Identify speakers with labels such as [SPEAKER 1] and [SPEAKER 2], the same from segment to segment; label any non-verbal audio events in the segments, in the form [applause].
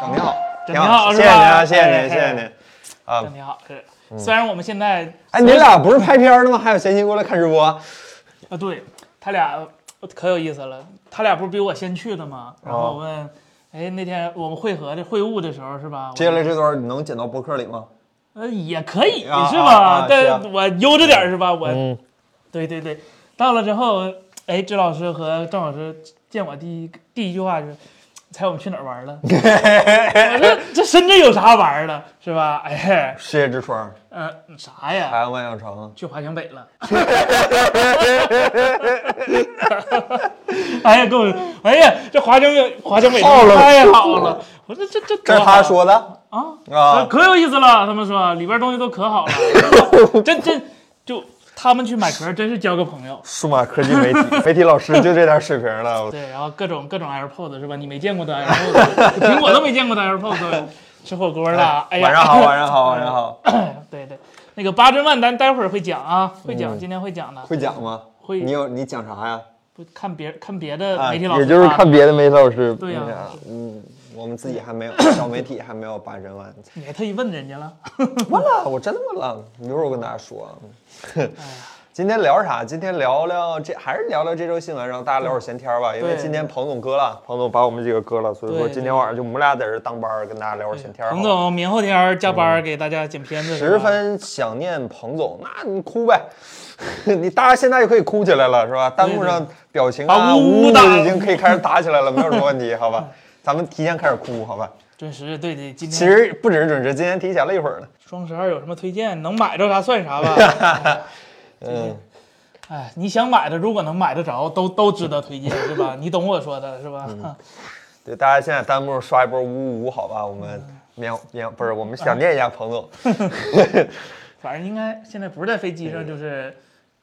[SPEAKER 1] 挺
[SPEAKER 2] 挺好，
[SPEAKER 1] 谢谢
[SPEAKER 2] 是
[SPEAKER 1] 您
[SPEAKER 2] 吧
[SPEAKER 1] 啊，谢谢您，谢谢。
[SPEAKER 2] 哎哎
[SPEAKER 1] 您。啊
[SPEAKER 2] 真，挺好，是。虽然我们现在，
[SPEAKER 1] 哎，您俩不是拍片儿的吗？还有闲心过来看直播？
[SPEAKER 2] 啊，对他俩呃可有意思了，他俩不是比我先去的吗？
[SPEAKER 1] 哦
[SPEAKER 2] 然后我问，哎，那天我们会合的会晤的时候是吧？我
[SPEAKER 1] 接下来这段能剪到博客里吗？
[SPEAKER 2] 呃，也可以
[SPEAKER 1] 啊
[SPEAKER 2] 是
[SPEAKER 1] 啊
[SPEAKER 2] 吧
[SPEAKER 1] 啊？是啊
[SPEAKER 2] 但我悠着点儿是吧？我
[SPEAKER 1] 嗯，
[SPEAKER 2] 对对对，到了之后，哎，支老师和郑老师见我第一第一句话就是。猜我们去哪儿
[SPEAKER 1] [laughs]
[SPEAKER 2] 玩了？我说这深圳有啥玩儿的，是吧？哎，
[SPEAKER 1] 事业之窗，
[SPEAKER 2] 嗯、啥呀？
[SPEAKER 1] 海岸万象城。
[SPEAKER 2] 去华强北了。 [laughs] 哎呀，给我，哎呀，这华强北，华强北
[SPEAKER 1] 好了
[SPEAKER 2] 太好了！我说这这
[SPEAKER 1] 这
[SPEAKER 2] 这
[SPEAKER 1] 是他说的
[SPEAKER 2] 啊，
[SPEAKER 1] 啊，
[SPEAKER 2] 可有意思了。他们说里边东西都可好了，
[SPEAKER 1] [laughs]
[SPEAKER 2] 真真就他们去买壳，真是交个朋友。
[SPEAKER 1] 数码科技媒体媒体老师就这点水平
[SPEAKER 2] [laughs]
[SPEAKER 1] 了。
[SPEAKER 2] 对，然后各种各种 AirPods 是吧？你没见过的 AirPods，苹果都没见过的 AirPods，吃火锅了。哎呀，
[SPEAKER 1] 晚上好，晚上
[SPEAKER 2] [laughs]
[SPEAKER 1] 好，晚上好，
[SPEAKER 2] 对对，那个八珍万丹待会儿会讲啊，会
[SPEAKER 1] 嗯
[SPEAKER 2] 讲，今天会讲的。
[SPEAKER 1] 会讲吗？
[SPEAKER 2] 会
[SPEAKER 1] 你有你讲啥呀？
[SPEAKER 2] 不看别看别的
[SPEAKER 1] 啊，
[SPEAKER 2] 媒体老师、
[SPEAKER 1] 也就是看，别的媒体老师。
[SPEAKER 2] 对呀
[SPEAKER 1] 那啥嗯，我们自己还没有，小媒体还没有八针完。
[SPEAKER 2] 你还特意问人家了。
[SPEAKER 1] 问了，我真的问了，一会儿我跟大家说。啊。 [laughs] 今天聊啥？今天聊聊这，还是聊聊这周新闻，让大家聊会儿闲天儿吧。因为
[SPEAKER 2] 对
[SPEAKER 1] 今天彭总割了，彭总把我们几个割了，所以说
[SPEAKER 2] 对
[SPEAKER 1] 今天晚上就我们俩在这儿当班儿，跟大家聊会儿闲天儿。
[SPEAKER 2] 彭，总明后天儿加班儿给大家剪片子，
[SPEAKER 1] 嗯十分想念彭总，那你哭呗， [laughs] 你大家现在就可以哭起来了，是吧？弹幕上表情啊，
[SPEAKER 2] 啊呜
[SPEAKER 1] 呜的
[SPEAKER 2] 呜的
[SPEAKER 1] 已经可以开始打起来了，没有什么问题，好
[SPEAKER 2] [laughs]
[SPEAKER 1] 吧？咱们提前开始哭，好吧？
[SPEAKER 2] 准时。对对，今
[SPEAKER 1] 其
[SPEAKER 2] 天
[SPEAKER 1] 实不只是准时，今天提前了一会儿呢。
[SPEAKER 2] 双十二有什么推荐？能买着啥算啥吧。
[SPEAKER 1] [laughs] 嗯，
[SPEAKER 2] 哎，你想买的，如果能买得着，都都值得
[SPEAKER 1] [laughs]
[SPEAKER 2] 推荐，是吧？你懂我说的是吧？
[SPEAKER 1] 嗯对，大家现在弹幕刷一波呜呜呜，好吧？我们
[SPEAKER 2] 嗯
[SPEAKER 1] 缅缅不是，我们想念一下彭总，
[SPEAKER 2] [laughs] 反正应该现在不是在飞机上，就是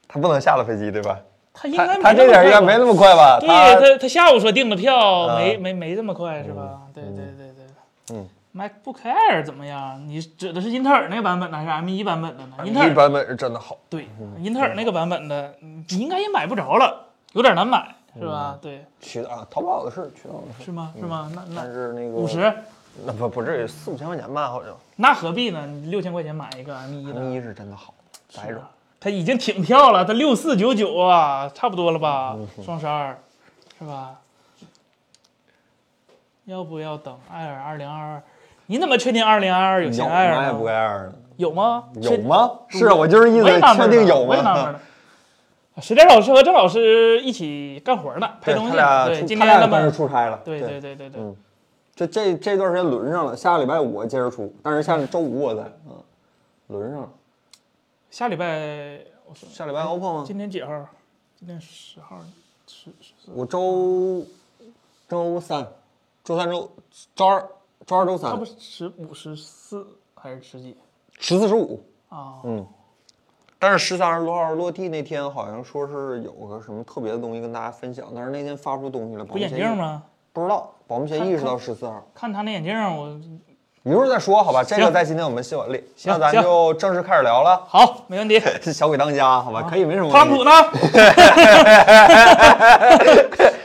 [SPEAKER 1] 他不能下了飞机，对吧？
[SPEAKER 2] 他应
[SPEAKER 1] 他
[SPEAKER 2] 该
[SPEAKER 1] 他这点应该没那
[SPEAKER 2] 么
[SPEAKER 1] 么快吧？
[SPEAKER 2] 快吧。
[SPEAKER 1] 啊他
[SPEAKER 2] 对他，他下午说订的票，
[SPEAKER 1] 啊
[SPEAKER 2] 没没没这么快是吧？对对对对。
[SPEAKER 1] 嗯。
[SPEAKER 2] MacBook Air 怎么样？你指的是英特尔那个版本的还是 M 1版本的呢？英特
[SPEAKER 1] 一
[SPEAKER 2] 尔
[SPEAKER 1] 版嗯本是真的好，
[SPEAKER 2] 对，英特尔那个版本的，你应该也买不着了，有点难买，是吧？对，
[SPEAKER 1] 渠啊，淘宝的事，渠道的事。
[SPEAKER 2] 是吗？是吗？那
[SPEAKER 1] 嗯但
[SPEAKER 2] 那
[SPEAKER 1] 是那个
[SPEAKER 2] 嗯五，十，
[SPEAKER 1] 那不不至于四五千块钱吧？好像
[SPEAKER 2] 那何必呢？你六千块钱买一个 M 1的，
[SPEAKER 1] M 一是真的好，白种。
[SPEAKER 2] 它已经挺票了，它六四九九啊，差不多了吧？
[SPEAKER 1] 嗯
[SPEAKER 2] 双十二，是吧？要不要等 Air 二零二二？你怎么确定二零二二有
[SPEAKER 1] 有
[SPEAKER 2] 新 Air
[SPEAKER 1] 吗？也
[SPEAKER 2] 呢
[SPEAKER 1] 不该二呢？
[SPEAKER 2] 有吗？
[SPEAKER 1] 有
[SPEAKER 2] 确
[SPEAKER 1] 吗？是啊我就是意
[SPEAKER 2] 啊我也
[SPEAKER 1] 思
[SPEAKER 2] 纳闷
[SPEAKER 1] 确
[SPEAKER 2] 儿
[SPEAKER 1] 定
[SPEAKER 2] 呢
[SPEAKER 1] 有
[SPEAKER 2] 我也纳闷
[SPEAKER 1] 吗？
[SPEAKER 2] 儿呢。啊石坚老师和郑老师一起干活呢，拍
[SPEAKER 1] 对
[SPEAKER 2] 东西
[SPEAKER 1] 他
[SPEAKER 2] 呢。
[SPEAKER 1] 俩
[SPEAKER 2] 对，
[SPEAKER 1] 出，
[SPEAKER 2] 今
[SPEAKER 1] 他
[SPEAKER 2] 天
[SPEAKER 1] 俩
[SPEAKER 2] 他
[SPEAKER 1] 当时
[SPEAKER 2] 们
[SPEAKER 1] 出差了。
[SPEAKER 2] 对对对对对，
[SPEAKER 1] 嗯这这这段时间轮上了，下个礼拜五我接着出，但是下周五我在，嗯，轮上了。
[SPEAKER 2] 下礼拜我说
[SPEAKER 1] 下礼拜 OPPO 吗？
[SPEAKER 2] 今天几号？今天十号，十十四，
[SPEAKER 1] 我周周三、周三、周周二、周二、周
[SPEAKER 2] 他
[SPEAKER 1] 三
[SPEAKER 2] 不，是十五十四还是十几
[SPEAKER 1] 十四、十五。
[SPEAKER 2] 啊？
[SPEAKER 1] 嗯但是十三、二十多号落地那天，好像说是有个什么特别的东西跟大家分享，但是那天发不出东西来。保
[SPEAKER 2] 不
[SPEAKER 1] 不
[SPEAKER 2] 眼镜？吗？
[SPEAKER 1] 不知道，保不全意识到十四号。
[SPEAKER 2] 看他那眼镜儿，我
[SPEAKER 1] 一会儿再说好吧，这个
[SPEAKER 2] 行
[SPEAKER 1] 在今天我们新闻里。
[SPEAKER 2] 行
[SPEAKER 1] 那咱
[SPEAKER 2] 行
[SPEAKER 1] 就正式开始聊了。
[SPEAKER 2] 好，没问题。
[SPEAKER 1] 是 [laughs] 小鬼当家，
[SPEAKER 2] 啊
[SPEAKER 1] 好吧，可以，没什么问题。
[SPEAKER 2] 特朗普呢？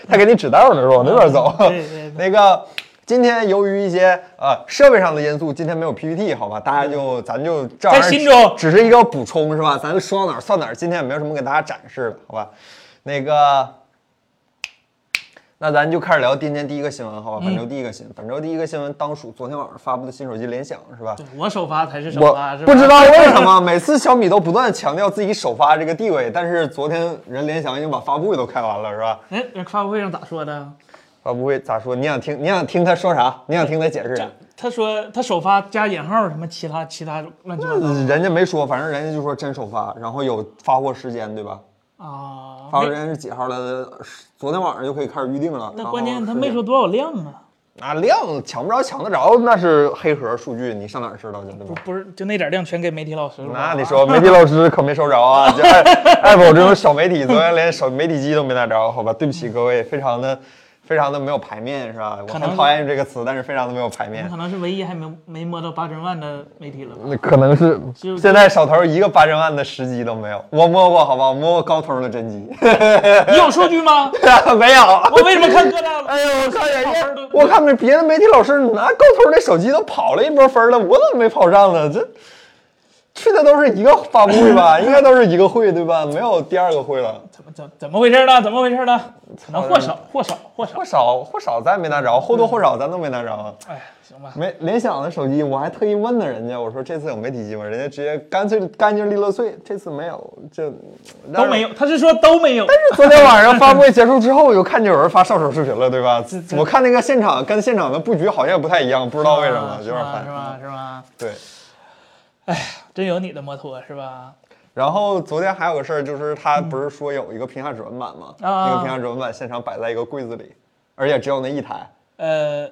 [SPEAKER 1] 他给你指道呢，是吧？往那边走。
[SPEAKER 2] 嗯对对对
[SPEAKER 1] [laughs] 那个，今天由于一些呃设备上的因素，今天没有 PPT，好吧？大家就咱就这玩意儿
[SPEAKER 2] 嗯在心中
[SPEAKER 1] 只是一个补充，是吧？咱说到哪儿算哪儿，今天也没有什么给大家展示的，好吧？那个，那咱就开始聊今天第一个新闻，好吧？本
[SPEAKER 2] 嗯
[SPEAKER 1] 周第一个新闻，本周第一个新闻当属昨天晚上发布的新手机联想，是吧？
[SPEAKER 2] 对 [laughs] 我首发才是首
[SPEAKER 1] 我
[SPEAKER 2] 发，是吧？
[SPEAKER 1] 不知道为什么，每次小米都不断强调自己首发这个地位，但是昨天人联想已经把发布会都开完了，是吧？
[SPEAKER 2] 哎，人发布会上咋说的？
[SPEAKER 1] 发布会咋说？你想听你想听他说啥？你想听他解释啥？
[SPEAKER 2] 他说他首发加引号什么其他其他乱七八
[SPEAKER 1] [laughs]
[SPEAKER 2] 糟
[SPEAKER 1] 人家没说，反正人家就说真首发，然后有发货时间，对吧？
[SPEAKER 2] 啊，
[SPEAKER 1] 发货时间是几号来的？是昨天晚上就可以开始预定了。
[SPEAKER 2] 但
[SPEAKER 1] 然后
[SPEAKER 2] 关键他
[SPEAKER 1] 时
[SPEAKER 2] 没
[SPEAKER 1] 间
[SPEAKER 2] 说多少量啊，
[SPEAKER 1] 啊，量抢不着抢得着，那是黑盒数据，你上哪儿知道去，对
[SPEAKER 2] 不
[SPEAKER 1] 吧？
[SPEAKER 2] 不是就那点量全给媒体老师了。
[SPEAKER 1] 那你说媒体老师可没收着啊，这爱 Apple 这种小媒体，昨天连手媒体机都没拿着，好吧？对不起各位，非常的非常的没有排面，是吧？我
[SPEAKER 2] 可
[SPEAKER 1] 很
[SPEAKER 2] 能
[SPEAKER 1] 讨厌用这个词，但是非常的没有排
[SPEAKER 2] 我
[SPEAKER 1] 面
[SPEAKER 2] 们。可能是唯一还没没摸到八千万的媒体了吧？
[SPEAKER 1] 那可能是
[SPEAKER 2] 就
[SPEAKER 1] 现在手头一个八千万的时机都没有，我摸过好吧，我摸过高通的真机， [laughs]
[SPEAKER 2] 你有数据吗？
[SPEAKER 1] 没有。
[SPEAKER 2] 我为什么看哥大
[SPEAKER 1] [laughs]
[SPEAKER 2] 了？
[SPEAKER 1] 哎呦，我看人
[SPEAKER 2] 跑分
[SPEAKER 1] 家
[SPEAKER 2] 儿都，
[SPEAKER 1] 我看别别的媒体老师拿高通的手机都跑了一波分了，我怎么没跑上呢？这去的都是一个发布会
[SPEAKER 2] [laughs]
[SPEAKER 1] 吧，应该都是一个会对吧？没有第二个会了。
[SPEAKER 2] 怎么怎怎么回事呢？怎么回事呢？可能或少或少或少
[SPEAKER 1] 或。少或少咱也没拿着，或多或少咱都没拿着啊。
[SPEAKER 2] 哎，行吧，
[SPEAKER 1] 没联想的手机，我还特意问了人家，我说这次有媒体机吗？人家直接干脆干净利落碎，这次没有，这
[SPEAKER 2] 都没。有。他是说都没有。
[SPEAKER 1] 但是 [laughs] 昨天晚上发布会结束之后，我就看见有人发上手视频了，对吧？我看那个现场跟现场的布局好像也不太一样，不知道为什么，有
[SPEAKER 2] 啊是
[SPEAKER 1] 点
[SPEAKER 2] 吧？是
[SPEAKER 1] 烦。
[SPEAKER 2] 吧？是吧？
[SPEAKER 1] 对。
[SPEAKER 2] 真有你的摩托是吧？
[SPEAKER 1] 然后昨天还有个事儿，就是他不是说有一个屏下指纹板吗？
[SPEAKER 2] 啊
[SPEAKER 1] 那个屏下指纹板现场摆在一个柜子里，而且只有那一台，
[SPEAKER 2] 呃，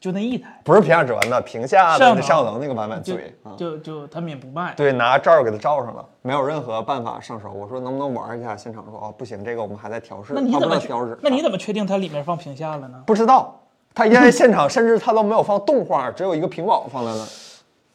[SPEAKER 2] 就那一台，
[SPEAKER 1] 不是屏下指纹的，屏下的
[SPEAKER 2] 上
[SPEAKER 1] 那
[SPEAKER 2] 头
[SPEAKER 1] 上头那个版本
[SPEAKER 2] 就
[SPEAKER 1] 对啊。
[SPEAKER 2] 就就他们也不卖。
[SPEAKER 1] 对，拿罩儿给它罩上了，没有任何办法上手。我说能不能玩一下？现场说哦不行，这个我们还在调试，
[SPEAKER 2] 那你
[SPEAKER 1] 啊
[SPEAKER 2] 怎
[SPEAKER 1] 不
[SPEAKER 2] 么
[SPEAKER 1] 能
[SPEAKER 2] 确
[SPEAKER 1] 调试？
[SPEAKER 2] 那你
[SPEAKER 1] 啊
[SPEAKER 2] 怎么确定它里面放屏下了呢？
[SPEAKER 1] 不知道？他因为现场甚至他都没有放动画，只有一个屏保放在那儿。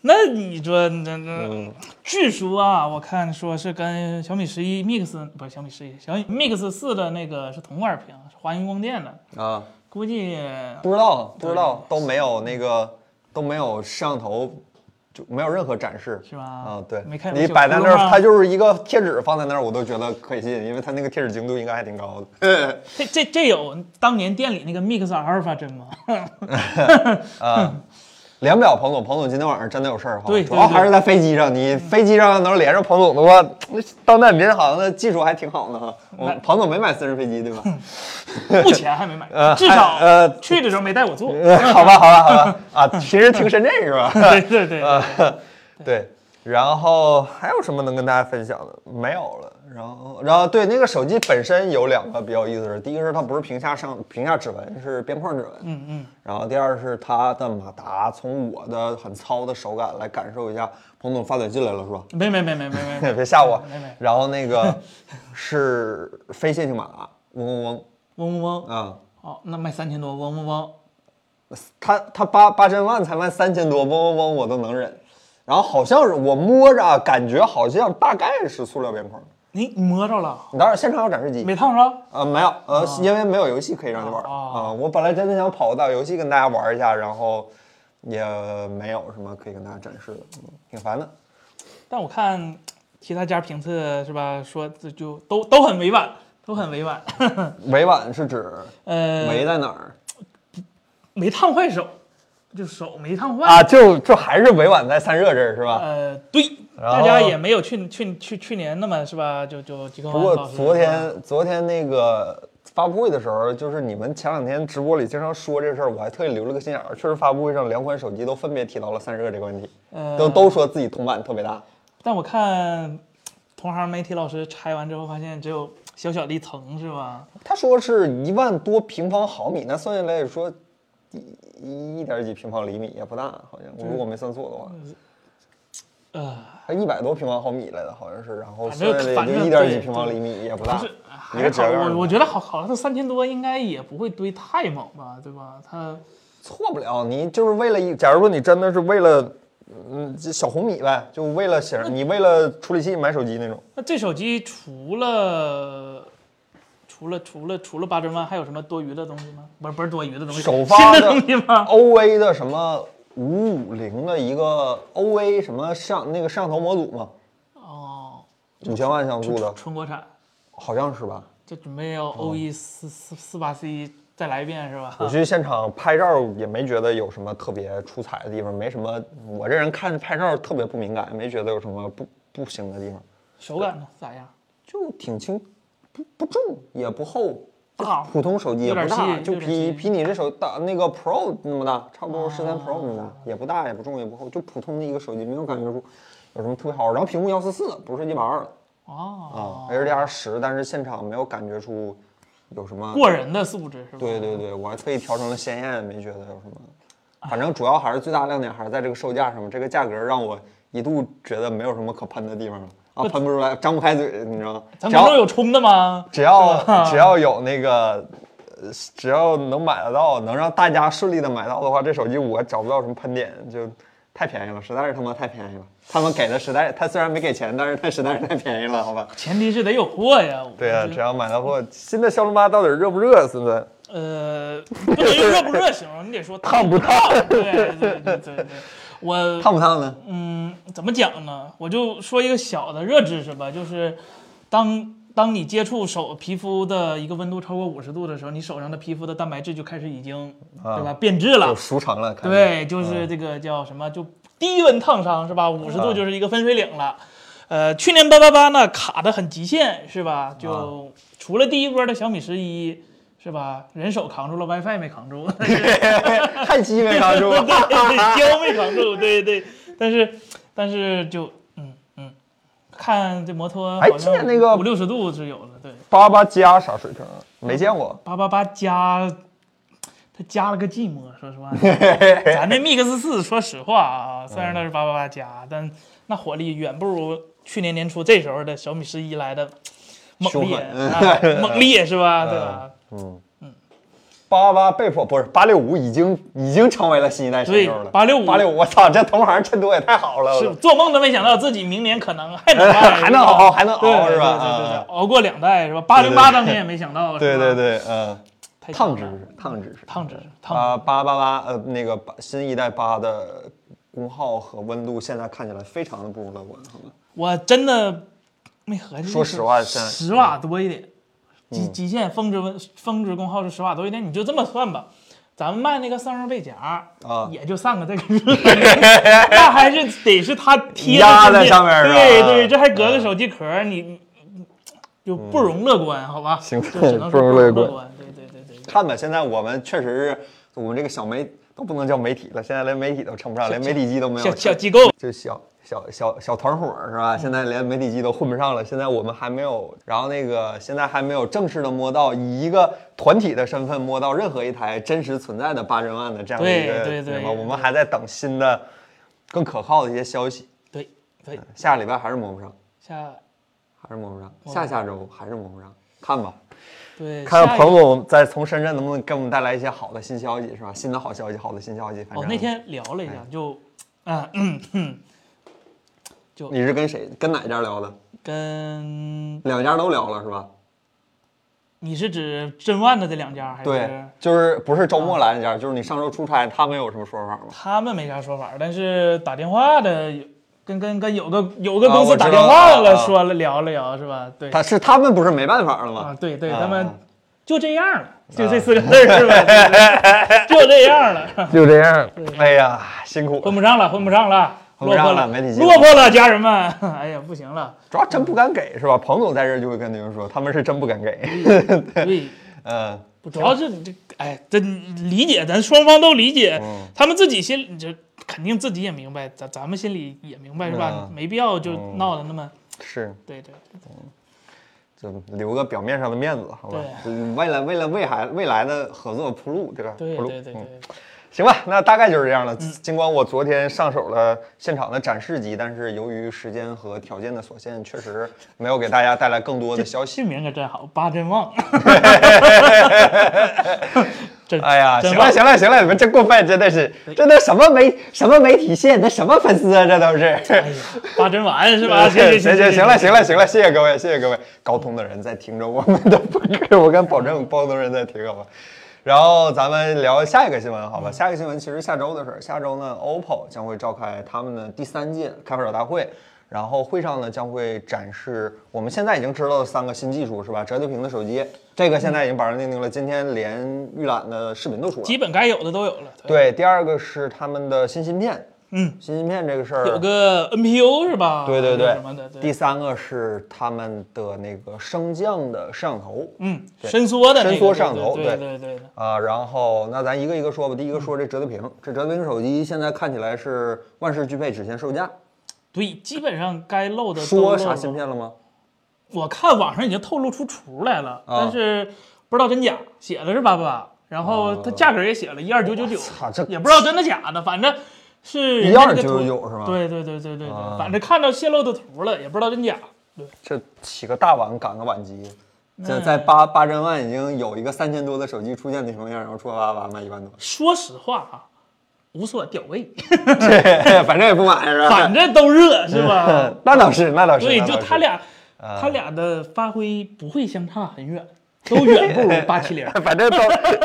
[SPEAKER 2] 那你说那那，
[SPEAKER 1] 嗯，
[SPEAKER 2] 据说啊，我看说是跟小米十一 Mix 不是小米十一，小米 Mix 四的那个是同块屏，是华云光电的，
[SPEAKER 1] 啊，
[SPEAKER 2] 估计
[SPEAKER 1] 不知道，不知道，都没有那个都没有摄像头，就没有任何展示。
[SPEAKER 2] 是吧？
[SPEAKER 1] 啊，对，
[SPEAKER 2] 没看
[SPEAKER 1] 你摆在那儿，它
[SPEAKER 2] 它
[SPEAKER 1] 就是一个贴纸放在那儿，我都觉得可以信，因为它那个贴纸精度应该还挺高的。
[SPEAKER 2] 这这这有当年店里那个 Mix Alpha 真吗？ [laughs]
[SPEAKER 1] 啊，聊不了彭总，彭总今天晚上真的有事儿哈，
[SPEAKER 2] 对
[SPEAKER 1] 主要
[SPEAKER 2] 对对嗯
[SPEAKER 1] 还是在飞机上。你飞机上能连上彭总的话，那当代民航的技术还挺好呢哈。我
[SPEAKER 2] 那
[SPEAKER 1] 彭总没买私人飞机对吧？
[SPEAKER 2] 目前还没买
[SPEAKER 1] 呃，
[SPEAKER 2] 至少
[SPEAKER 1] 还呃
[SPEAKER 2] 去的时候没带我坐。
[SPEAKER 1] 呃 [laughs] 好吧，好吧，好吧，啊，平时停深圳是吧？
[SPEAKER 2] [laughs] 对对对，
[SPEAKER 1] 啊， [laughs] 对。然后还有什么能跟大家分享的？没有了。然后，然后对那个手机本身有两个比较有意思的事，第一个是它不是屏下上屏下指纹，是边框指纹。
[SPEAKER 2] 嗯嗯，
[SPEAKER 1] 然后第二是它的马达，从我的很糙的手感来感受一下。彭总发短信来了是吧？ [laughs]
[SPEAKER 2] 没没没没没没，
[SPEAKER 1] 别吓我
[SPEAKER 2] 没没。
[SPEAKER 1] 然后那个是非线性马达，嗡嗡嗡
[SPEAKER 2] 嗡嗡嗡，
[SPEAKER 1] 啊、
[SPEAKER 2] 哦，那卖三千多，嗡嗡嗡，
[SPEAKER 1] 它它八八千万才卖三千多，嗡嗡嗡我都能忍。然后好像是我摸着啊感觉好像大概是塑料边框。
[SPEAKER 2] 你你摸着了，
[SPEAKER 1] 当然现场有展示机，
[SPEAKER 2] 没啊烫着？
[SPEAKER 1] 呃没有呃、因为没有游戏可以让你玩儿啊、
[SPEAKER 2] 哦
[SPEAKER 1] 我本来真的想跑个大游戏跟大家玩一下，然后也没有什么可以跟大家展示的，嗯挺烦的。
[SPEAKER 2] 但我看其他家评测是吧，说这就都都很委婉，都很委婉。 [laughs]
[SPEAKER 1] 委婉是指
[SPEAKER 2] 呃，
[SPEAKER 1] 围在哪儿、
[SPEAKER 2] 没烫坏手，就手没烫坏。
[SPEAKER 1] 啊？就就还是委婉在散热这儿是吧？
[SPEAKER 2] 呃，对，
[SPEAKER 1] 然
[SPEAKER 2] 大家
[SPEAKER 1] 后
[SPEAKER 2] 也没有去去去去年那么是吧？就就几个
[SPEAKER 1] 不过昨天昨天那个发布会的时候，就是你们前两天直播里经常说这事儿，我还特意留了个心眼儿。确实，发布会上两款手机都分别提到了散热这个问题，
[SPEAKER 2] 呃
[SPEAKER 1] 都都说自己铜板特别大。
[SPEAKER 2] 但我看同行媒体老师拆完之后，发现只有小小的一层是吧？
[SPEAKER 1] 他说是一万多平方毫米，那算下来也说一一点几平方厘米也不大，好像我如果没算错的话，
[SPEAKER 2] 呃，
[SPEAKER 1] 还一百多平方毫米来的，好像是。然后
[SPEAKER 2] 反
[SPEAKER 1] 算
[SPEAKER 2] 正
[SPEAKER 1] 下来
[SPEAKER 2] 反
[SPEAKER 1] 也就
[SPEAKER 2] 正
[SPEAKER 1] 一点几
[SPEAKER 2] 对
[SPEAKER 1] 平方
[SPEAKER 2] 对
[SPEAKER 1] 厘米也不
[SPEAKER 2] 不
[SPEAKER 1] 大
[SPEAKER 2] 是，，
[SPEAKER 1] 一
[SPEAKER 2] 还
[SPEAKER 1] 啊个
[SPEAKER 2] 是好，
[SPEAKER 1] 折盖儿
[SPEAKER 2] 我我觉得好好了，它三千多应该也不会堆太猛吧，对吧？它
[SPEAKER 1] 错不了，你就是为了一，假如说你真的是为了，嗯，这小红米呗，就为了显示你为了处理器买手机那种，
[SPEAKER 2] 那这手机除了。除了除了除了八针万，还有什么多余的东西吗？不是不是多余的东西，
[SPEAKER 1] 首发
[SPEAKER 2] 新
[SPEAKER 1] 的
[SPEAKER 2] 的东西吗？
[SPEAKER 1] OA 的什么五五零的一个 OA 什么上那个摄像头模组嘛，
[SPEAKER 2] 哦，
[SPEAKER 1] 五千万像素的，
[SPEAKER 2] 纯国产，
[SPEAKER 1] 好像是吧？
[SPEAKER 2] 就准备
[SPEAKER 1] 哦
[SPEAKER 2] 要 O E 四四四八 C 再来一遍是吧？
[SPEAKER 1] 我去现场拍照也没觉得有什么特别出彩的地方，没什么，我这人看拍照特别不敏感，没觉得有什么不不行的地方，
[SPEAKER 2] [laughs] 手感呢咋样？
[SPEAKER 1] 就挺轻，不不重也不厚，
[SPEAKER 2] 不
[SPEAKER 1] [laughs]
[SPEAKER 2] 好，
[SPEAKER 1] 普通手机也
[SPEAKER 2] 有
[SPEAKER 1] 不
[SPEAKER 2] 点
[SPEAKER 1] 大，
[SPEAKER 2] 细
[SPEAKER 1] 就
[SPEAKER 2] 有点哦
[SPEAKER 1] 比
[SPEAKER 2] 细
[SPEAKER 1] 比你这手大那个 Pro 那么大，差不多十三 Pro 那么大，也不大也不重也不厚，就普通的一个手机，没有感觉出有什么特别好玩。然后屏幕幺四四，不是一百二的啊
[SPEAKER 2] 哦，
[SPEAKER 1] ，HDR 十，但是现场没有感觉出有什么。
[SPEAKER 2] 过人的素质是吧？
[SPEAKER 1] 对对对，我还特意调成了鲜艳，没觉得有什么。反正主要还是最大亮点还是在这个售价上面，这个价格让我一度觉得没有什么可喷的地方了啊，喷不出来，张不开嘴，你知道吗？
[SPEAKER 2] 咱
[SPEAKER 1] 只
[SPEAKER 2] 们
[SPEAKER 1] 要 [laughs]
[SPEAKER 2] 不是有充的吗？
[SPEAKER 1] 只要只要有那个呃只要能买得到，能让大家顺利的买到的话，这手机我找不到什么喷点，就太便宜了，实在是他妈太便宜了。他们给的实在，他虽然没给钱，但是他实在是太便宜了，好吧？
[SPEAKER 2] 前提是得有货呀。
[SPEAKER 1] 对啊，
[SPEAKER 2] 我觉
[SPEAKER 1] 只
[SPEAKER 2] 得
[SPEAKER 1] 要买到货，新的骁龙八到底热不热？现在
[SPEAKER 2] 呃，不能用热不热形容，你得说
[SPEAKER 1] 烫不烫
[SPEAKER 2] 对对对对对，我
[SPEAKER 1] 烫不烫呢？
[SPEAKER 2] 嗯，怎么讲呢？我就说一个小的热知识吧，就是当当你接触手皮肤的一个温度超过五十度的时候，你手上的皮肤的蛋白质就开始已经、对吧变质
[SPEAKER 1] 有
[SPEAKER 2] 了。
[SPEAKER 1] 熟哦成了，看着，
[SPEAKER 2] 对，就是这个叫什么，就低温烫伤是吧？五十度
[SPEAKER 1] 啊
[SPEAKER 2] 就是一个分水岭了。呃，去年八八八呢卡的很极限是吧？就除了第一波的小米十一是吧，人手扛住了，WiFi 没扛住。
[SPEAKER 1] [laughs] 焊机没扛住
[SPEAKER 2] 对对，胶没扛住，对对。但是但是就嗯嗯，看这摩托
[SPEAKER 1] 哎
[SPEAKER 2] 好
[SPEAKER 1] 记得
[SPEAKER 2] 像
[SPEAKER 1] 那个
[SPEAKER 2] 五六十度是有的，对，
[SPEAKER 1] 八八加啥水平啊？没见过。
[SPEAKER 2] 八八八加，它加了个寂寞，说实话，咱这 Mix 四，说实话啊，虽然它是八八八加，但那火力远不如去年年初这时候的小米十一来的猛烈，
[SPEAKER 1] 凶狠
[SPEAKER 2] 啊猛烈是吧？对吧？
[SPEAKER 1] 八八被迫不是八六五已经已经成为了新一代神兽了。
[SPEAKER 2] 对865
[SPEAKER 1] 八六五，我操，这同行衬托也太好了。
[SPEAKER 2] 是做梦都没想到自己明年可能还能
[SPEAKER 1] [laughs]
[SPEAKER 2] 熬
[SPEAKER 1] 还能熬还能熬
[SPEAKER 2] 对
[SPEAKER 1] 是吧
[SPEAKER 2] 对对对对
[SPEAKER 1] 啊
[SPEAKER 2] 熬过两代是吧？八零八当年也没
[SPEAKER 1] [laughs]
[SPEAKER 2] 想到，
[SPEAKER 1] 对
[SPEAKER 2] 是吧
[SPEAKER 1] 对，啊对，嗯，
[SPEAKER 2] 太
[SPEAKER 1] 烫
[SPEAKER 2] 强了
[SPEAKER 1] 知识，烫知识，
[SPEAKER 2] 烫知识，烫
[SPEAKER 1] 八八八八，呃，那个八新一代八的功耗和温度现在看起来非常的不容乐观，好吗？
[SPEAKER 2] 我真的没合计，
[SPEAKER 1] 说实话现在嗯
[SPEAKER 2] 十瓦多一点，极极限峰值温峰值功耗是十瓦多一点，你就这么算吧。咱们卖那个散热背夹
[SPEAKER 1] 啊
[SPEAKER 2] 也就散个这个 [laughs] 热
[SPEAKER 1] [laughs]
[SPEAKER 2] 量，那还是得是它贴着
[SPEAKER 1] 压
[SPEAKER 2] 中
[SPEAKER 1] 在
[SPEAKER 2] 间
[SPEAKER 1] 上面是吧
[SPEAKER 2] 对
[SPEAKER 1] 啊
[SPEAKER 2] 对，这还隔个手机壳，你你就不容乐观，好吧？
[SPEAKER 1] 行
[SPEAKER 2] 就只能
[SPEAKER 1] 嗯不
[SPEAKER 2] 说
[SPEAKER 1] 容
[SPEAKER 2] 不
[SPEAKER 1] 乐
[SPEAKER 2] 容
[SPEAKER 1] 观
[SPEAKER 2] 乐观。对对对对对。
[SPEAKER 1] 看吧，现在我们确实是我们这个小媒都不能叫媒体了，现在连媒体都称不上，连媒体机都没有
[SPEAKER 2] 小
[SPEAKER 1] 了，
[SPEAKER 2] 小机构，
[SPEAKER 1] 就小小小小团伙儿是
[SPEAKER 2] 嗯
[SPEAKER 1] 吧？现在连媒体机都混不上了，现在我们还没有，然后那个现在还没有正式的摸到以一个团体的身份摸到任何一台真实存在的八千万的这样的一个
[SPEAKER 2] 对对对
[SPEAKER 1] 吧我们还在等新的更可靠的一些消息，嗯
[SPEAKER 2] 对对，
[SPEAKER 1] 下礼拜还是摸不上，
[SPEAKER 2] 下
[SPEAKER 1] 还是摸不上，下下周还是摸不上，看吧，
[SPEAKER 2] 对
[SPEAKER 1] 看
[SPEAKER 2] 下
[SPEAKER 1] 看
[SPEAKER 2] 一个
[SPEAKER 1] 彭总再从深圳能不能给我们带来一些好的新消息是吧？新的好消息，好的新消息，反正
[SPEAKER 2] 哦，那天聊了一
[SPEAKER 1] 哎
[SPEAKER 2] 下，就啊嗯嗯，
[SPEAKER 1] 你是跟谁跟哪家聊的？
[SPEAKER 2] 跟
[SPEAKER 1] 两家都聊了是吧？
[SPEAKER 2] 你是指真万的这两家还
[SPEAKER 1] 对
[SPEAKER 2] 是？，啊
[SPEAKER 1] 就是不是周末来那家，就是你上周出差，他们有什么说法吗？
[SPEAKER 2] 他们没啥说法，但是打电话的有跟跟跟有个有个
[SPEAKER 1] 啊
[SPEAKER 2] 公
[SPEAKER 1] 我
[SPEAKER 2] 司
[SPEAKER 1] 知
[SPEAKER 2] 打
[SPEAKER 1] 道
[SPEAKER 2] 电话
[SPEAKER 1] 啊
[SPEAKER 2] 了，
[SPEAKER 1] 啊
[SPEAKER 2] 说了聊了聊是吧？对
[SPEAKER 1] 他是他们不是没办法了
[SPEAKER 2] 啊，
[SPEAKER 1] 吗？
[SPEAKER 2] 对对，
[SPEAKER 1] 啊
[SPEAKER 2] 他们
[SPEAKER 1] 啊
[SPEAKER 2] 就这样了，就这四个字儿是吧？
[SPEAKER 1] [laughs]
[SPEAKER 2] 对对对就这样了， [laughs]
[SPEAKER 1] 就这样，哎呀，辛苦
[SPEAKER 2] 混
[SPEAKER 1] 了，
[SPEAKER 2] 不上了，混不上了，
[SPEAKER 1] 混不
[SPEAKER 2] 落
[SPEAKER 1] 上
[SPEAKER 2] 魄
[SPEAKER 1] 了媒体机构
[SPEAKER 2] 落魄了，家人们， [laughs] 哎呀，不行了，
[SPEAKER 1] 主要真不敢给是吧？彭总在这儿就会跟你们说，他们是真不敢给。
[SPEAKER 2] 对。
[SPEAKER 1] 嗯，
[SPEAKER 2] 不主要是你这，哎，这理解，咱双方都理解，
[SPEAKER 1] 哦
[SPEAKER 2] 他们自己心里这肯定自己也明白，咱咱们心里也明白是吧？
[SPEAKER 1] 嗯
[SPEAKER 2] 没必要就闹得那么，
[SPEAKER 1] 哦是，
[SPEAKER 2] 对对对
[SPEAKER 1] 就留个表面上的面子，好吧？嗯为了为了未来未来的合作铺路，对吧？
[SPEAKER 2] 对
[SPEAKER 1] 铺路
[SPEAKER 2] 对对嗯
[SPEAKER 1] 嗯
[SPEAKER 2] 对，
[SPEAKER 1] 行吧，那大概就是这样了。尽管我昨天上手了现场的展示机，但是由于时间和条件的所限，确实没有给大家带来更多的消息。
[SPEAKER 2] 这名可真好，八
[SPEAKER 1] [laughs]
[SPEAKER 2] 珍旺，真
[SPEAKER 1] 哎呀，
[SPEAKER 2] 真
[SPEAKER 1] 行
[SPEAKER 2] 棒
[SPEAKER 1] 了行了行了，你们真过分，真的是，这都什么媒什么媒体线，那什么粉丝啊，这都是。
[SPEAKER 2] 哎呀，八珍丸是吧？行
[SPEAKER 1] 哎 [laughs] 行
[SPEAKER 2] 行
[SPEAKER 1] 行了，行了行了，谢谢各位谢谢各位，高通的人在听着我们的播客，我敢保证高通人在听好吧。然后咱们聊下一个新闻好吧，下一个新闻其实下周的事儿，下周呢，OPPO 将会召开他们的第三届开发者大会。然后会上呢将会展示我们现在已经知道的三个新技术是吧？折叠屏的手机，这个现在已经板上钉钉了，今天连预览的视频都出来了。
[SPEAKER 2] 基本该有的都有了，，
[SPEAKER 1] 对，第二个是他们的新芯片，
[SPEAKER 2] 嗯，
[SPEAKER 1] 新芯片这个事儿
[SPEAKER 2] 有个 NPU 是吧？
[SPEAKER 1] 对对
[SPEAKER 2] 有
[SPEAKER 1] 对
[SPEAKER 2] 什么的，，对
[SPEAKER 1] 第三个是他们的那个升降的摄像头，
[SPEAKER 2] 嗯，伸缩的那个
[SPEAKER 1] 伸缩摄像头
[SPEAKER 2] 对
[SPEAKER 1] 对
[SPEAKER 2] 对对对，
[SPEAKER 1] 啊，然后那咱一个一个说吧。第一
[SPEAKER 2] 嗯
[SPEAKER 1] 个说这折叠屏，这折叠屏手机现在看起来是万事俱备，只欠售价。
[SPEAKER 2] 对，基本上该漏的都
[SPEAKER 1] 说
[SPEAKER 2] 漏
[SPEAKER 1] 啥
[SPEAKER 2] 了
[SPEAKER 1] 芯片了吗？
[SPEAKER 2] 我看网上已经透露出图来了，
[SPEAKER 1] 啊
[SPEAKER 2] 但是不知道真假，写的是八八八，然后它价格也写了一二九九九，
[SPEAKER 1] 啊操，这
[SPEAKER 2] 也不知道真的假的，反正是人家那个图
[SPEAKER 1] 12999是吧
[SPEAKER 2] 对对对对对对，
[SPEAKER 1] 啊
[SPEAKER 2] 反正看到泄露的图了，也不知道真假。对，，
[SPEAKER 1] 这起个大碗赶个碗机，就在八八珍万已经有一个三千多的手机出现的情况下，然后出八八卖一万多 [laughs]
[SPEAKER 2] [laughs] 说实话啊，无所屌味，
[SPEAKER 1] 对，反正也不买是吧？嗯
[SPEAKER 2] 反正都热是吧？
[SPEAKER 1] 那倒是，那倒 [laughs] 是。
[SPEAKER 2] 所以
[SPEAKER 1] 那
[SPEAKER 2] 就
[SPEAKER 1] 倒
[SPEAKER 2] 他
[SPEAKER 1] 是啊
[SPEAKER 2] 俩，他俩的发挥不会相差很远，都远不如八七
[SPEAKER 1] [laughs]
[SPEAKER 2] 零，
[SPEAKER 1] 反正都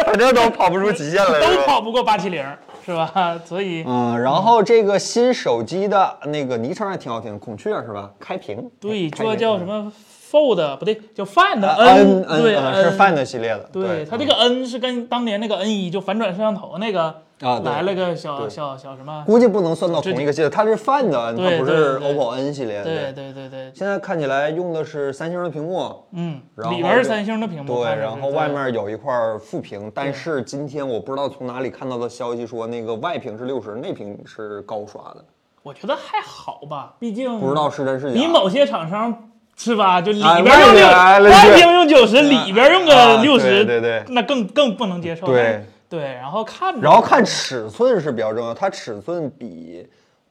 [SPEAKER 1] 反正都跑不出极限来，是
[SPEAKER 2] 都
[SPEAKER 1] 吧。
[SPEAKER 2] 跑不过八七零，是吧？所以
[SPEAKER 1] 嗯，然后这个新手机的那个昵称还挺好听，孔雀是吧？开屏，
[SPEAKER 2] 对，
[SPEAKER 1] 开
[SPEAKER 2] 这
[SPEAKER 1] 屏
[SPEAKER 2] 叫什么 Fold 不对，叫 Find
[SPEAKER 1] 啊
[SPEAKER 2] N，
[SPEAKER 1] N
[SPEAKER 2] 对
[SPEAKER 1] 嗯是
[SPEAKER 2] N
[SPEAKER 1] Find 系列的，
[SPEAKER 2] 对它这
[SPEAKER 1] 嗯
[SPEAKER 2] 个 N 是跟当年那个 N E 一就反转摄像头那个
[SPEAKER 1] 啊对
[SPEAKER 2] 来了个小
[SPEAKER 1] 对
[SPEAKER 2] 小小什么？
[SPEAKER 1] 估计不能算到同一个系列，它是 Find，它
[SPEAKER 2] 对
[SPEAKER 1] 不是
[SPEAKER 2] 对对
[SPEAKER 1] OPPO N 系列。
[SPEAKER 2] 对，对对对，
[SPEAKER 1] 现在看起来用的是三星的屏幕，
[SPEAKER 2] 嗯，
[SPEAKER 1] 然后
[SPEAKER 2] 里边是
[SPEAKER 1] 就
[SPEAKER 2] 三星的屏幕，
[SPEAKER 1] 对，
[SPEAKER 2] 看着
[SPEAKER 1] 然
[SPEAKER 2] 是
[SPEAKER 1] 后外面有一块副屏，但是今天我不知道从哪里看到的消息说，那个外屏是六十，内屏是高刷的，
[SPEAKER 2] 我觉得还好吧，毕竟
[SPEAKER 1] 不知道是真是假。
[SPEAKER 2] 比某些厂商是吧，就里
[SPEAKER 1] 啊
[SPEAKER 2] 边
[SPEAKER 1] 外
[SPEAKER 2] 用
[SPEAKER 1] 边
[SPEAKER 2] 六
[SPEAKER 1] 哎对
[SPEAKER 2] 外屏用九十，里边用个
[SPEAKER 1] 啊
[SPEAKER 2] 六十，
[SPEAKER 1] 对对对
[SPEAKER 2] 那更更不能接受。
[SPEAKER 1] 对
[SPEAKER 2] 对，然后看着，
[SPEAKER 1] 然后看尺寸是比较重要，它尺寸比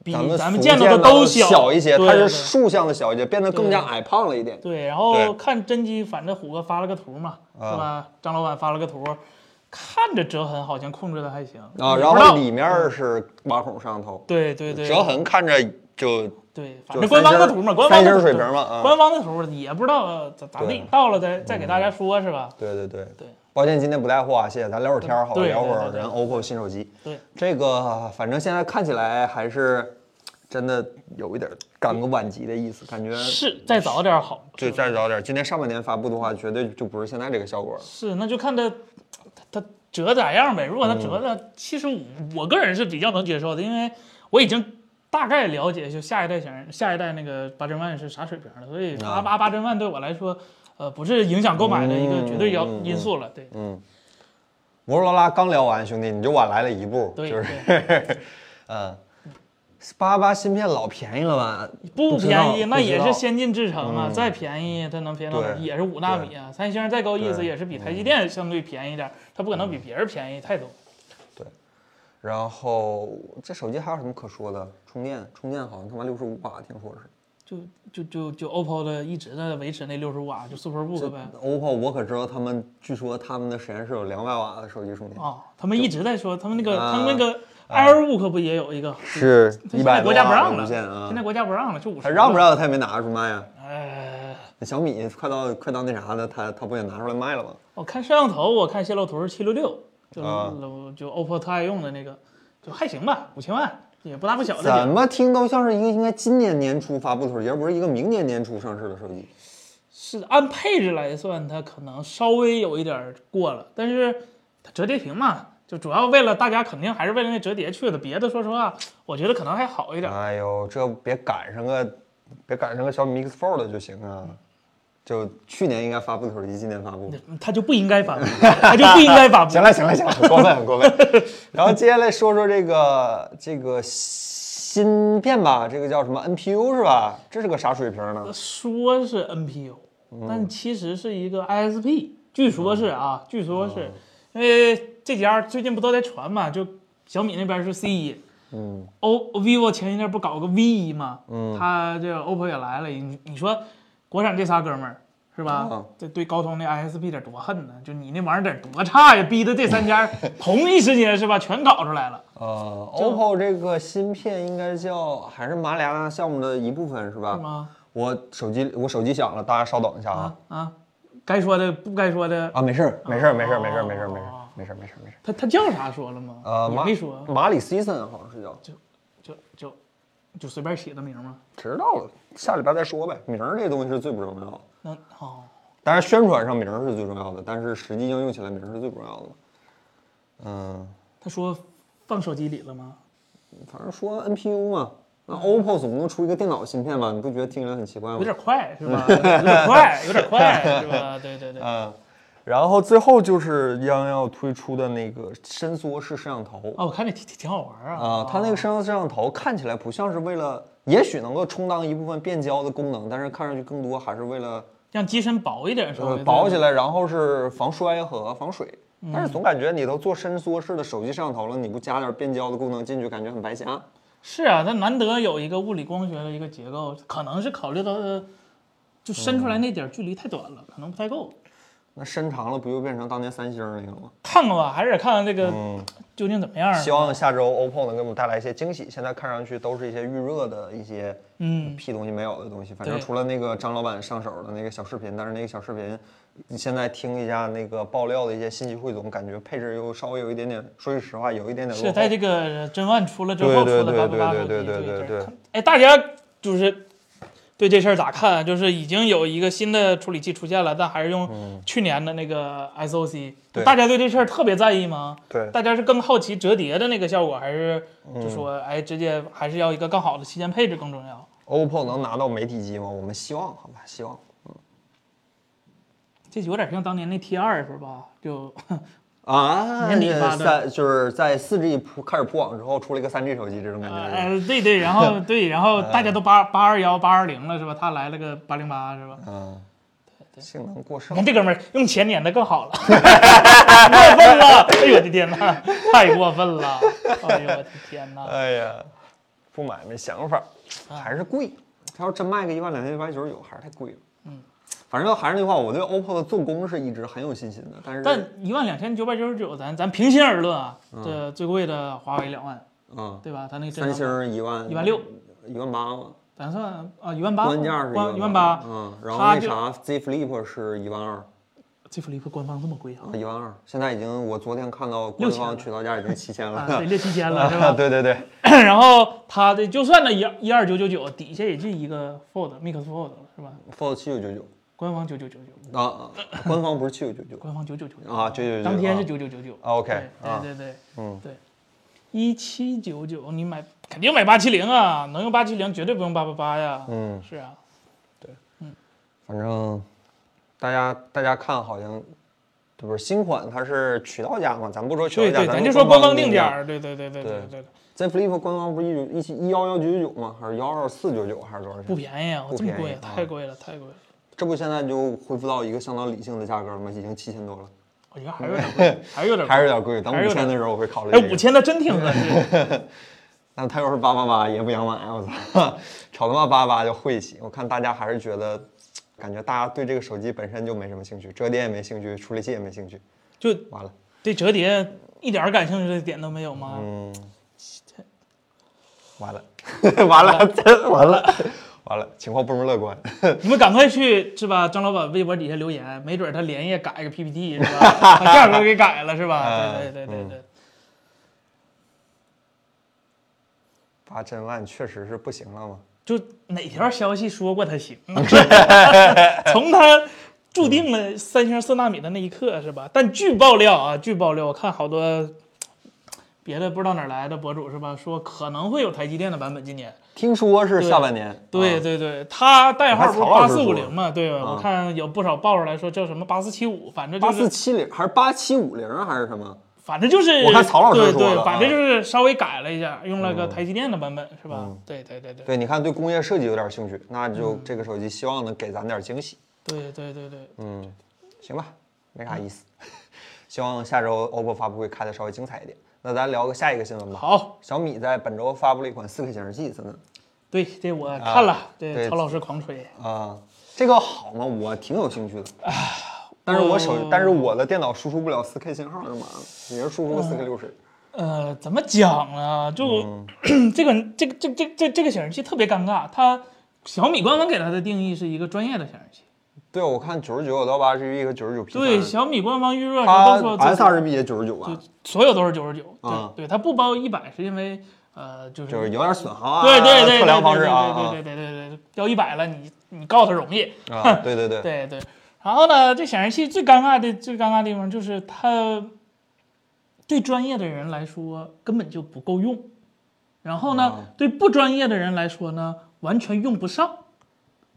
[SPEAKER 2] 比
[SPEAKER 1] 咱们
[SPEAKER 2] 咱
[SPEAKER 1] 俗
[SPEAKER 2] 们见到的都
[SPEAKER 1] 到小一些，
[SPEAKER 2] 对
[SPEAKER 1] 它
[SPEAKER 2] 对
[SPEAKER 1] 是竖向的小一些，变得更加
[SPEAKER 2] 对
[SPEAKER 1] 矮胖了一点。
[SPEAKER 2] 对，然
[SPEAKER 1] 对啊
[SPEAKER 2] 后看真机，反正虎哥发了个图嘛，是吧？张老板发了个图，看着折痕好像控制的还行
[SPEAKER 1] 啊，
[SPEAKER 2] 也
[SPEAKER 1] 然
[SPEAKER 2] 不知道
[SPEAKER 1] 后里面是挖孔摄像头，
[SPEAKER 2] 对对对，
[SPEAKER 1] 折痕看着就
[SPEAKER 2] 对，反
[SPEAKER 1] 就
[SPEAKER 2] 正官方的
[SPEAKER 1] 三
[SPEAKER 2] 图
[SPEAKER 1] 星
[SPEAKER 2] 嘛，官方
[SPEAKER 1] 三
[SPEAKER 2] 的
[SPEAKER 1] 星
[SPEAKER 2] 图
[SPEAKER 1] 水平嘛啊
[SPEAKER 2] 官方的图也不知道咋咋
[SPEAKER 1] 对
[SPEAKER 2] 地，到了再再给大家说是吧？
[SPEAKER 1] 对对对
[SPEAKER 2] 对。
[SPEAKER 1] 抱歉，今天不带货啊，谢谢。咱聊会儿天儿，好吧？
[SPEAKER 2] 对对
[SPEAKER 1] 聊会儿
[SPEAKER 2] 对对
[SPEAKER 1] 人 OPPO 新手机。
[SPEAKER 2] 对，
[SPEAKER 1] 这个反正现在看起来还是真的有一点赶个晚集的意思，感觉
[SPEAKER 2] 是再早点好，
[SPEAKER 1] 就再早点。今年上半年发布的话，绝对就不是现在这个效果了。
[SPEAKER 2] 是，那就看它它折咋样呗。如果它
[SPEAKER 1] 嗯
[SPEAKER 2] 折的，其实我我个人是比较能接受的，因为我已经大概了解就下一代型下一代那个八珍万是啥水平了，所以
[SPEAKER 1] 啊
[SPEAKER 2] 八八八珍万对我来说，呃，不是影响购买的一个绝对要
[SPEAKER 1] 嗯
[SPEAKER 2] 因素了。对
[SPEAKER 1] 摩托罗拉刚聊完，兄弟你就晚来了一步，
[SPEAKER 2] 对
[SPEAKER 1] 就是
[SPEAKER 2] 对，
[SPEAKER 1] 嗯，八八芯片老便宜了吧？
[SPEAKER 2] 不
[SPEAKER 1] 知道
[SPEAKER 2] 便宜，那
[SPEAKER 1] 不知
[SPEAKER 2] 也
[SPEAKER 1] 道嗯
[SPEAKER 2] 是先进制程啊，再便宜它能便宜到哪儿？
[SPEAKER 1] 对嗯
[SPEAKER 2] 也是五纳米啊，三星再高意思也是比台积电相对便宜点儿，它不可能比别人便宜太多。
[SPEAKER 1] 然后这手机还有什么可说的？充电，充电好像他妈六十五瓦，听说是。
[SPEAKER 2] 就就就就 OPPO 的一直在维持那六十五瓦，就 SuperBook 呗。
[SPEAKER 1] OPPO 我可知道他们，据说他们的实验室有两百瓦的手机充电，
[SPEAKER 2] 啊，他们一直在说，他们那个，
[SPEAKER 1] 啊
[SPEAKER 2] 他们那个 AirBook 不也有一个？
[SPEAKER 1] 是一
[SPEAKER 2] 他现
[SPEAKER 1] 百
[SPEAKER 2] 在
[SPEAKER 1] 多
[SPEAKER 2] 国家不
[SPEAKER 1] 瓦
[SPEAKER 2] 让
[SPEAKER 1] 的无
[SPEAKER 2] 了，
[SPEAKER 1] 线啊
[SPEAKER 2] 现。在国家不让了，就五十。
[SPEAKER 1] 他让不？让他也没拿出卖啊。
[SPEAKER 2] 呃，
[SPEAKER 1] 那小米快到快到那啥了，他他不也拿出来卖了吗？
[SPEAKER 2] 我看摄像头，我看泄露图是七六六，就
[SPEAKER 1] 啊
[SPEAKER 2] 就 OPPO 特爱用的那个，就还行吧，五千万也不大不小的
[SPEAKER 1] 怎
[SPEAKER 2] 点。
[SPEAKER 1] 么听都像是一个应该今年年初发布的手机，而不是一个明年年初上市的手机。
[SPEAKER 2] 是按配置来算，它可能稍微有一点儿过了，但是它折叠屏嘛，就主要为了大家肯定还是为了那折叠去的，别的说实话，我觉得可能还好一点。
[SPEAKER 1] 哎呦，这别赶上个，别赶上个小米 Mix Fold 就行啊。就去年应该发布的手机，今年发布。
[SPEAKER 2] 它就不应该发布，它就不应该发布。
[SPEAKER 1] 行了行了行了，很过分很
[SPEAKER 2] [laughs]
[SPEAKER 1] 过分。然后接下来说说这个这个芯片吧，这个叫什么 NPU 是吧？这是个啥水平呢？
[SPEAKER 2] 说是 NPU，但
[SPEAKER 1] 嗯
[SPEAKER 2] 其实是一个 ISP，据说是啊，
[SPEAKER 1] 嗯
[SPEAKER 2] 据说是，因为这家最近不都在传嘛，就小米那边是 C 1
[SPEAKER 1] 嗯
[SPEAKER 2] ，O vivo 前一阵不搞个 V 1嘛，嗯，它这个 OPPO 也来了，你你说国产这仨哥们儿。是吧
[SPEAKER 1] 嗯？
[SPEAKER 2] 这对高通那 ISP 得多恨呢！就你那玩意儿得多差呀，逼得这
[SPEAKER 1] [laughs]
[SPEAKER 2] 三家同一时间是吧，全搞出来了。
[SPEAKER 1] 呃，OPPO 这个芯片应该叫还是马里亚纳项目的一部分是吧？
[SPEAKER 2] 是吗？
[SPEAKER 1] 我手机我手机响了，大家稍等一下啊
[SPEAKER 2] 嗯啊啊，该说的不该说的，
[SPEAKER 1] 啊，没事儿没事儿没事儿
[SPEAKER 2] 哦
[SPEAKER 1] 没事儿没事儿没事儿没事儿没事儿没事儿。
[SPEAKER 2] 他他叫啥说了吗？
[SPEAKER 1] 呃，
[SPEAKER 2] 也
[SPEAKER 1] 马
[SPEAKER 2] 没说。
[SPEAKER 1] 马里 season 好像是叫，
[SPEAKER 2] 就就就就随便起个名吗？
[SPEAKER 1] 知道了，下礼拜再说呗。名儿这东西是最不重要的，
[SPEAKER 2] 那哦，
[SPEAKER 1] 当然宣传上名儿是最重要的，但是实际应用起来名儿是最不重要的嘛。嗯，
[SPEAKER 2] 他说放手机里了
[SPEAKER 1] 哦
[SPEAKER 2] 吗？
[SPEAKER 1] 反正说 NPU 嘛，那 OPPO 总不能出一个电脑芯片吧？你不觉得听起来很奇怪吗？
[SPEAKER 2] 有点快
[SPEAKER 1] [laughs]
[SPEAKER 2] 是吧？有点快，有点快是吧？对对对，
[SPEAKER 1] 嗯，然后最后就是将要推出的那个伸缩式摄像头
[SPEAKER 2] 哦，我看这挺挺好玩啊。
[SPEAKER 1] 啊，它那个伸缩摄像头看起来不像是为了，也许能够充当一部分变焦的功能，但是看上去更多还是为了
[SPEAKER 2] 让机身薄一点，稍
[SPEAKER 1] 呃
[SPEAKER 2] 微
[SPEAKER 1] 薄起
[SPEAKER 2] 来。
[SPEAKER 1] 来，然后是防摔和防水。
[SPEAKER 2] 嗯
[SPEAKER 1] 但是总感觉你都做伸缩式的手机摄像头了，你不加点变焦的功能进去，感觉很白瞎。
[SPEAKER 2] 是啊，它难得有一个物理光学的
[SPEAKER 1] 嗯
[SPEAKER 2] 一个结构，可能是考虑到呃就伸出来那点距离太短了，可能不太够。
[SPEAKER 1] 那伸长了不就变成当年三星那个了吗？
[SPEAKER 2] 看看吧，还是得看看这个
[SPEAKER 1] 嗯
[SPEAKER 2] 究竟怎么样。
[SPEAKER 1] 希望下周 OPPO 能给我们带来一些惊喜。现在看上去都是一些预热的一些
[SPEAKER 2] 嗯，
[SPEAKER 1] 屁东西没有的东西，反正
[SPEAKER 2] 对
[SPEAKER 1] 除了那个张老板上手的那个小视频，但是那个小视频，你现在听一下那个爆料的一些信息汇总，感觉配置又稍微有一点点，说句实话，有一点点落
[SPEAKER 2] 是
[SPEAKER 1] 后。
[SPEAKER 2] 在这个真万出了之
[SPEAKER 1] 对
[SPEAKER 2] 后
[SPEAKER 1] 对
[SPEAKER 2] 出的
[SPEAKER 1] 对
[SPEAKER 2] 八八八
[SPEAKER 1] 对
[SPEAKER 2] 手机，
[SPEAKER 1] 对对对
[SPEAKER 2] 这
[SPEAKER 1] 对
[SPEAKER 2] 个看哎，大家就是对这事儿咋看？就是已经有一个新的处理器出现了，但还是用去年的那个 SOC，、
[SPEAKER 1] 对
[SPEAKER 2] 大家对这事儿特别在意吗？
[SPEAKER 1] 对
[SPEAKER 2] 大家是更好奇折叠的那个效果，还是就说哎，直接还是要一个更好的旗舰配置更重要？
[SPEAKER 1] OPPO 能拿到媒体机吗？我们希望，好吧，希望。
[SPEAKER 2] 这有点像当年那 T 二是吧？就
[SPEAKER 1] 啊，
[SPEAKER 2] 年底
[SPEAKER 1] 那
[SPEAKER 2] 发的
[SPEAKER 1] 三就是在四 G 铺开始铺网之后，出了一个三 G 手机，这种感觉是吧。
[SPEAKER 2] 呃对对，然后对，然后大家都八八二幺八二零了是吧？他来了个八零八是吧？
[SPEAKER 1] 嗯，性能过
[SPEAKER 2] 你
[SPEAKER 1] 剩
[SPEAKER 2] 看。这哥们儿用钱撵的更好了，过分了！哎呦我的天哪，太过分了！哎呦我的天哪！
[SPEAKER 1] 哎呀，不买没想法，
[SPEAKER 2] 啊
[SPEAKER 1] 还是贵。他要真卖个一万两千九百九十九，还是太贵了。嗯，反正还是那句话，我对 OPPO 的做工是一直很有信心的，但是
[SPEAKER 2] 但一万两千九百九十九，咱咱平心而论啊，这最贵的华为两万，
[SPEAKER 1] 嗯，
[SPEAKER 2] 对吧？它那个
[SPEAKER 1] 三星一万
[SPEAKER 2] 一万六，
[SPEAKER 1] 一万八嘛，
[SPEAKER 2] 咱算啊一万八，
[SPEAKER 1] 官价是
[SPEAKER 2] 官
[SPEAKER 1] 万
[SPEAKER 2] 一万八。
[SPEAKER 1] 嗯，然后
[SPEAKER 2] 它
[SPEAKER 1] 那
[SPEAKER 2] 就
[SPEAKER 1] 啥 Z Flip 是一万二。
[SPEAKER 2] 这 flip 官方这么贵啊？
[SPEAKER 1] 啊，一万二，现在已经，我昨天看到官
[SPEAKER 2] 六千
[SPEAKER 1] 方
[SPEAKER 2] 了
[SPEAKER 1] 渠道价已经七千了
[SPEAKER 2] 啊，，得
[SPEAKER 1] [laughs]
[SPEAKER 2] 六七千了是吧？
[SPEAKER 1] 对对对，
[SPEAKER 2] 然后它的就算那一一二九九九，底下也就一个 fold mix fold 了是吧？
[SPEAKER 1] Fold 七九九九
[SPEAKER 2] 官方九九九九，
[SPEAKER 1] 啊，啊官方不是七九九九
[SPEAKER 2] 官方九九九九
[SPEAKER 1] 啊999
[SPEAKER 2] 当天
[SPEAKER 1] 啊
[SPEAKER 2] 是九九九九。
[SPEAKER 1] ，OK
[SPEAKER 2] 对
[SPEAKER 1] 啊，
[SPEAKER 2] 对对对，
[SPEAKER 1] 嗯
[SPEAKER 2] 对，一七九九你买肯定买八七零啊，能用八七零绝对不用八八八呀。
[SPEAKER 1] 嗯，
[SPEAKER 2] 是啊，
[SPEAKER 1] 反正大家大家看好像，这不是新款它是渠道价嘛，咱不说渠
[SPEAKER 2] 对
[SPEAKER 1] 道价，
[SPEAKER 2] 对，
[SPEAKER 1] 咱
[SPEAKER 2] 咱就说官方定
[SPEAKER 1] 定
[SPEAKER 2] 价儿，对对对对对对对，
[SPEAKER 1] Z Flip 官方不是一九一七一幺幺九九九吗？还是幺二四九九还是多少
[SPEAKER 2] 不
[SPEAKER 1] 钱？
[SPEAKER 2] 便宜啊，
[SPEAKER 1] 不
[SPEAKER 2] 这么
[SPEAKER 1] 便宜
[SPEAKER 2] 贵，
[SPEAKER 1] 啊
[SPEAKER 2] 太贵了，太贵了，
[SPEAKER 1] 这不现在就恢复到一个相当理性的价格了吗？已经七千多了，
[SPEAKER 2] 我觉得还是有点贵， [laughs] 还是有点
[SPEAKER 1] 嗯还是
[SPEAKER 2] 贵。
[SPEAKER 1] 有点贵。等
[SPEAKER 2] 还是
[SPEAKER 1] 五
[SPEAKER 2] 有
[SPEAKER 1] 千
[SPEAKER 2] 点
[SPEAKER 1] 的时候我会考虑。
[SPEAKER 2] 哎，五，千的真挺合适，
[SPEAKER 1] 但他要是八八八也不想买，我操，炒他妈八八就晦气。我看大家还是觉得，感觉大家对这个手机本身就没什么兴趣，折叠也没兴趣，处理器也没兴趣，
[SPEAKER 2] [laughs] 就
[SPEAKER 1] 完了。
[SPEAKER 2] 对折叠一点儿感兴趣的点都没有吗？
[SPEAKER 1] 嗯，完了， [laughs] 完了，真完了，完了，情况不容乐观。
[SPEAKER 2] 你们赶快去是吧？张老板微博底下留言，没准他连夜改一个 PPT 是吧？把价格给改了
[SPEAKER 1] [laughs]
[SPEAKER 2] 是吧？
[SPEAKER 1] 啊
[SPEAKER 2] 对对对对对。
[SPEAKER 1] 八千万确实是不行了嘛。
[SPEAKER 2] 就哪条消息说过他行？
[SPEAKER 1] 啊
[SPEAKER 2] [laughs] 从他注定了三星四纳米的那一刻是吧？但据爆料啊，据爆料，我看好多别的不知道哪儿来的博主是吧，说可能会有台积电的版本今年。
[SPEAKER 1] 听说是下半年，
[SPEAKER 2] 对
[SPEAKER 1] 啊
[SPEAKER 2] 对对，他代号不是
[SPEAKER 1] 我还
[SPEAKER 2] 八
[SPEAKER 1] 曹
[SPEAKER 2] 四
[SPEAKER 1] 老
[SPEAKER 2] 五
[SPEAKER 1] 师说
[SPEAKER 2] 零嘛？对吧？
[SPEAKER 1] 啊
[SPEAKER 2] 我看有不少爆出来说叫什么八四七五，反正
[SPEAKER 1] 八
[SPEAKER 2] 就
[SPEAKER 1] 四
[SPEAKER 2] 是
[SPEAKER 1] 七零还是八七五零啊还是什么？
[SPEAKER 2] 反正就是
[SPEAKER 1] 我看曹老师
[SPEAKER 2] 对
[SPEAKER 1] 说了
[SPEAKER 2] 对，
[SPEAKER 1] 啊嗯
[SPEAKER 2] 反正就是稍微改了一下，用了个台积电的版本是吧？对对对对
[SPEAKER 1] 对，你看对工业设计有点兴趣，那就
[SPEAKER 2] 嗯
[SPEAKER 1] 这个手机希望能给咱点惊喜。
[SPEAKER 2] 对对对对。
[SPEAKER 1] 嗯，行吧，没
[SPEAKER 2] 嗯
[SPEAKER 1] 啥意思。希望下周 OPPO 发布会开的稍微精彩一点。那咱聊个下一个新闻吧。
[SPEAKER 2] 好，
[SPEAKER 1] 小米在本周发布了一款 4K 显示器，真的
[SPEAKER 2] 对，这我看了，
[SPEAKER 1] 对
[SPEAKER 2] 对曹老师狂吹。
[SPEAKER 1] 啊，这个好吗？我挺有兴趣的。但是我手，但是我的电脑输出不了 4K 信号，是嘛？你是输出个 4K 六十？
[SPEAKER 2] 呃，怎么讲呢？就、这个这个这个这个这个这个显示器特别尴尬，它小米官方给它的定义是一个专业的显示器。
[SPEAKER 1] 对，我看九十九到八 GB 和九十九 P
[SPEAKER 2] 对，小米官方预热时
[SPEAKER 1] 它
[SPEAKER 2] 候都说这
[SPEAKER 1] sRGB 也九十九啊，
[SPEAKER 2] 所有都是九十九，对、
[SPEAKER 1] 啊
[SPEAKER 2] 对，它不包一百是因为呃就是
[SPEAKER 1] 就是有点损耗啊，
[SPEAKER 2] 对对对对对
[SPEAKER 1] 测量方式啊
[SPEAKER 2] 对对对对对对，要一百了你你告它容易，
[SPEAKER 1] 啊啊，对对对，
[SPEAKER 2] 对对。然后呢，这显示器最尴尬的最尴尬的地方就是它对专业的人来说根本就不够用，然后呢，对不专业的人来说呢，完全用不上。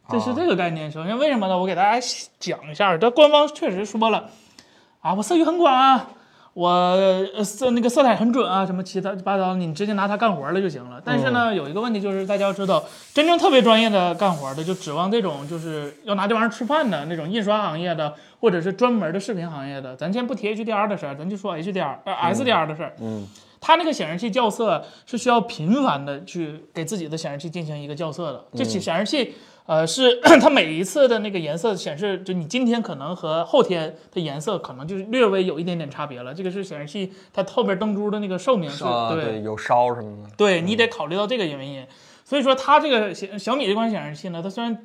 [SPEAKER 2] 这是这个概念。首先，为什么呢？我给大家讲一下，这官方确实说了啊，我色域很广啊，我呃色那个色彩很准啊，什么其他乱七八糟的，你直接拿它干活了就行了。但是呢，有一个问题就是大家要知道，真正特别专业的干活的，就指望这种就是要拿这玩意儿吃饭的那种印刷行业的，或者是专门的视频行业的，咱先不提 HDR 的事儿，咱就说 HDR 呃 SDR 的事儿。
[SPEAKER 1] 嗯，
[SPEAKER 2] 它那个显示器
[SPEAKER 1] 嗯
[SPEAKER 2] 校色是需要频繁的去给自己的显示器进行一个校色的，这显显示器呃，是 [clears throat] 它每一次的那个颜色显示，就你今天可能和后天的颜色可能就是略微有一点点差别了。这个是显示器它后边灯珠的那个寿命是，
[SPEAKER 1] 啊，对，嗯有烧什么的，
[SPEAKER 2] 对你得考虑到这个原因。所以说，它这个显小米这款显示器呢，它虽然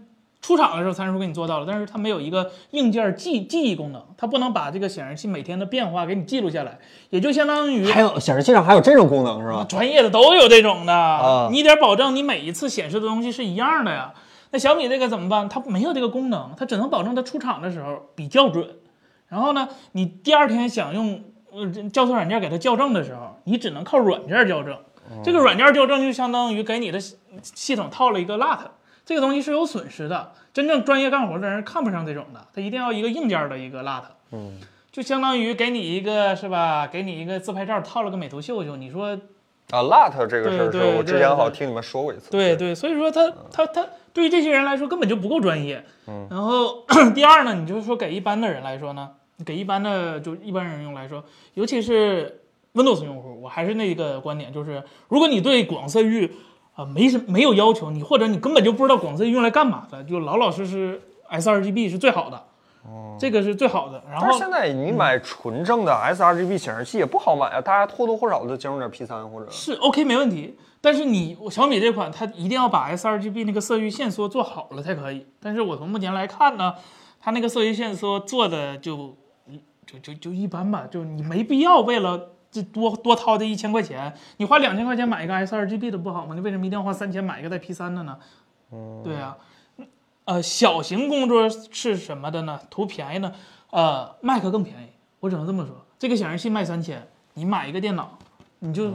[SPEAKER 2] 出厂的时候参数给你做到了，但是它没有一个硬件记记忆功能，它不能把这个显示器每天的变化给你记录下来，也就相当于
[SPEAKER 1] 还有显示器上还有这种功能是吧？啊
[SPEAKER 2] 专业的都有这种的，你得保证你每一次显示的东西是一样的呀。那小米这个怎么办？它没有这个功能，它只能保证它出厂的时候比较准。然后呢，你第二天想用呃校测软件给它校正的时候，你只能靠软件校正。
[SPEAKER 1] 哦
[SPEAKER 2] 这个软件校正就相当于给你的系系统套了一个 lat，这个东西是有损失的。真正专业干活的人看不上这种的，他一定要一个硬件的一个 lat。
[SPEAKER 1] 嗯，
[SPEAKER 2] 就相当于给你一个是吧？给你一个自拍照套了个美图秀秀，你说
[SPEAKER 1] 啊，lat 这个事儿
[SPEAKER 2] 对
[SPEAKER 1] 是
[SPEAKER 2] 对
[SPEAKER 1] 我之
[SPEAKER 2] 对
[SPEAKER 1] 前好像
[SPEAKER 2] 对
[SPEAKER 1] 听你们说过一次，
[SPEAKER 2] 对对，所以说他他他对于这些人来说根本就不够专业。嗯，然后 [clears throat] 第二呢，你就是说给一般的人来说呢，给一般的就一般人用来说，尤其是 Windows 用户，我还是那个观点，就是如果你对广色域啊、没什没有要求，你或者你根本就不知道广色域用来干嘛的，就老老实实 sRGB 是最好的。哦，这个是最好的。然
[SPEAKER 1] 但是
[SPEAKER 2] 后嗯
[SPEAKER 1] 现在你买纯正的 sRGB 显示器也不好买啊，大家或多或少都接触点 P 3或者
[SPEAKER 2] 是 OK 没问题，但是你我小米这款它一定要把 sRGB 那个色域限缩做好了才可以。但是我从目前来看呢，它那个色域限缩做的就就就就一般吧，就你没必要为了这多多掏这一千块钱，你花两千块钱买一个 sRGB 的不好吗？你为什么一定要花三千买一个带 P 3的呢？嗯，对啊，呃，小型工作是什么的呢？图便宜呢？呃，Mac 更便宜，我只能这么说。这个显示器卖三千，你买一个电脑，你就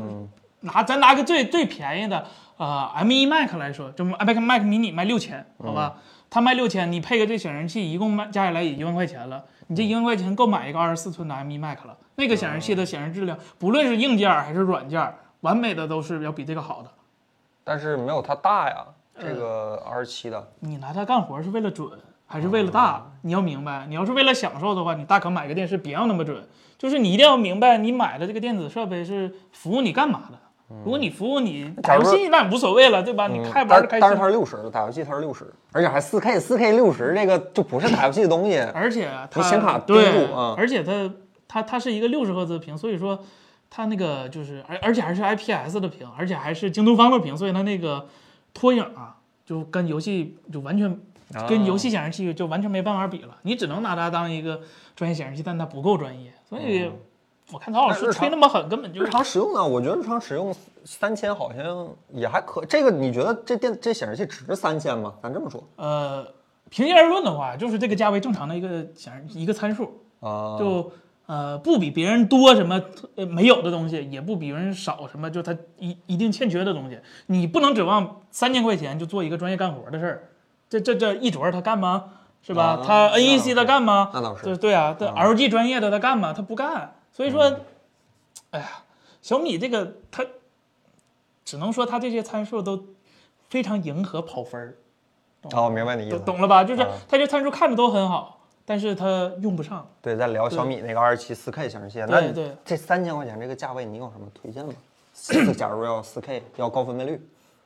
[SPEAKER 2] 拿咱拿个最最便宜的，呃，M1 Mac 来说，就 Mac Mac Mini 卖六千，好吧？它卖六千，你配个这显示器，一共卖加起来也一万块钱了。你这一万块钱够买一个二十四寸的 M1 Mac 了。那个显示器的显示质量，不论是硬件还是软件，完美的都是要比这个好的。
[SPEAKER 1] 但是没有它大呀，
[SPEAKER 2] 嗯
[SPEAKER 1] 这个 R 7的。
[SPEAKER 2] 你拿它干活是为了准，还是为了大？你要明白，你要是为了享受的话，你大可买个电视，别要那么准。就是你一定要明白，你买的这个电子设备是服务你干嘛的。如果你服务你
[SPEAKER 1] 假
[SPEAKER 2] 打游
[SPEAKER 1] 如
[SPEAKER 2] 戏，那也无所谓了，对吧？啊你开
[SPEAKER 1] 嗯
[SPEAKER 2] 玩
[SPEAKER 1] 但
[SPEAKER 2] 儿
[SPEAKER 1] 是
[SPEAKER 2] 开
[SPEAKER 1] 但是
[SPEAKER 2] 心
[SPEAKER 1] 它。是六十的，打游戏它是六十，而且还四 K，四 K 六十这个就不是打游戏的东
[SPEAKER 2] [laughs]
[SPEAKER 1] 西。
[SPEAKER 2] 而且它
[SPEAKER 1] 你显卡
[SPEAKER 2] 对
[SPEAKER 1] 登录啊，
[SPEAKER 2] 而且它它它是一个六十赫兹的屏，所以说它那个就是而而且还是 IPS 的屏，而且还是京东方的屏，所以它那个拖影啊，就跟游戏就完全
[SPEAKER 1] 哦
[SPEAKER 2] 跟游戏显示器就完全没办法比了，你只能拿它当一个专业显示器，但它不够专业，所以我看曹老
[SPEAKER 1] 哦
[SPEAKER 2] 师
[SPEAKER 1] 那日常
[SPEAKER 2] 吹那么狠，根本就
[SPEAKER 1] 日
[SPEAKER 2] 是
[SPEAKER 1] 常使用呢，我觉得日常使用三千好像也还可。这个你觉得这电这显示器值三千吗？咱这么说
[SPEAKER 2] 呃，平心而论的话，就是这个价位正常的一个显示一个参数，
[SPEAKER 1] 啊，
[SPEAKER 2] 就呃不比别人多什么呃没有的东西，也不比别人少什么，就他一一定欠缺的东西。你不能指望三千块钱就做一个专业干活的事儿，这这这一卓他干吗？是吧？
[SPEAKER 1] 啊
[SPEAKER 2] 他
[SPEAKER 1] 那倒是
[SPEAKER 2] NEC 他干吗？
[SPEAKER 1] 那倒是
[SPEAKER 2] 对对啊，这 LG 专业的他干吗？他不干。所以说，哎呀，小米这个它只能说它这些参数都非常迎合跑分儿，
[SPEAKER 1] 哦，明白你意
[SPEAKER 2] 懂
[SPEAKER 1] 思。
[SPEAKER 2] 懂了吧？就是
[SPEAKER 1] 啊
[SPEAKER 2] 它这参数看着都很好，但是它用不上。
[SPEAKER 1] 对，在聊小米那个二十七四 K 显示器，那你
[SPEAKER 2] 对
[SPEAKER 1] 这三千块钱这个价位，你有什么推荐吗？
[SPEAKER 2] [coughs]
[SPEAKER 1] 四假如要四 K，要高分辨率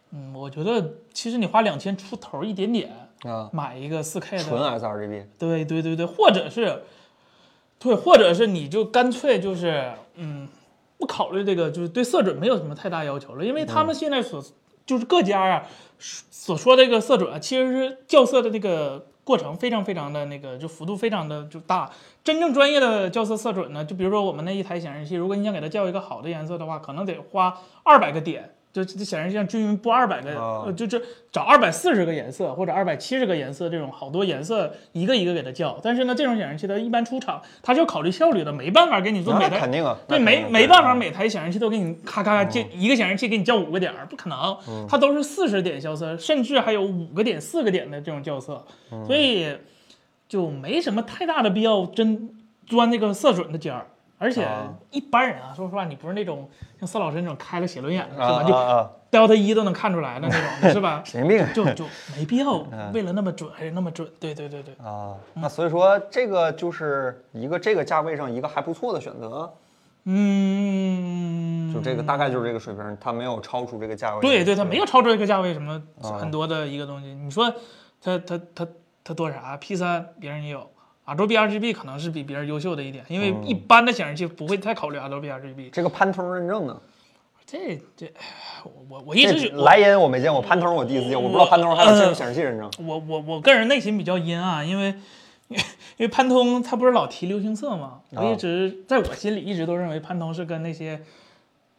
[SPEAKER 2] 嗯，我觉得其实你花两千出头一点点
[SPEAKER 1] 啊，
[SPEAKER 2] 买一个四 K
[SPEAKER 1] 纯
[SPEAKER 2] 的，
[SPEAKER 1] sRGB
[SPEAKER 2] 对对对对，或者是，对，或者是你就干脆就是，嗯，不考虑这个，就是对色准没有什么太大要求了，因为他们现在所、就是各家呀、所说这个色准啊，其实是校色的那个过程非常非常的那个，就幅度非常的就大。真正专业的校色色准呢，就比如说我们那一台显示器，如果你想给它校一个好的颜色的话，可能得花二百个点，就这显示器上均匀布二百个，
[SPEAKER 1] 哦
[SPEAKER 2] 呃，就这找二百四十个颜色或者二百七十个颜色这种好多颜色一个一个给它校。但是呢，这种显示器它一般出厂它是要考虑效率的，没办法给你做
[SPEAKER 1] 那
[SPEAKER 2] 每台
[SPEAKER 1] 肯定啊，
[SPEAKER 2] 对，
[SPEAKER 1] 那肯
[SPEAKER 2] 没
[SPEAKER 1] 定嗯
[SPEAKER 2] 没办法，每台显示器都给你咔咔咔这一个显示器给你校五个点儿，不可能，它都是四十点校色，甚至还有五个点、四个点的这种校色，
[SPEAKER 1] 嗯
[SPEAKER 2] 所以就没什么太大的必要真钻那个色准的尖儿。而且
[SPEAKER 1] 啊
[SPEAKER 2] 一般人啊，说实话，你不是那种像孙老师那种开了写轮眼的，
[SPEAKER 1] 啊
[SPEAKER 2] 是吧？
[SPEAKER 1] 啊
[SPEAKER 2] 就
[SPEAKER 1] 啊，
[SPEAKER 2] Delta 一都能看出来的那种
[SPEAKER 1] [laughs]
[SPEAKER 2] 的，是吧？
[SPEAKER 1] 神经病啊
[SPEAKER 2] 就就没必要
[SPEAKER 1] 嗯
[SPEAKER 2] 为了那么准还是那么准，对对对对。
[SPEAKER 1] 啊。那所以说，这个就是一个这个价位上一个还不错的选择，
[SPEAKER 2] 嗯，
[SPEAKER 1] 就这个大概就是这个水平，它没有超出这个价位。啊
[SPEAKER 2] 对对，它没有超出这个价位什么很多的一个东西。你说它它它它多啥？P 三别人也有，Adobe RGB 可能是比别人优秀的一点，因为
[SPEAKER 1] 嗯
[SPEAKER 2] 一般的显示器不会太考虑 Adobe RGB。
[SPEAKER 1] 这个潘通认证呢？
[SPEAKER 2] 这这，我我我一直嗯
[SPEAKER 1] 这
[SPEAKER 2] 觉
[SPEAKER 1] 莱茵我没见过，潘通我第一次见，我不知道潘通还有这种显示器认证。
[SPEAKER 2] 我我我个人内心比较阴暗，因为因为潘通他不是老提流行色吗？
[SPEAKER 1] 啊
[SPEAKER 2] 我一直在我心里一直都认为潘通是跟那些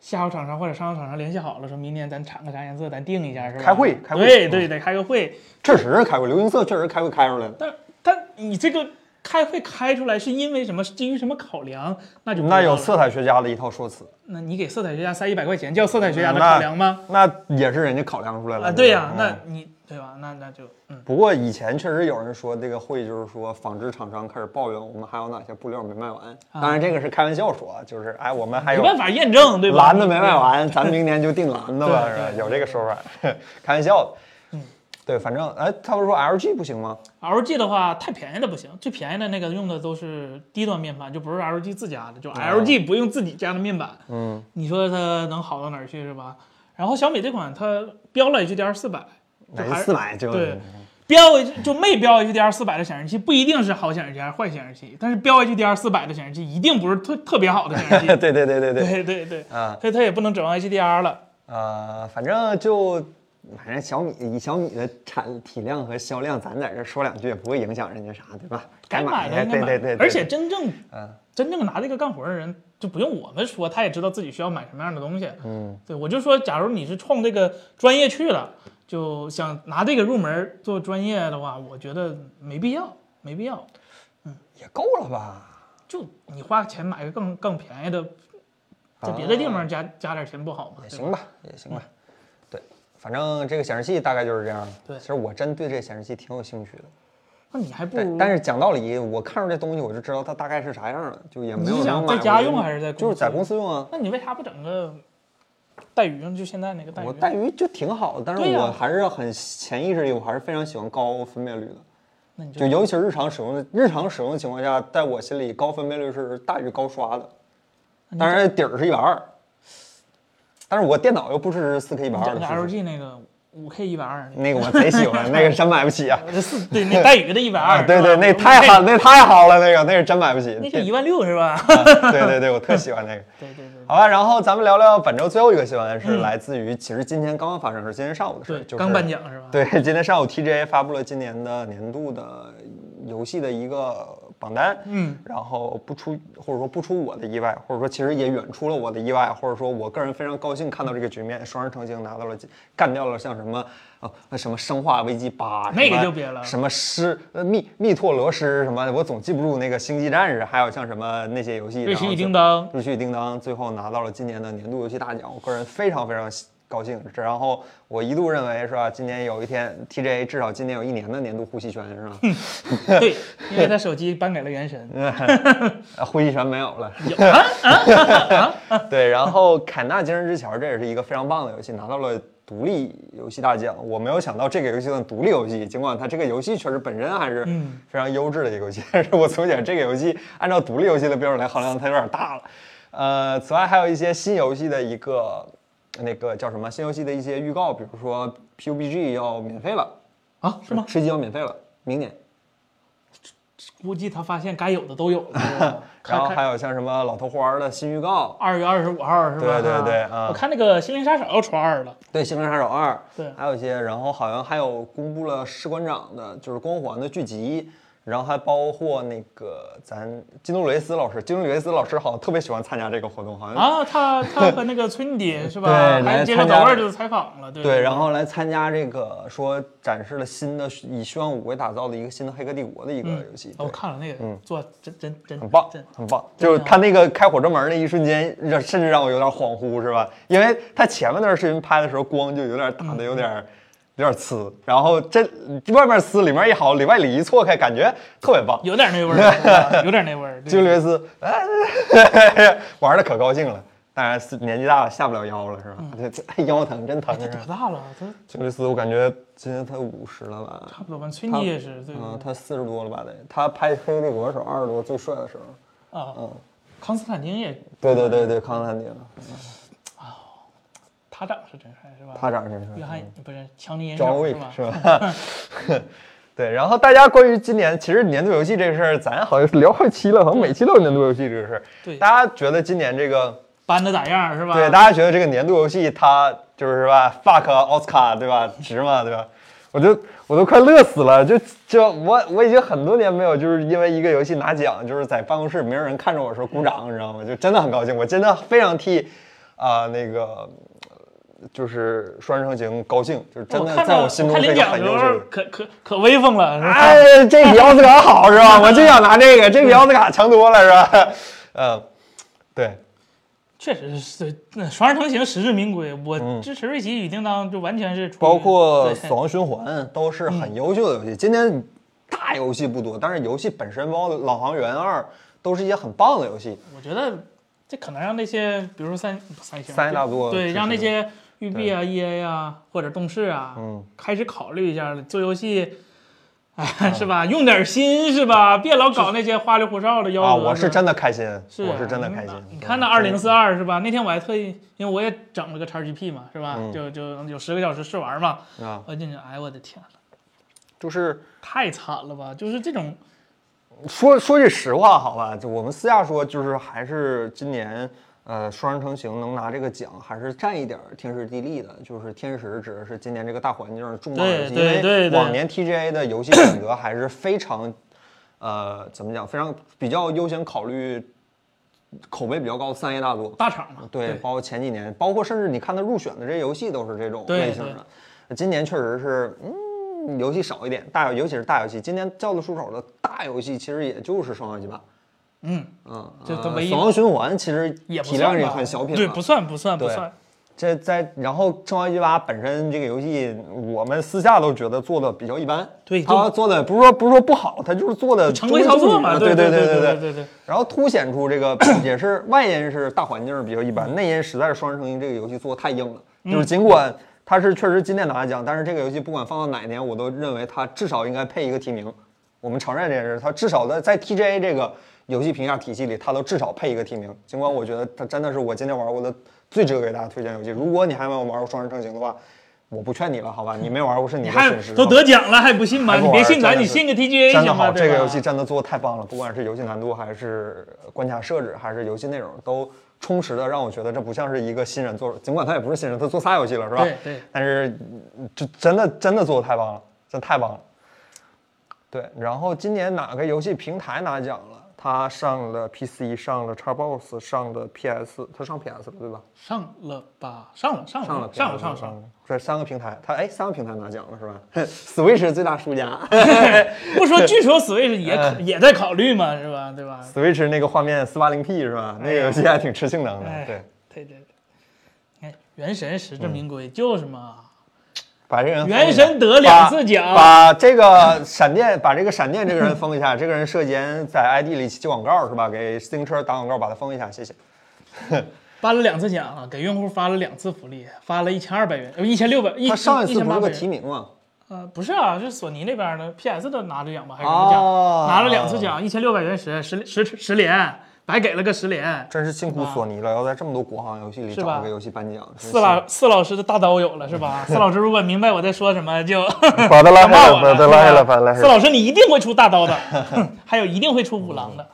[SPEAKER 2] 下游厂商或者上游厂商联系好了，说明年咱产个啥颜色，咱定一下是吧？
[SPEAKER 1] 开会开会嗯
[SPEAKER 2] 对对得开个会。
[SPEAKER 1] 确实是开过，流行色确实开会开出来的，
[SPEAKER 2] 但但你这个开会开出来是因为什么？是基于什么考量？那就不
[SPEAKER 1] 那
[SPEAKER 2] 知道
[SPEAKER 1] 有
[SPEAKER 2] 了
[SPEAKER 1] 色彩学家的一套说辞，
[SPEAKER 2] 那你给色彩学家塞一百块钱叫色彩学家的考量吗？
[SPEAKER 1] 嗯那也是人家考量出来了
[SPEAKER 2] 啊，对呀、
[SPEAKER 1] 嗯
[SPEAKER 2] 那你对吧？那那就嗯，
[SPEAKER 1] 不过以前确实有人说这个会，就是说纺织厂商开始抱怨我们还有哪些布料没卖完。
[SPEAKER 2] 啊
[SPEAKER 1] 当然这个是开玩笑说，就是哎我们还
[SPEAKER 2] 没
[SPEAKER 1] 有
[SPEAKER 2] 办法验证，
[SPEAKER 1] [laughs]
[SPEAKER 2] 对吧？
[SPEAKER 1] 篮子没卖
[SPEAKER 2] [laughs]
[SPEAKER 1] 完，咱们明年就定篮子吧，
[SPEAKER 2] 对
[SPEAKER 1] 是吧？
[SPEAKER 2] 对嗯
[SPEAKER 1] 有这个说法， [laughs] 开玩笑的。对，反正哎，他不是说 LG 不行吗？
[SPEAKER 2] LG 的话，太便宜的不行，最便宜的那个用的都是低端面板，就不是 LG 自家的，就 LG 不用自己家的面板。
[SPEAKER 1] 嗯，
[SPEAKER 2] 你说它能好到哪儿去是吧？然后小米这款它标了 HDR 四百，就
[SPEAKER 1] 哪
[SPEAKER 2] 还
[SPEAKER 1] 四百就
[SPEAKER 2] 对标就没标 HDR 四百的显示器不一定是好显示器还是坏显示器，但是标 HDR 四百的显示器一定不是特特别好的显
[SPEAKER 1] [laughs]
[SPEAKER 2] 示器。
[SPEAKER 1] [laughs] 对对对对对
[SPEAKER 2] 对对对，
[SPEAKER 1] 啊
[SPEAKER 2] 所以它也不能指望 HDR 了。
[SPEAKER 1] 呃，反正就反正小米以小米的产体量和销量，咱在这说两句也不会影响人家啥，对吧？
[SPEAKER 2] 该
[SPEAKER 1] 买哎
[SPEAKER 2] 买的应该
[SPEAKER 1] 对
[SPEAKER 2] 买，
[SPEAKER 1] 对对，对
[SPEAKER 2] 而且真正
[SPEAKER 1] 嗯
[SPEAKER 2] 真正拿这个干活的人，就不用我们说，他也知道自己需要买什么样的东西。
[SPEAKER 1] 嗯，
[SPEAKER 2] 对，我就说，假如你是冲这个专业去了，就想拿这个入门做专业的话，我觉得没必要，没必要。
[SPEAKER 1] 也够了吧？
[SPEAKER 2] 就你花钱买个更更便宜的，在别
[SPEAKER 1] 哦
[SPEAKER 2] 的地方加、加点钱不好吗
[SPEAKER 1] 也？行吧，也行吧。
[SPEAKER 2] 嗯
[SPEAKER 1] 对，反正这个显示器大概就是这样。
[SPEAKER 2] 对嗯
[SPEAKER 1] 其实我真对这显示器挺有兴趣的。
[SPEAKER 2] 那你还不
[SPEAKER 1] 对
[SPEAKER 2] 如，
[SPEAKER 1] 但是讲道理，我看着这东西我就知道它大概是啥样了，就也没有
[SPEAKER 2] 你
[SPEAKER 1] 能
[SPEAKER 2] 想
[SPEAKER 1] 买
[SPEAKER 2] 在
[SPEAKER 1] 回
[SPEAKER 2] 家
[SPEAKER 1] 来
[SPEAKER 2] 用还是在公
[SPEAKER 1] 就是在
[SPEAKER 2] 司
[SPEAKER 1] 公司用啊。
[SPEAKER 2] 那你为啥不整个带鱼呢？就现在那个带鱼，
[SPEAKER 1] 我带鱼就挺好的，但是
[SPEAKER 2] 对呀
[SPEAKER 1] 我还是很潜意识里，我还是非常喜欢高分辨率的。
[SPEAKER 2] 那你
[SPEAKER 1] 就
[SPEAKER 2] 就
[SPEAKER 1] 尤其是日常使用的日常使用情况下，在我心里高分辨率是大于高刷的，当然底儿是一百二，但是我电脑又不支持四 K 一百二
[SPEAKER 2] 整
[SPEAKER 1] 的
[SPEAKER 2] 个
[SPEAKER 1] 输出，
[SPEAKER 2] LG 那个五 K 一
[SPEAKER 1] [laughs]
[SPEAKER 2] 百二，
[SPEAKER 1] 那个我贼喜
[SPEAKER 2] [laughs]
[SPEAKER 1] 欢，那个真买不起啊！
[SPEAKER 2] 我这是对那带鱼的一百
[SPEAKER 1] 啊，
[SPEAKER 2] 二，
[SPEAKER 1] 对
[SPEAKER 2] 是
[SPEAKER 1] 对，
[SPEAKER 2] 吧
[SPEAKER 1] 那太好，，那太好了，那个那是真买不起
[SPEAKER 2] 那，是
[SPEAKER 1] 对
[SPEAKER 2] 一万六是吧？
[SPEAKER 1] 对对对，我特喜欢那个。
[SPEAKER 2] 对对对。
[SPEAKER 1] 好吧，然后咱们聊聊本周最后一个新闻，是来自于其实今天刚刚发生的事，今天上午的事，
[SPEAKER 2] 嗯对，
[SPEAKER 1] 就是
[SPEAKER 2] 刚颁奖是吧？
[SPEAKER 1] 对， [laughs] 今天上午 TGA 发布了今年的年度的游戏的一个榜单，
[SPEAKER 2] 嗯，
[SPEAKER 1] 然后不出或者说不出我的意外，或者说其实也远出了我的意外，或者说我个人非常高兴看到这个局面，双人成行拿到了干掉了像什么啊、呃、什么生化危机
[SPEAKER 2] [laughs]
[SPEAKER 1] 八，
[SPEAKER 2] 那
[SPEAKER 1] 什
[SPEAKER 2] 个
[SPEAKER 1] 么
[SPEAKER 2] 就别了
[SPEAKER 1] 什么狮呃密密拓罗狮什么，我总记不住那个星际战士，还有像什么那些游戏，
[SPEAKER 2] 瑞
[SPEAKER 1] 然
[SPEAKER 2] 奇
[SPEAKER 1] 后
[SPEAKER 2] 与
[SPEAKER 1] 就
[SPEAKER 2] 叮
[SPEAKER 1] [laughs]
[SPEAKER 2] 当，
[SPEAKER 1] 日剧叮当最后拿到了今年的年度游戏大奖，我个人非常非常高兴。这然后我一度认为是吧，今年有一天 TGA 至少今年有一年的年度呼吸权是吧？
[SPEAKER 2] 对，因为他手机颁给了原
[SPEAKER 1] 嗯
[SPEAKER 2] 神，
[SPEAKER 1] 啊 [laughs] 呼吸权没有了。
[SPEAKER 2] 有啊
[SPEAKER 1] [laughs] 对，然后《凯纳今日之桥》这也是一个非常棒的游戏，拿到了独立游戏大奖。我没有想到这个游戏算独立游戏，尽管它这个游戏确实本身还是
[SPEAKER 2] 嗯
[SPEAKER 1] 非常优质的一个游戏，但是我总觉得这个游戏按照独立游戏的标准来衡量，它有点大了。呃，此外还有一些新游戏的一个那个叫什么新游戏的一些预告，比如说 PUBG 要免费了，
[SPEAKER 2] 啊，是吗？
[SPEAKER 1] 吃鸡要免费了，明年。。
[SPEAKER 2] 估计他发现该有的都有了是吧
[SPEAKER 1] [laughs] 然后还
[SPEAKER 2] 有
[SPEAKER 1] 有像什么老头花儿的新预告，
[SPEAKER 2] 二月二十五号是吧？
[SPEAKER 1] 对对对啊
[SPEAKER 2] 我看那个《心灵杀手》要出二了，
[SPEAKER 1] 对《星人杀手二》，
[SPEAKER 2] 对
[SPEAKER 1] 还有一些，然后好像还有公布了士官长的，就是光环的剧集，然后还包括那个咱基努雷斯老师，基努雷斯老师好像特别喜欢参加这个活动，好像、
[SPEAKER 2] 啊，他他和那个
[SPEAKER 1] [laughs]
[SPEAKER 2] 村底是吧？
[SPEAKER 1] 对来
[SPEAKER 2] 还接受
[SPEAKER 1] 参加
[SPEAKER 2] 早二就采访了，对
[SPEAKER 1] 对，然后来参加这个说展示了新的以虚幻五为打造的一个新的《黑客帝国》的一个游戏，
[SPEAKER 2] 哦
[SPEAKER 1] 对嗯
[SPEAKER 2] 我看了那个，做真真真
[SPEAKER 1] 很棒
[SPEAKER 2] 真，
[SPEAKER 1] 很棒。就是他那个开火车门那一瞬间，让甚至让我有点恍惚，是吧？因为他前面那段视频拍的时候，光就有点打的有点、
[SPEAKER 2] 嗯
[SPEAKER 1] 有点呲，然后这外面呲，里面一好，里外里一错开，感觉特别棒。
[SPEAKER 2] 有点那味儿
[SPEAKER 1] [laughs]
[SPEAKER 2] 是吧，有点那味儿。对
[SPEAKER 1] 金略斯，哎， [laughs] 玩的可高兴了。当然是年纪大了，下不了腰了，是吧？
[SPEAKER 2] 嗯
[SPEAKER 1] 这这 [laughs] 腰疼，真
[SPEAKER 2] [laughs]
[SPEAKER 1] 疼是啊吧
[SPEAKER 2] 多？大了？他
[SPEAKER 1] 金略斯，我感觉今年才五十了吧？
[SPEAKER 2] 差不多吧，村底也是对
[SPEAKER 1] 嗯，他四十多了吧？得，他拍《黑客帝国》的时候二十多，最帅的时候。
[SPEAKER 2] 啊。
[SPEAKER 1] 嗯
[SPEAKER 2] 康斯坦丁也，
[SPEAKER 1] 对对对对，康斯坦丁，
[SPEAKER 2] 他长是真帅是吧？
[SPEAKER 1] 他长得真帅。嗯
[SPEAKER 2] 约翰不是强尼银
[SPEAKER 1] 张
[SPEAKER 2] 手
[SPEAKER 1] 卫
[SPEAKER 2] 是
[SPEAKER 1] 是
[SPEAKER 2] 吧？
[SPEAKER 1] 吧？ [laughs] 对，然后大家关于今年，其实年度游戏这个事儿，咱好像是聊好几期了，好像每期都有年度游戏这个事儿。
[SPEAKER 2] 对
[SPEAKER 1] 大家觉得今年这个，
[SPEAKER 2] 搬的咋样是吧？
[SPEAKER 1] 对，大家觉得这个年度游戏它就是是吧，fuck 奥斯卡对吧，值吗？对吧？我就我都快乐死了，就就我我已经很多年没有就是因为一个游戏拿奖，就是在办公室没有人看着我说鼓掌，你知道吗？就真的很高兴，我真的非常替啊、那个就是《双人成行》高兴，就是真
[SPEAKER 2] 我
[SPEAKER 1] 的
[SPEAKER 2] 看
[SPEAKER 1] 在
[SPEAKER 2] 着
[SPEAKER 1] 我心中
[SPEAKER 2] 看
[SPEAKER 1] 是一
[SPEAKER 2] 领
[SPEAKER 1] 个
[SPEAKER 2] 奖
[SPEAKER 1] 很
[SPEAKER 2] 的时
[SPEAKER 1] 优秀的
[SPEAKER 2] 候
[SPEAKER 1] 人。
[SPEAKER 2] 可可可威风了，是吧？
[SPEAKER 1] 哎，这比奥斯卡好是吧？我就想拿这个，这比奥斯卡强多了是吧？ [laughs] 嗯，对，
[SPEAKER 2] 确实是，那双人成行实至名归。我
[SPEAKER 1] 嗯
[SPEAKER 2] 支持瑞奇与叮当，就完全是出于
[SPEAKER 1] 包括《
[SPEAKER 2] 嗯对嗯
[SPEAKER 1] 死亡循环》都是很优秀的游戏。今天大游戏不多，但是游戏本身，包括《老航员二》，都是一些很棒的游戏。
[SPEAKER 2] 我觉得这可能让那些，比如说三三星
[SPEAKER 1] 三星大作
[SPEAKER 2] 对，
[SPEAKER 1] 支
[SPEAKER 2] 让那
[SPEAKER 1] 持
[SPEAKER 2] 些育碧啊、EA 啊或者动视啊，
[SPEAKER 1] 嗯
[SPEAKER 2] 开始考虑一下了做游戏。
[SPEAKER 1] 嗯
[SPEAKER 2] 哎，是吧？用点心是吧？别老搞那些花里胡哨的幺蛾
[SPEAKER 1] 啊，
[SPEAKER 2] 子
[SPEAKER 1] 我是真的开心，
[SPEAKER 2] 是啊
[SPEAKER 1] 我是真的开心。嗯
[SPEAKER 2] 你看那二零四二是吧？那天我还特意，因为我也整了个 XGP 嘛，是吧？就就有十个小时试玩嘛，
[SPEAKER 1] 嗯啊，
[SPEAKER 2] 我进去，哎，我的天呐，
[SPEAKER 1] 就是
[SPEAKER 2] 太惨了吧！就是这种，
[SPEAKER 1] 说说句实话，好吧，就我们私下说，就是还是今年，呃，双人成行能拿这个奖，还是占一点儿天时地利的。就是天时指的是今年这个大环境重磅游戏，
[SPEAKER 2] 对对
[SPEAKER 1] 因
[SPEAKER 2] 对
[SPEAKER 1] 为
[SPEAKER 2] 对
[SPEAKER 1] 往年 TGA 的游戏选择还是非常，呃，怎么讲，非常比较优先考虑口碑比较高的三 A 大作。
[SPEAKER 2] 大厂嘛，
[SPEAKER 1] 对，包括前几年，包括甚至你看他入选的这些游戏都是这种
[SPEAKER 2] 对
[SPEAKER 1] 类型的。今年确实是，嗯，游戏少一点，大尤其是大游戏，今年叫得出手的大游戏其实也就是《双游鸡巴》。
[SPEAKER 2] 嗯，
[SPEAKER 1] 嗯，
[SPEAKER 2] 这
[SPEAKER 1] 呃
[SPEAKER 2] 都唯一
[SPEAKER 1] 死亡循环其实
[SPEAKER 2] 也不
[SPEAKER 1] 体
[SPEAKER 2] 算
[SPEAKER 1] 量也
[SPEAKER 2] 吧
[SPEAKER 1] 很小品了，
[SPEAKER 2] 对，不算不算不
[SPEAKER 1] 对
[SPEAKER 2] 算，
[SPEAKER 1] 这在然后《生化危机八》本身这个游戏，我们私下都觉得做的比较一般。
[SPEAKER 2] 对就
[SPEAKER 1] 他做的不是说不是说不好，他就是做的
[SPEAKER 2] 常规操作嘛，
[SPEAKER 1] 对
[SPEAKER 2] 对
[SPEAKER 1] 对
[SPEAKER 2] 对
[SPEAKER 1] 对
[SPEAKER 2] 对对，
[SPEAKER 1] 然后凸显出这个 [clears throat] 也是外因是大环境比较一般，内因实在是双人成行这个游戏做的太硬了。就是
[SPEAKER 2] 嗯
[SPEAKER 1] 尽管它是确实今年拿了奖，但是这个游戏不管放到哪一年，我都认为它至少应该配一个提名。我们承认这件事，它至少在在 TGA 这个游戏评价体系里，它都至少配一个提名。尽管我觉得它真的是我今天玩过的最值得给大家推荐游戏。如果你还没有玩过双人成行的话，我不劝你了，好吧？你没玩过是你
[SPEAKER 2] 你
[SPEAKER 1] 的
[SPEAKER 2] 还
[SPEAKER 1] 损失。
[SPEAKER 2] 都
[SPEAKER 1] 好吧
[SPEAKER 2] 得奖了还不信吗？
[SPEAKER 1] 还不
[SPEAKER 2] 你别
[SPEAKER 1] 玩
[SPEAKER 2] 信咱，
[SPEAKER 1] 真的
[SPEAKER 2] 你
[SPEAKER 1] 是
[SPEAKER 2] 信个 TGA
[SPEAKER 1] 真的
[SPEAKER 2] 行吗
[SPEAKER 1] 好，这个游戏
[SPEAKER 2] 对吧
[SPEAKER 1] 真的做的太棒了，不管是游戏难度，还是关卡设置，还是游戏内容，都充实的让我觉得这不像是一个新人做的。尽管他也不是新人，他做仨游戏了是吧？
[SPEAKER 2] 对对
[SPEAKER 1] 但是嗯这真的真的做的太棒了，真太棒了。对，然后今年哪个游戏平台拿奖了？它上了 PC，上了 Xbox，上了 PS，它上 PS 了对吧？
[SPEAKER 2] 上了吧？上了上了
[SPEAKER 1] 上了
[SPEAKER 2] 嗯上了
[SPEAKER 1] PS
[SPEAKER 2] 上了上
[SPEAKER 1] 上
[SPEAKER 2] 了，
[SPEAKER 1] 了，这三个平台，它哎三个平台拿奖了是吧 [laughs] ？Switch 是最大输家。 [laughs]
[SPEAKER 2] 不说据说 Switch 也可
[SPEAKER 1] 嗯
[SPEAKER 2] 也在考虑嘛，是吧？对吧？
[SPEAKER 1] Switch 那个画面四八零 P 是吧？那个游戏还挺吃性能的。
[SPEAKER 2] 哎，
[SPEAKER 1] 对，嗯
[SPEAKER 2] 对对对，哎，原神实至名归，就是嘛，
[SPEAKER 1] 把这个人封一下
[SPEAKER 2] 原神得两次奖
[SPEAKER 1] 把把这个闪电，把这个闪电这个人封一下。这个人涉嫌在 ID 里接广告是吧？给自行车打广告，把他封一下，谢谢。
[SPEAKER 2] 发了两次奖啊，给用户发了两次福利，发了一千二百元，呃一千六百，一
[SPEAKER 1] 他上一次不是个
[SPEAKER 2] 个
[SPEAKER 1] 提名吗？
[SPEAKER 2] 呃，不是啊，是索尼那边的 PS 的拿着奖吧，还是什么奖？
[SPEAKER 1] 哦，
[SPEAKER 2] 拿了两次，奖，一千六百原石，十十十连，白给了个十连。
[SPEAKER 1] 真是辛苦索尼了，要在这么多国行游戏里
[SPEAKER 2] 是吧
[SPEAKER 1] 找一个游戏颁奖。真是
[SPEAKER 2] 四老四老师的大刀有了是 [laughs] 吧？四老师如果明白我在说什么， [laughs] 就
[SPEAKER 1] 把他拉
[SPEAKER 2] 别骂
[SPEAKER 1] 黑
[SPEAKER 2] 我
[SPEAKER 1] 了，把他拉黑了，
[SPEAKER 2] [laughs]
[SPEAKER 1] 把他拉黑
[SPEAKER 2] 四
[SPEAKER 1] 了。
[SPEAKER 2] 老师你一定会出大 [laughs] 刀的，哼还有一定会出五郎的，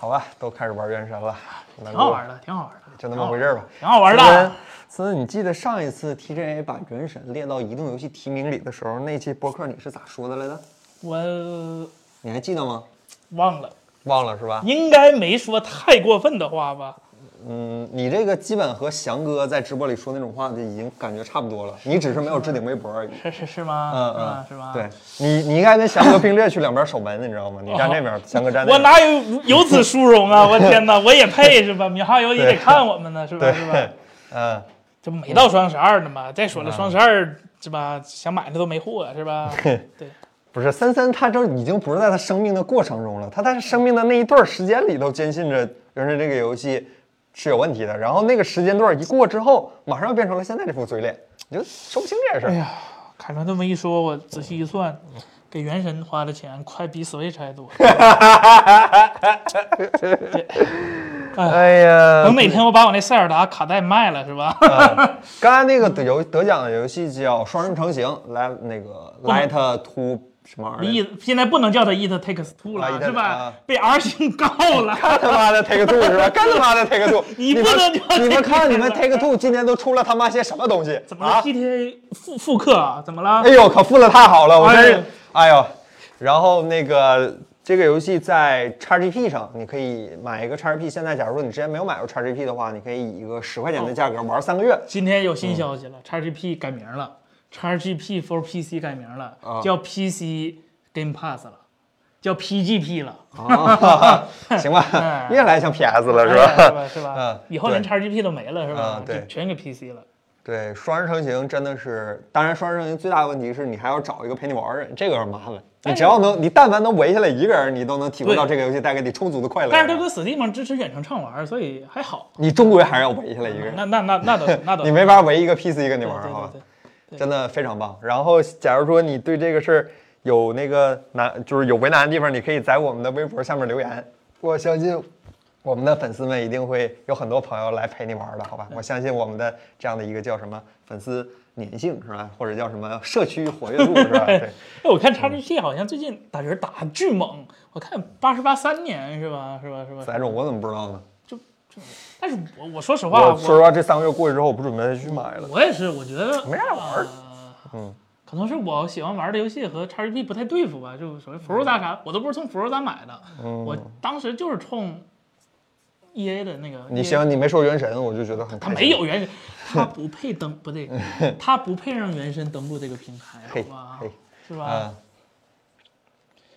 [SPEAKER 1] 好吧，都开始玩原神了，挺
[SPEAKER 2] [laughs] 挺好玩的，挺好玩的，
[SPEAKER 1] 就那么回事儿吧。
[SPEAKER 2] 挺好玩
[SPEAKER 1] 思文
[SPEAKER 2] 的。，
[SPEAKER 1] 思文，你记得上一次 TGA 把《原神》列到移动游戏提名里的时候，那期播客你是咋说的来着？
[SPEAKER 2] 我
[SPEAKER 1] 你还记得吗？
[SPEAKER 2] 忘了，
[SPEAKER 1] 忘了是吧？
[SPEAKER 2] 应该没说太过分的话吧？
[SPEAKER 1] 嗯，你这个基本和翔哥在直播里说那种话，就已经感觉差不多了。你只是没有置顶微博而已。
[SPEAKER 2] 是是是吗？
[SPEAKER 1] 嗯
[SPEAKER 2] 是
[SPEAKER 1] 嗯，
[SPEAKER 2] 吧是吧？
[SPEAKER 1] 对。你，你应该跟翔哥并列去两边守门，你知道吗？你站这边，翔哥站那
[SPEAKER 2] 哦我
[SPEAKER 1] 边。
[SPEAKER 2] 哪有有此殊荣 [laughs] 啊！我天哪，我也配是吧？米哈游也得看我们呢，是吧？是吧
[SPEAKER 1] 对？， [laughs] 嗯，
[SPEAKER 2] 这没到双十二呢嘛。再说了，双十二是吧？想买的都没货是 [laughs] 吧？对，
[SPEAKER 1] 不是森森，他这已经不是在他生命的过程中了，他在生命的那一段时间里都坚信着《原神》这个游戏是有问题的。然后那个时间段一过之后，马上又变成了现在这副嘴脸，你就说不清这件事儿。
[SPEAKER 2] 哎呀，凯伦这么一说，我仔细一算，给原神
[SPEAKER 1] [laughs]
[SPEAKER 2] 花的钱快比 Switch 还多。对
[SPEAKER 1] 哎呀，
[SPEAKER 2] 等哪天我把我那塞尔达卡带卖了是吧？ [laughs]
[SPEAKER 1] 嗯刚才那个得游得奖的游戏叫《双人成行》，来那个 Light to 什么玩意儿？
[SPEAKER 2] 你现在不能叫它 It Takes Two
[SPEAKER 1] 啊
[SPEAKER 2] 了
[SPEAKER 1] ，It-
[SPEAKER 2] 是吧
[SPEAKER 1] 啊？
[SPEAKER 2] 被 R 星告了。
[SPEAKER 1] 干他妈的 Take Two 是
[SPEAKER 2] [laughs]
[SPEAKER 1] 吧？干他妈的 Take Two！
[SPEAKER 2] 你
[SPEAKER 1] 们
[SPEAKER 2] 不能叫
[SPEAKER 1] 你们
[SPEAKER 2] Take
[SPEAKER 1] 看
[SPEAKER 2] Two
[SPEAKER 1] 你们 Take Two 今年都出了他妈些什么东西
[SPEAKER 2] 怎么了
[SPEAKER 1] 啊？
[SPEAKER 2] ？GTA 复复刻啊？怎么了
[SPEAKER 1] 哎？呦，可富的太好了，我真
[SPEAKER 2] 哎
[SPEAKER 1] 是
[SPEAKER 2] 呦，
[SPEAKER 1] 哎呦，然后那个。这个游戏在 XGP 上，你可以买一个 XGP。现在，假如你之前没有买过 XGP 的话，你可以以一个十块钱的价格玩三个月。
[SPEAKER 2] 今天有新消息
[SPEAKER 1] 嗯
[SPEAKER 2] 了，XGP 改名了，XGP for PC 改名了
[SPEAKER 1] 啊，
[SPEAKER 2] 叫 PC Game Pass 了，叫 PGP 了，
[SPEAKER 1] 啊， [laughs] 行吧
[SPEAKER 2] [laughs] 哎，
[SPEAKER 1] 越来越像 PS 了，是
[SPEAKER 2] 哎是
[SPEAKER 1] 吧？
[SPEAKER 2] 吧？是
[SPEAKER 1] 嗯
[SPEAKER 2] 吧？以后连 XGP 都没了，是吧
[SPEAKER 1] 嗯？对
[SPEAKER 2] 就全给 PC 了。
[SPEAKER 1] 对，双人成行真的是，当然双人成行最大的问题是你还要找一个陪你玩的人，这个有点麻烦。你只要能，你但凡能围下来一个人，你都能体会到这个游戏带给你充足的快乐。
[SPEAKER 2] 但是它跟 Steam 支持远程畅玩，所以还好。
[SPEAKER 1] 你终归还是要围下来一个人，
[SPEAKER 2] 那那那那倒嗯是，那倒
[SPEAKER 1] 你
[SPEAKER 2] 是。
[SPEAKER 1] 没法围一个 PC 跟你
[SPEAKER 2] 对
[SPEAKER 1] 玩，啊
[SPEAKER 2] 对
[SPEAKER 1] 好吧
[SPEAKER 2] 对？对
[SPEAKER 1] 真的非常棒。然后，假如说你对这个事儿有那个难，就是有为难的地方，你可以在我们的微博下面留言。我相信我们的粉丝们一定会有很多朋友来陪你玩的，好吧？我相信我们的这样的一个叫什么粉丝粘性是吧，或者叫什么社区活跃度是
[SPEAKER 2] [laughs]
[SPEAKER 1] 吧？对，
[SPEAKER 2] 哎，我看 XGP 好像最近打人打巨猛，我看八十八三年是吧？是吧？是吧？
[SPEAKER 1] 翟总，我怎么不知道呢？
[SPEAKER 2] 但是我我说实话，
[SPEAKER 1] 我
[SPEAKER 2] 我
[SPEAKER 1] 说实话，这三个月过去之后，我不准备再去买了。
[SPEAKER 2] 我也是，我觉得
[SPEAKER 1] 没啥玩儿
[SPEAKER 2] 呃
[SPEAKER 1] 嗯，
[SPEAKER 2] 可能是我喜欢玩的游戏和 XGP 不太对付吧，就所谓
[SPEAKER 1] 嗯
[SPEAKER 2] 福尔萨啥，我都不是从福尔萨买的，我当时就是冲 EA 的那个 EA。
[SPEAKER 1] 你行，你没说原神，我就觉得很
[SPEAKER 2] 嗯他
[SPEAKER 1] 开心。
[SPEAKER 2] 没有原神，他不配登，
[SPEAKER 1] [laughs]
[SPEAKER 2] 不对，他不配让原神登录这个平台，
[SPEAKER 1] 嘿，
[SPEAKER 2] 好吧
[SPEAKER 1] 嘿，，
[SPEAKER 2] 是吧？
[SPEAKER 1] 啊，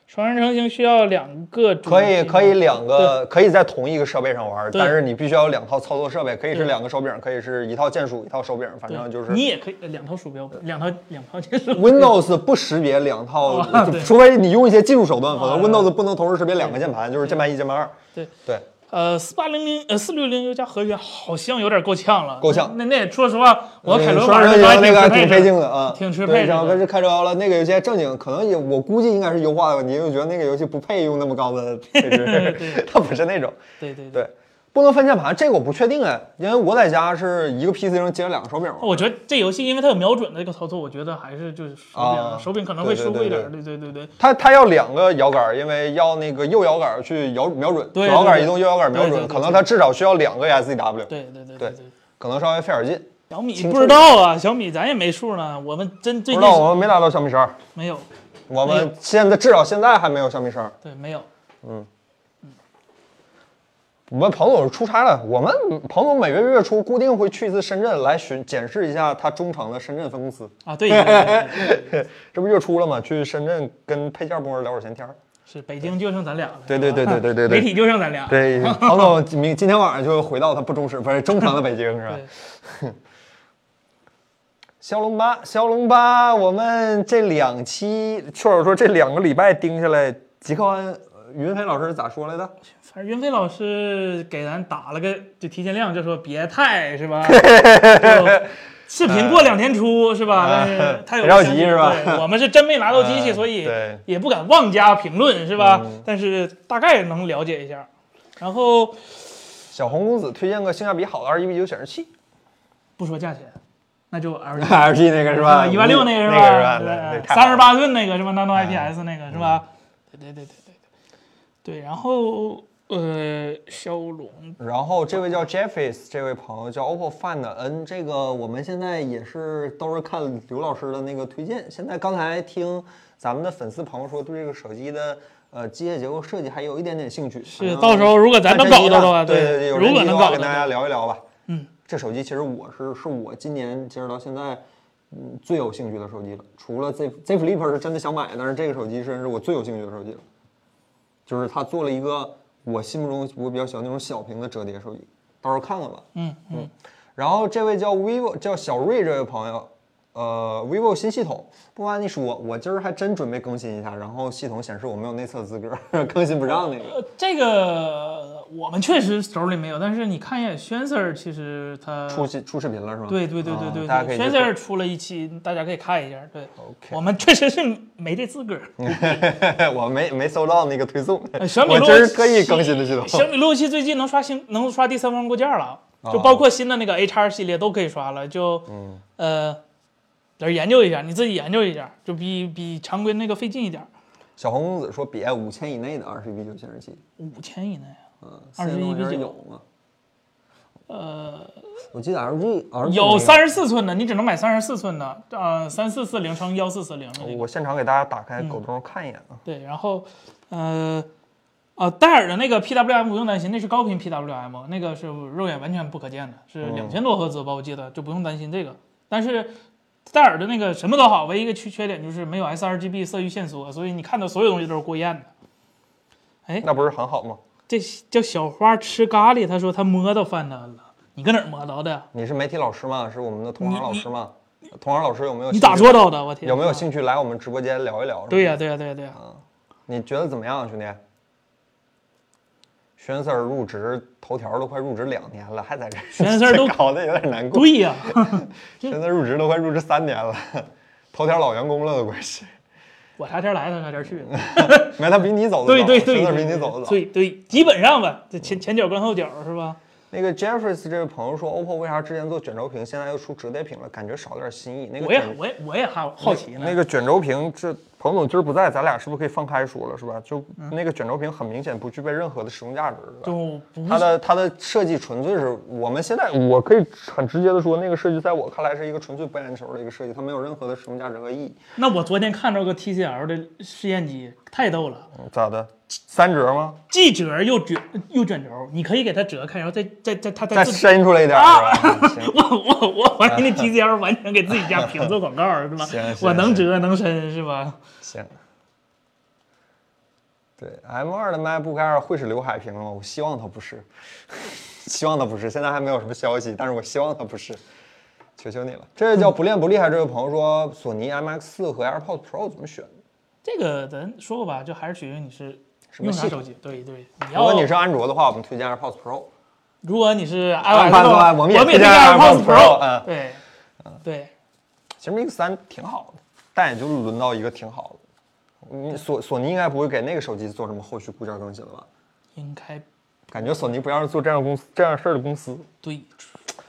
[SPEAKER 2] 双人成行需要两个主机，
[SPEAKER 1] 可以可以两个可以在同一个设备上玩，
[SPEAKER 2] 对
[SPEAKER 1] 但是你必须要有两套操作设备，可以是
[SPEAKER 2] 对
[SPEAKER 1] 两个手柄，可以是一套键鼠一套手柄，反
[SPEAKER 2] 对，
[SPEAKER 1] 正就是
[SPEAKER 2] 你也可以呃两套鼠标，两套两套键鼠标。
[SPEAKER 1] Windows 不识别两套，
[SPEAKER 2] 哦
[SPEAKER 1] 就
[SPEAKER 2] 对
[SPEAKER 1] 除非你用一些技术手段，否则
[SPEAKER 2] 哦
[SPEAKER 1] Windows 不能同时识别两个键盘，就是键盘一、键盘二。
[SPEAKER 2] 对
[SPEAKER 1] 对，
[SPEAKER 2] 呃，四八零零呃四六零 U 加合约好像有点够呛了，
[SPEAKER 1] 够呛
[SPEAKER 2] 那那那说实话，我
[SPEAKER 1] 嗯
[SPEAKER 2] 凯伦
[SPEAKER 1] 双
[SPEAKER 2] 玩
[SPEAKER 1] 人
[SPEAKER 2] 的时候还
[SPEAKER 1] 那个挺
[SPEAKER 2] 挺
[SPEAKER 1] 费
[SPEAKER 2] 费
[SPEAKER 1] 劲的啊，
[SPEAKER 2] 挺吃
[SPEAKER 1] 对
[SPEAKER 2] 配
[SPEAKER 1] 然后
[SPEAKER 2] 的。
[SPEAKER 1] 是开招了，那个游戏还正经，可能也我估计应该是优化的问题，因为我觉得那个游戏不配用那么高的配置
[SPEAKER 2] 对，
[SPEAKER 1] [laughs] 它不是那种。
[SPEAKER 2] 对对对，
[SPEAKER 1] 对，不能分键盘，这个我不确定哎，因为我在家是一个 PC 上接了两个手柄嘛。
[SPEAKER 2] 我觉得这游戏因为它有瞄准的这个操作，我觉得还是就是手
[SPEAKER 1] 啊
[SPEAKER 2] 柄手柄可能
[SPEAKER 1] 对
[SPEAKER 2] 会
[SPEAKER 1] 对
[SPEAKER 2] 舒服
[SPEAKER 1] 对
[SPEAKER 2] 一点儿。对对对对，
[SPEAKER 1] 它它要两个摇杆儿，因为要那个右摇杆儿去摇瞄准，左
[SPEAKER 2] 对
[SPEAKER 1] 摇杆儿
[SPEAKER 2] 对对
[SPEAKER 1] 移动，右摇杆儿瞄
[SPEAKER 2] 对
[SPEAKER 1] 准，
[SPEAKER 2] 对对
[SPEAKER 1] 可能它至少需要两个 SCW，
[SPEAKER 2] 对对对
[SPEAKER 1] 对
[SPEAKER 2] 对。
[SPEAKER 1] 可能稍微费点劲。
[SPEAKER 2] 小米
[SPEAKER 1] 清
[SPEAKER 2] 不
[SPEAKER 1] 楚
[SPEAKER 2] 知道啊，小米咱也没数呢。我们真
[SPEAKER 1] 不
[SPEAKER 2] 最
[SPEAKER 1] 知
[SPEAKER 2] 近哎
[SPEAKER 1] 道我们没拿到小米十二，
[SPEAKER 2] 没有，
[SPEAKER 1] 我
[SPEAKER 2] 没
[SPEAKER 1] 们
[SPEAKER 2] 有
[SPEAKER 1] 现在至少现在还没有小米十二。
[SPEAKER 2] 对没有。
[SPEAKER 1] 我们彭总是出差了，我们彭总每个月初固定会去一次深圳来巡检视一下他中诚的深圳分公司。
[SPEAKER 2] 啊，对，对对对
[SPEAKER 1] 这不月初了吗？去深圳跟配件部门聊会儿闲天儿。
[SPEAKER 2] 是北京就剩咱俩了。
[SPEAKER 1] 对对对对对对 [laughs] 对
[SPEAKER 2] 媒体就剩咱俩。
[SPEAKER 1] 对，彭总明今天晚上就回到他不忠实不是忠诚的北京是吧？
[SPEAKER 2] 对
[SPEAKER 1] [laughs] 骁龙八，骁龙八，我们这两期，或者说这两个礼拜盯下来，极客安呃云飞老师咋说来的？
[SPEAKER 2] 反正云飞老师给咱打了个就提前量，就说别太
[SPEAKER 1] [laughs]
[SPEAKER 2] 是吧？就视频过两天出是吧？但是他有
[SPEAKER 1] 别啊着急
[SPEAKER 2] 相信
[SPEAKER 1] 是吧
[SPEAKER 2] 对我们是真没拿到机器，
[SPEAKER 1] 嗯
[SPEAKER 2] 所以
[SPEAKER 1] 对嗯
[SPEAKER 2] 也不敢妄加评论是吧？但是大概能了解一下。然后
[SPEAKER 1] 小红公子推荐个性价比好的 2GB 九显示 [laughs] 器
[SPEAKER 2] 不说价钱，那就 L
[SPEAKER 1] ，LG 那个 [laughs] 是吧？
[SPEAKER 2] [laughs] 一万六那个
[SPEAKER 1] 是
[SPEAKER 2] 是
[SPEAKER 1] 吧？
[SPEAKER 2] 吧？
[SPEAKER 1] 那个
[SPEAKER 2] 三十，八寸那个是吧？Nano
[SPEAKER 1] 哎
[SPEAKER 2] IPS 那个是吧？
[SPEAKER 1] 嗯
[SPEAKER 2] 对对对对对对。对，然后呃，骁龙
[SPEAKER 1] 那个然后这位叫 Jeffis 这位朋友叫 OPPO Find N，这个我们现在也是都是看刘老师的那个推荐。现在刚才听咱们的粉丝朋友说，对这个手机的呃机械结构设计还有一点点兴趣。
[SPEAKER 2] 是到时候如果咱能
[SPEAKER 1] 看这一
[SPEAKER 2] 搞到的
[SPEAKER 1] 档
[SPEAKER 2] 话，
[SPEAKER 1] 对对，有
[SPEAKER 2] 如
[SPEAKER 1] 人
[SPEAKER 2] 果
[SPEAKER 1] 机的
[SPEAKER 2] 能
[SPEAKER 1] 话
[SPEAKER 2] 搞
[SPEAKER 1] 跟大
[SPEAKER 2] 到，
[SPEAKER 1] 家聊一聊吧。
[SPEAKER 2] 嗯，
[SPEAKER 1] 这手机其实我是是我今年截止到现在，嗯，最有兴趣的手机了。除了 Z Z Flip 是真的想买，但是这个手机真是我最有兴趣的手机了。就是它做了一个我心目中我比较喜欢那种小屏的折叠手机，到时候看看吧。
[SPEAKER 2] 嗯嗯，
[SPEAKER 1] 然后这位叫 vivo 叫小瑞这位朋友，呃 vivo 新系统。不瞒你说，我今儿还真准备更新一下，然后系统显示我没有内测资格， [laughs] 更新不上那个。
[SPEAKER 2] 呃，这个我们确实手里没有，但是你看一眼轩 Sir，其实他
[SPEAKER 1] 出视出视频了是吗？
[SPEAKER 2] 对对对对
[SPEAKER 1] 啊
[SPEAKER 2] 对
[SPEAKER 1] 大家可
[SPEAKER 2] 对，
[SPEAKER 1] 以
[SPEAKER 2] 轩
[SPEAKER 1] 去
[SPEAKER 2] Sir 出了一期，大家可以看一下。对
[SPEAKER 1] OK
[SPEAKER 2] 我们确实是没这资格。
[SPEAKER 1] [laughs] 我没没收到那个推送，
[SPEAKER 2] 呃小
[SPEAKER 1] [laughs]
[SPEAKER 2] 米
[SPEAKER 1] 我
[SPEAKER 2] 路
[SPEAKER 1] 这是特意更新的系
[SPEAKER 2] 小
[SPEAKER 1] 统。
[SPEAKER 2] 米路由器最近能刷新，能刷第三方构件了，就包括新的那个 HR 系列都可以刷了。就呃，在这研究一下，你自己研究一下，就比比常规那个费劲一点，
[SPEAKER 1] 小红公子说别五千以内的二十一比九显示器，
[SPEAKER 2] 五千以内啊。
[SPEAKER 1] 嗯，
[SPEAKER 2] 21比9
[SPEAKER 1] 4K 有吗？
[SPEAKER 2] 呃，
[SPEAKER 1] 我记得 LG
[SPEAKER 2] 有三十四寸的，你只能买三十四寸的，呃，三四四零乘幺四四零的那个。嗯
[SPEAKER 1] 我现场给大家打开狗东看一眼啊。
[SPEAKER 2] 对，然后，呃，啊，戴尔的那个 PWM 不用担心，那是高频 PWM，那个是肉眼完全不可见的，是
[SPEAKER 1] 哦
[SPEAKER 2] 两千多赫兹吧，我记得就不用担心这个。但是戴尔的那个什么都好，唯一一个缺缺点就是没有 sRGB 色域线索，所以你看到所有东西都是过艳的。
[SPEAKER 1] 那不是很好吗？
[SPEAKER 2] 这叫小花吃咖喱，他说他摸到范丹了，你搁哪儿摸到的？
[SPEAKER 1] 你是媒体老师吗？是我们的同行老师吗？同行老师有没有
[SPEAKER 2] 你
[SPEAKER 1] 兴趣？
[SPEAKER 2] 咋做到的？我天，
[SPEAKER 1] 有没有？兴趣来我们直播间聊一聊？
[SPEAKER 2] 对呀、对呀、对呀、对呀、
[SPEAKER 1] 你觉得怎么样，啊兄弟？轩 Sir 入职头条都快入职两年了，还在这儿，
[SPEAKER 2] 轩
[SPEAKER 1] [laughs]
[SPEAKER 2] Sir 都
[SPEAKER 1] 搞得有点难过。
[SPEAKER 2] 对呀、
[SPEAKER 1] 啊轩 Sir 入职都快入职三年了， [laughs] 头条老员工了都快是。
[SPEAKER 2] [laughs]
[SPEAKER 1] [laughs]
[SPEAKER 2] 我啥天来他啥天去。
[SPEAKER 1] 没，他比你走的
[SPEAKER 2] 对
[SPEAKER 1] 早，
[SPEAKER 2] 对对，
[SPEAKER 1] 轩 Sir
[SPEAKER 2] 对
[SPEAKER 1] 比你走的早。
[SPEAKER 2] 对对，基本上吧，这前前脚跟后脚是吧？
[SPEAKER 1] 那个 Jeffries 这位朋友说，OPPO 为啥之前做卷轴屏，现在又出折叠屏了？感觉少了点新意。那个
[SPEAKER 2] 我也
[SPEAKER 1] 卷
[SPEAKER 2] 我也我也好好奇
[SPEAKER 1] 嗯
[SPEAKER 2] 啊嗯
[SPEAKER 1] 那
[SPEAKER 2] 呢。
[SPEAKER 1] 个卷轴屏，这彭总今儿不在，咱俩是不是可以放开说了，是吧？
[SPEAKER 2] 嗯
[SPEAKER 1] 就那个卷轴屏很明显不具备任何的使用价值，是吧？
[SPEAKER 2] 就不
[SPEAKER 1] 它
[SPEAKER 2] 是
[SPEAKER 1] 的它的设计纯粹是我们现在我可以很直接的说，那个设计在我看来是一个纯粹博眼球的一个设计，它没有任何的使用价值和意义。
[SPEAKER 2] 那我昨天看着个 TCL 的试验机，太逗了，
[SPEAKER 1] 嗯咋的？三折吗？
[SPEAKER 2] 既折又卷又卷轴，你可以给它折开，然后再再再它
[SPEAKER 1] 再
[SPEAKER 2] 再自。
[SPEAKER 1] 伸出来一点儿，是吧？行，
[SPEAKER 2] 我 [laughs] 我我怀疑那 TCL 完全给自己家屏做广告是
[SPEAKER 1] [laughs]
[SPEAKER 2] 吧
[SPEAKER 1] 行？行
[SPEAKER 2] 我能折能伸是吧？
[SPEAKER 1] 行。对，M 二的 MacBook Air 会是刘海屏吗？我希望它不是， [laughs] 希望它不是。现在还没有什么消息，但是我希望它不是。求求你了！这叫不练不厉害。这位朋友说，索尼 MX 四和 AirPods Pro 怎么选？
[SPEAKER 2] 这个咱说过吧，就还是取决于你是
[SPEAKER 1] 什么
[SPEAKER 2] 用啥
[SPEAKER 1] 系
[SPEAKER 2] 手
[SPEAKER 1] 统
[SPEAKER 2] 机。对对，你
[SPEAKER 1] 如
[SPEAKER 2] 要
[SPEAKER 1] 果你是安卓的话，我们推荐 AirPods Pro。
[SPEAKER 2] 如果你是 iOS 的话，
[SPEAKER 1] iPad
[SPEAKER 2] 我
[SPEAKER 1] 我
[SPEAKER 2] 们
[SPEAKER 1] 们
[SPEAKER 2] 也
[SPEAKER 1] 也
[SPEAKER 2] 推
[SPEAKER 1] 推
[SPEAKER 2] 荐
[SPEAKER 1] 荐
[SPEAKER 2] iPods
[SPEAKER 1] iPods
[SPEAKER 2] Pro，
[SPEAKER 1] Pro，嗯
[SPEAKER 2] 对，对，
[SPEAKER 1] 其实 Mix 三挺好的，但也就轮到一个挺好的。你索索尼应该不会给那个手机做什么后续固件更新了吧？
[SPEAKER 2] 应该
[SPEAKER 1] 感觉索尼不像是做这样公司这样事儿的公司。
[SPEAKER 2] 对，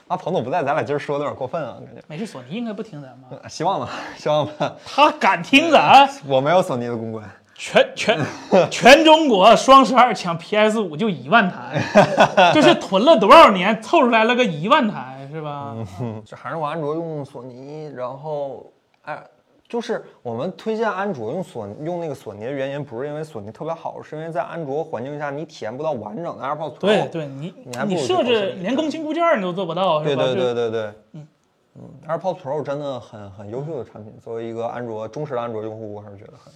[SPEAKER 1] 啊，彭总不在，咱俩今儿说的有点过分啊，感觉。
[SPEAKER 2] 没事，索尼应该不听咱吧？
[SPEAKER 1] 希望吧，希望吧。
[SPEAKER 2] 他敢听咱，
[SPEAKER 1] 我没有索尼的公关，
[SPEAKER 2] 全全全中国双十二抢 PS 五就一万台，就是囤了多少年，凑出来了个一万台，是吧？
[SPEAKER 1] 嗯这还是我安卓用索尼，然后哎，就是我们推荐安卓用索用那个索尼的原因，不是因为索尼特别好，是因为在安卓环境下你体验不到完整的 AirPods Pro。
[SPEAKER 2] 对对，哦你
[SPEAKER 1] 你还不
[SPEAKER 2] 你
[SPEAKER 1] 如去
[SPEAKER 2] 设
[SPEAKER 1] 搞
[SPEAKER 2] 置
[SPEAKER 1] 索尼
[SPEAKER 2] 连更新固件你都做不到，是
[SPEAKER 1] 对
[SPEAKER 2] 吧？
[SPEAKER 1] 对
[SPEAKER 2] 就
[SPEAKER 1] 对对对，嗯嗯，AirPods Pro 真的很很优秀的产品。作为一个安卓忠实的安卓用户，我还是觉得很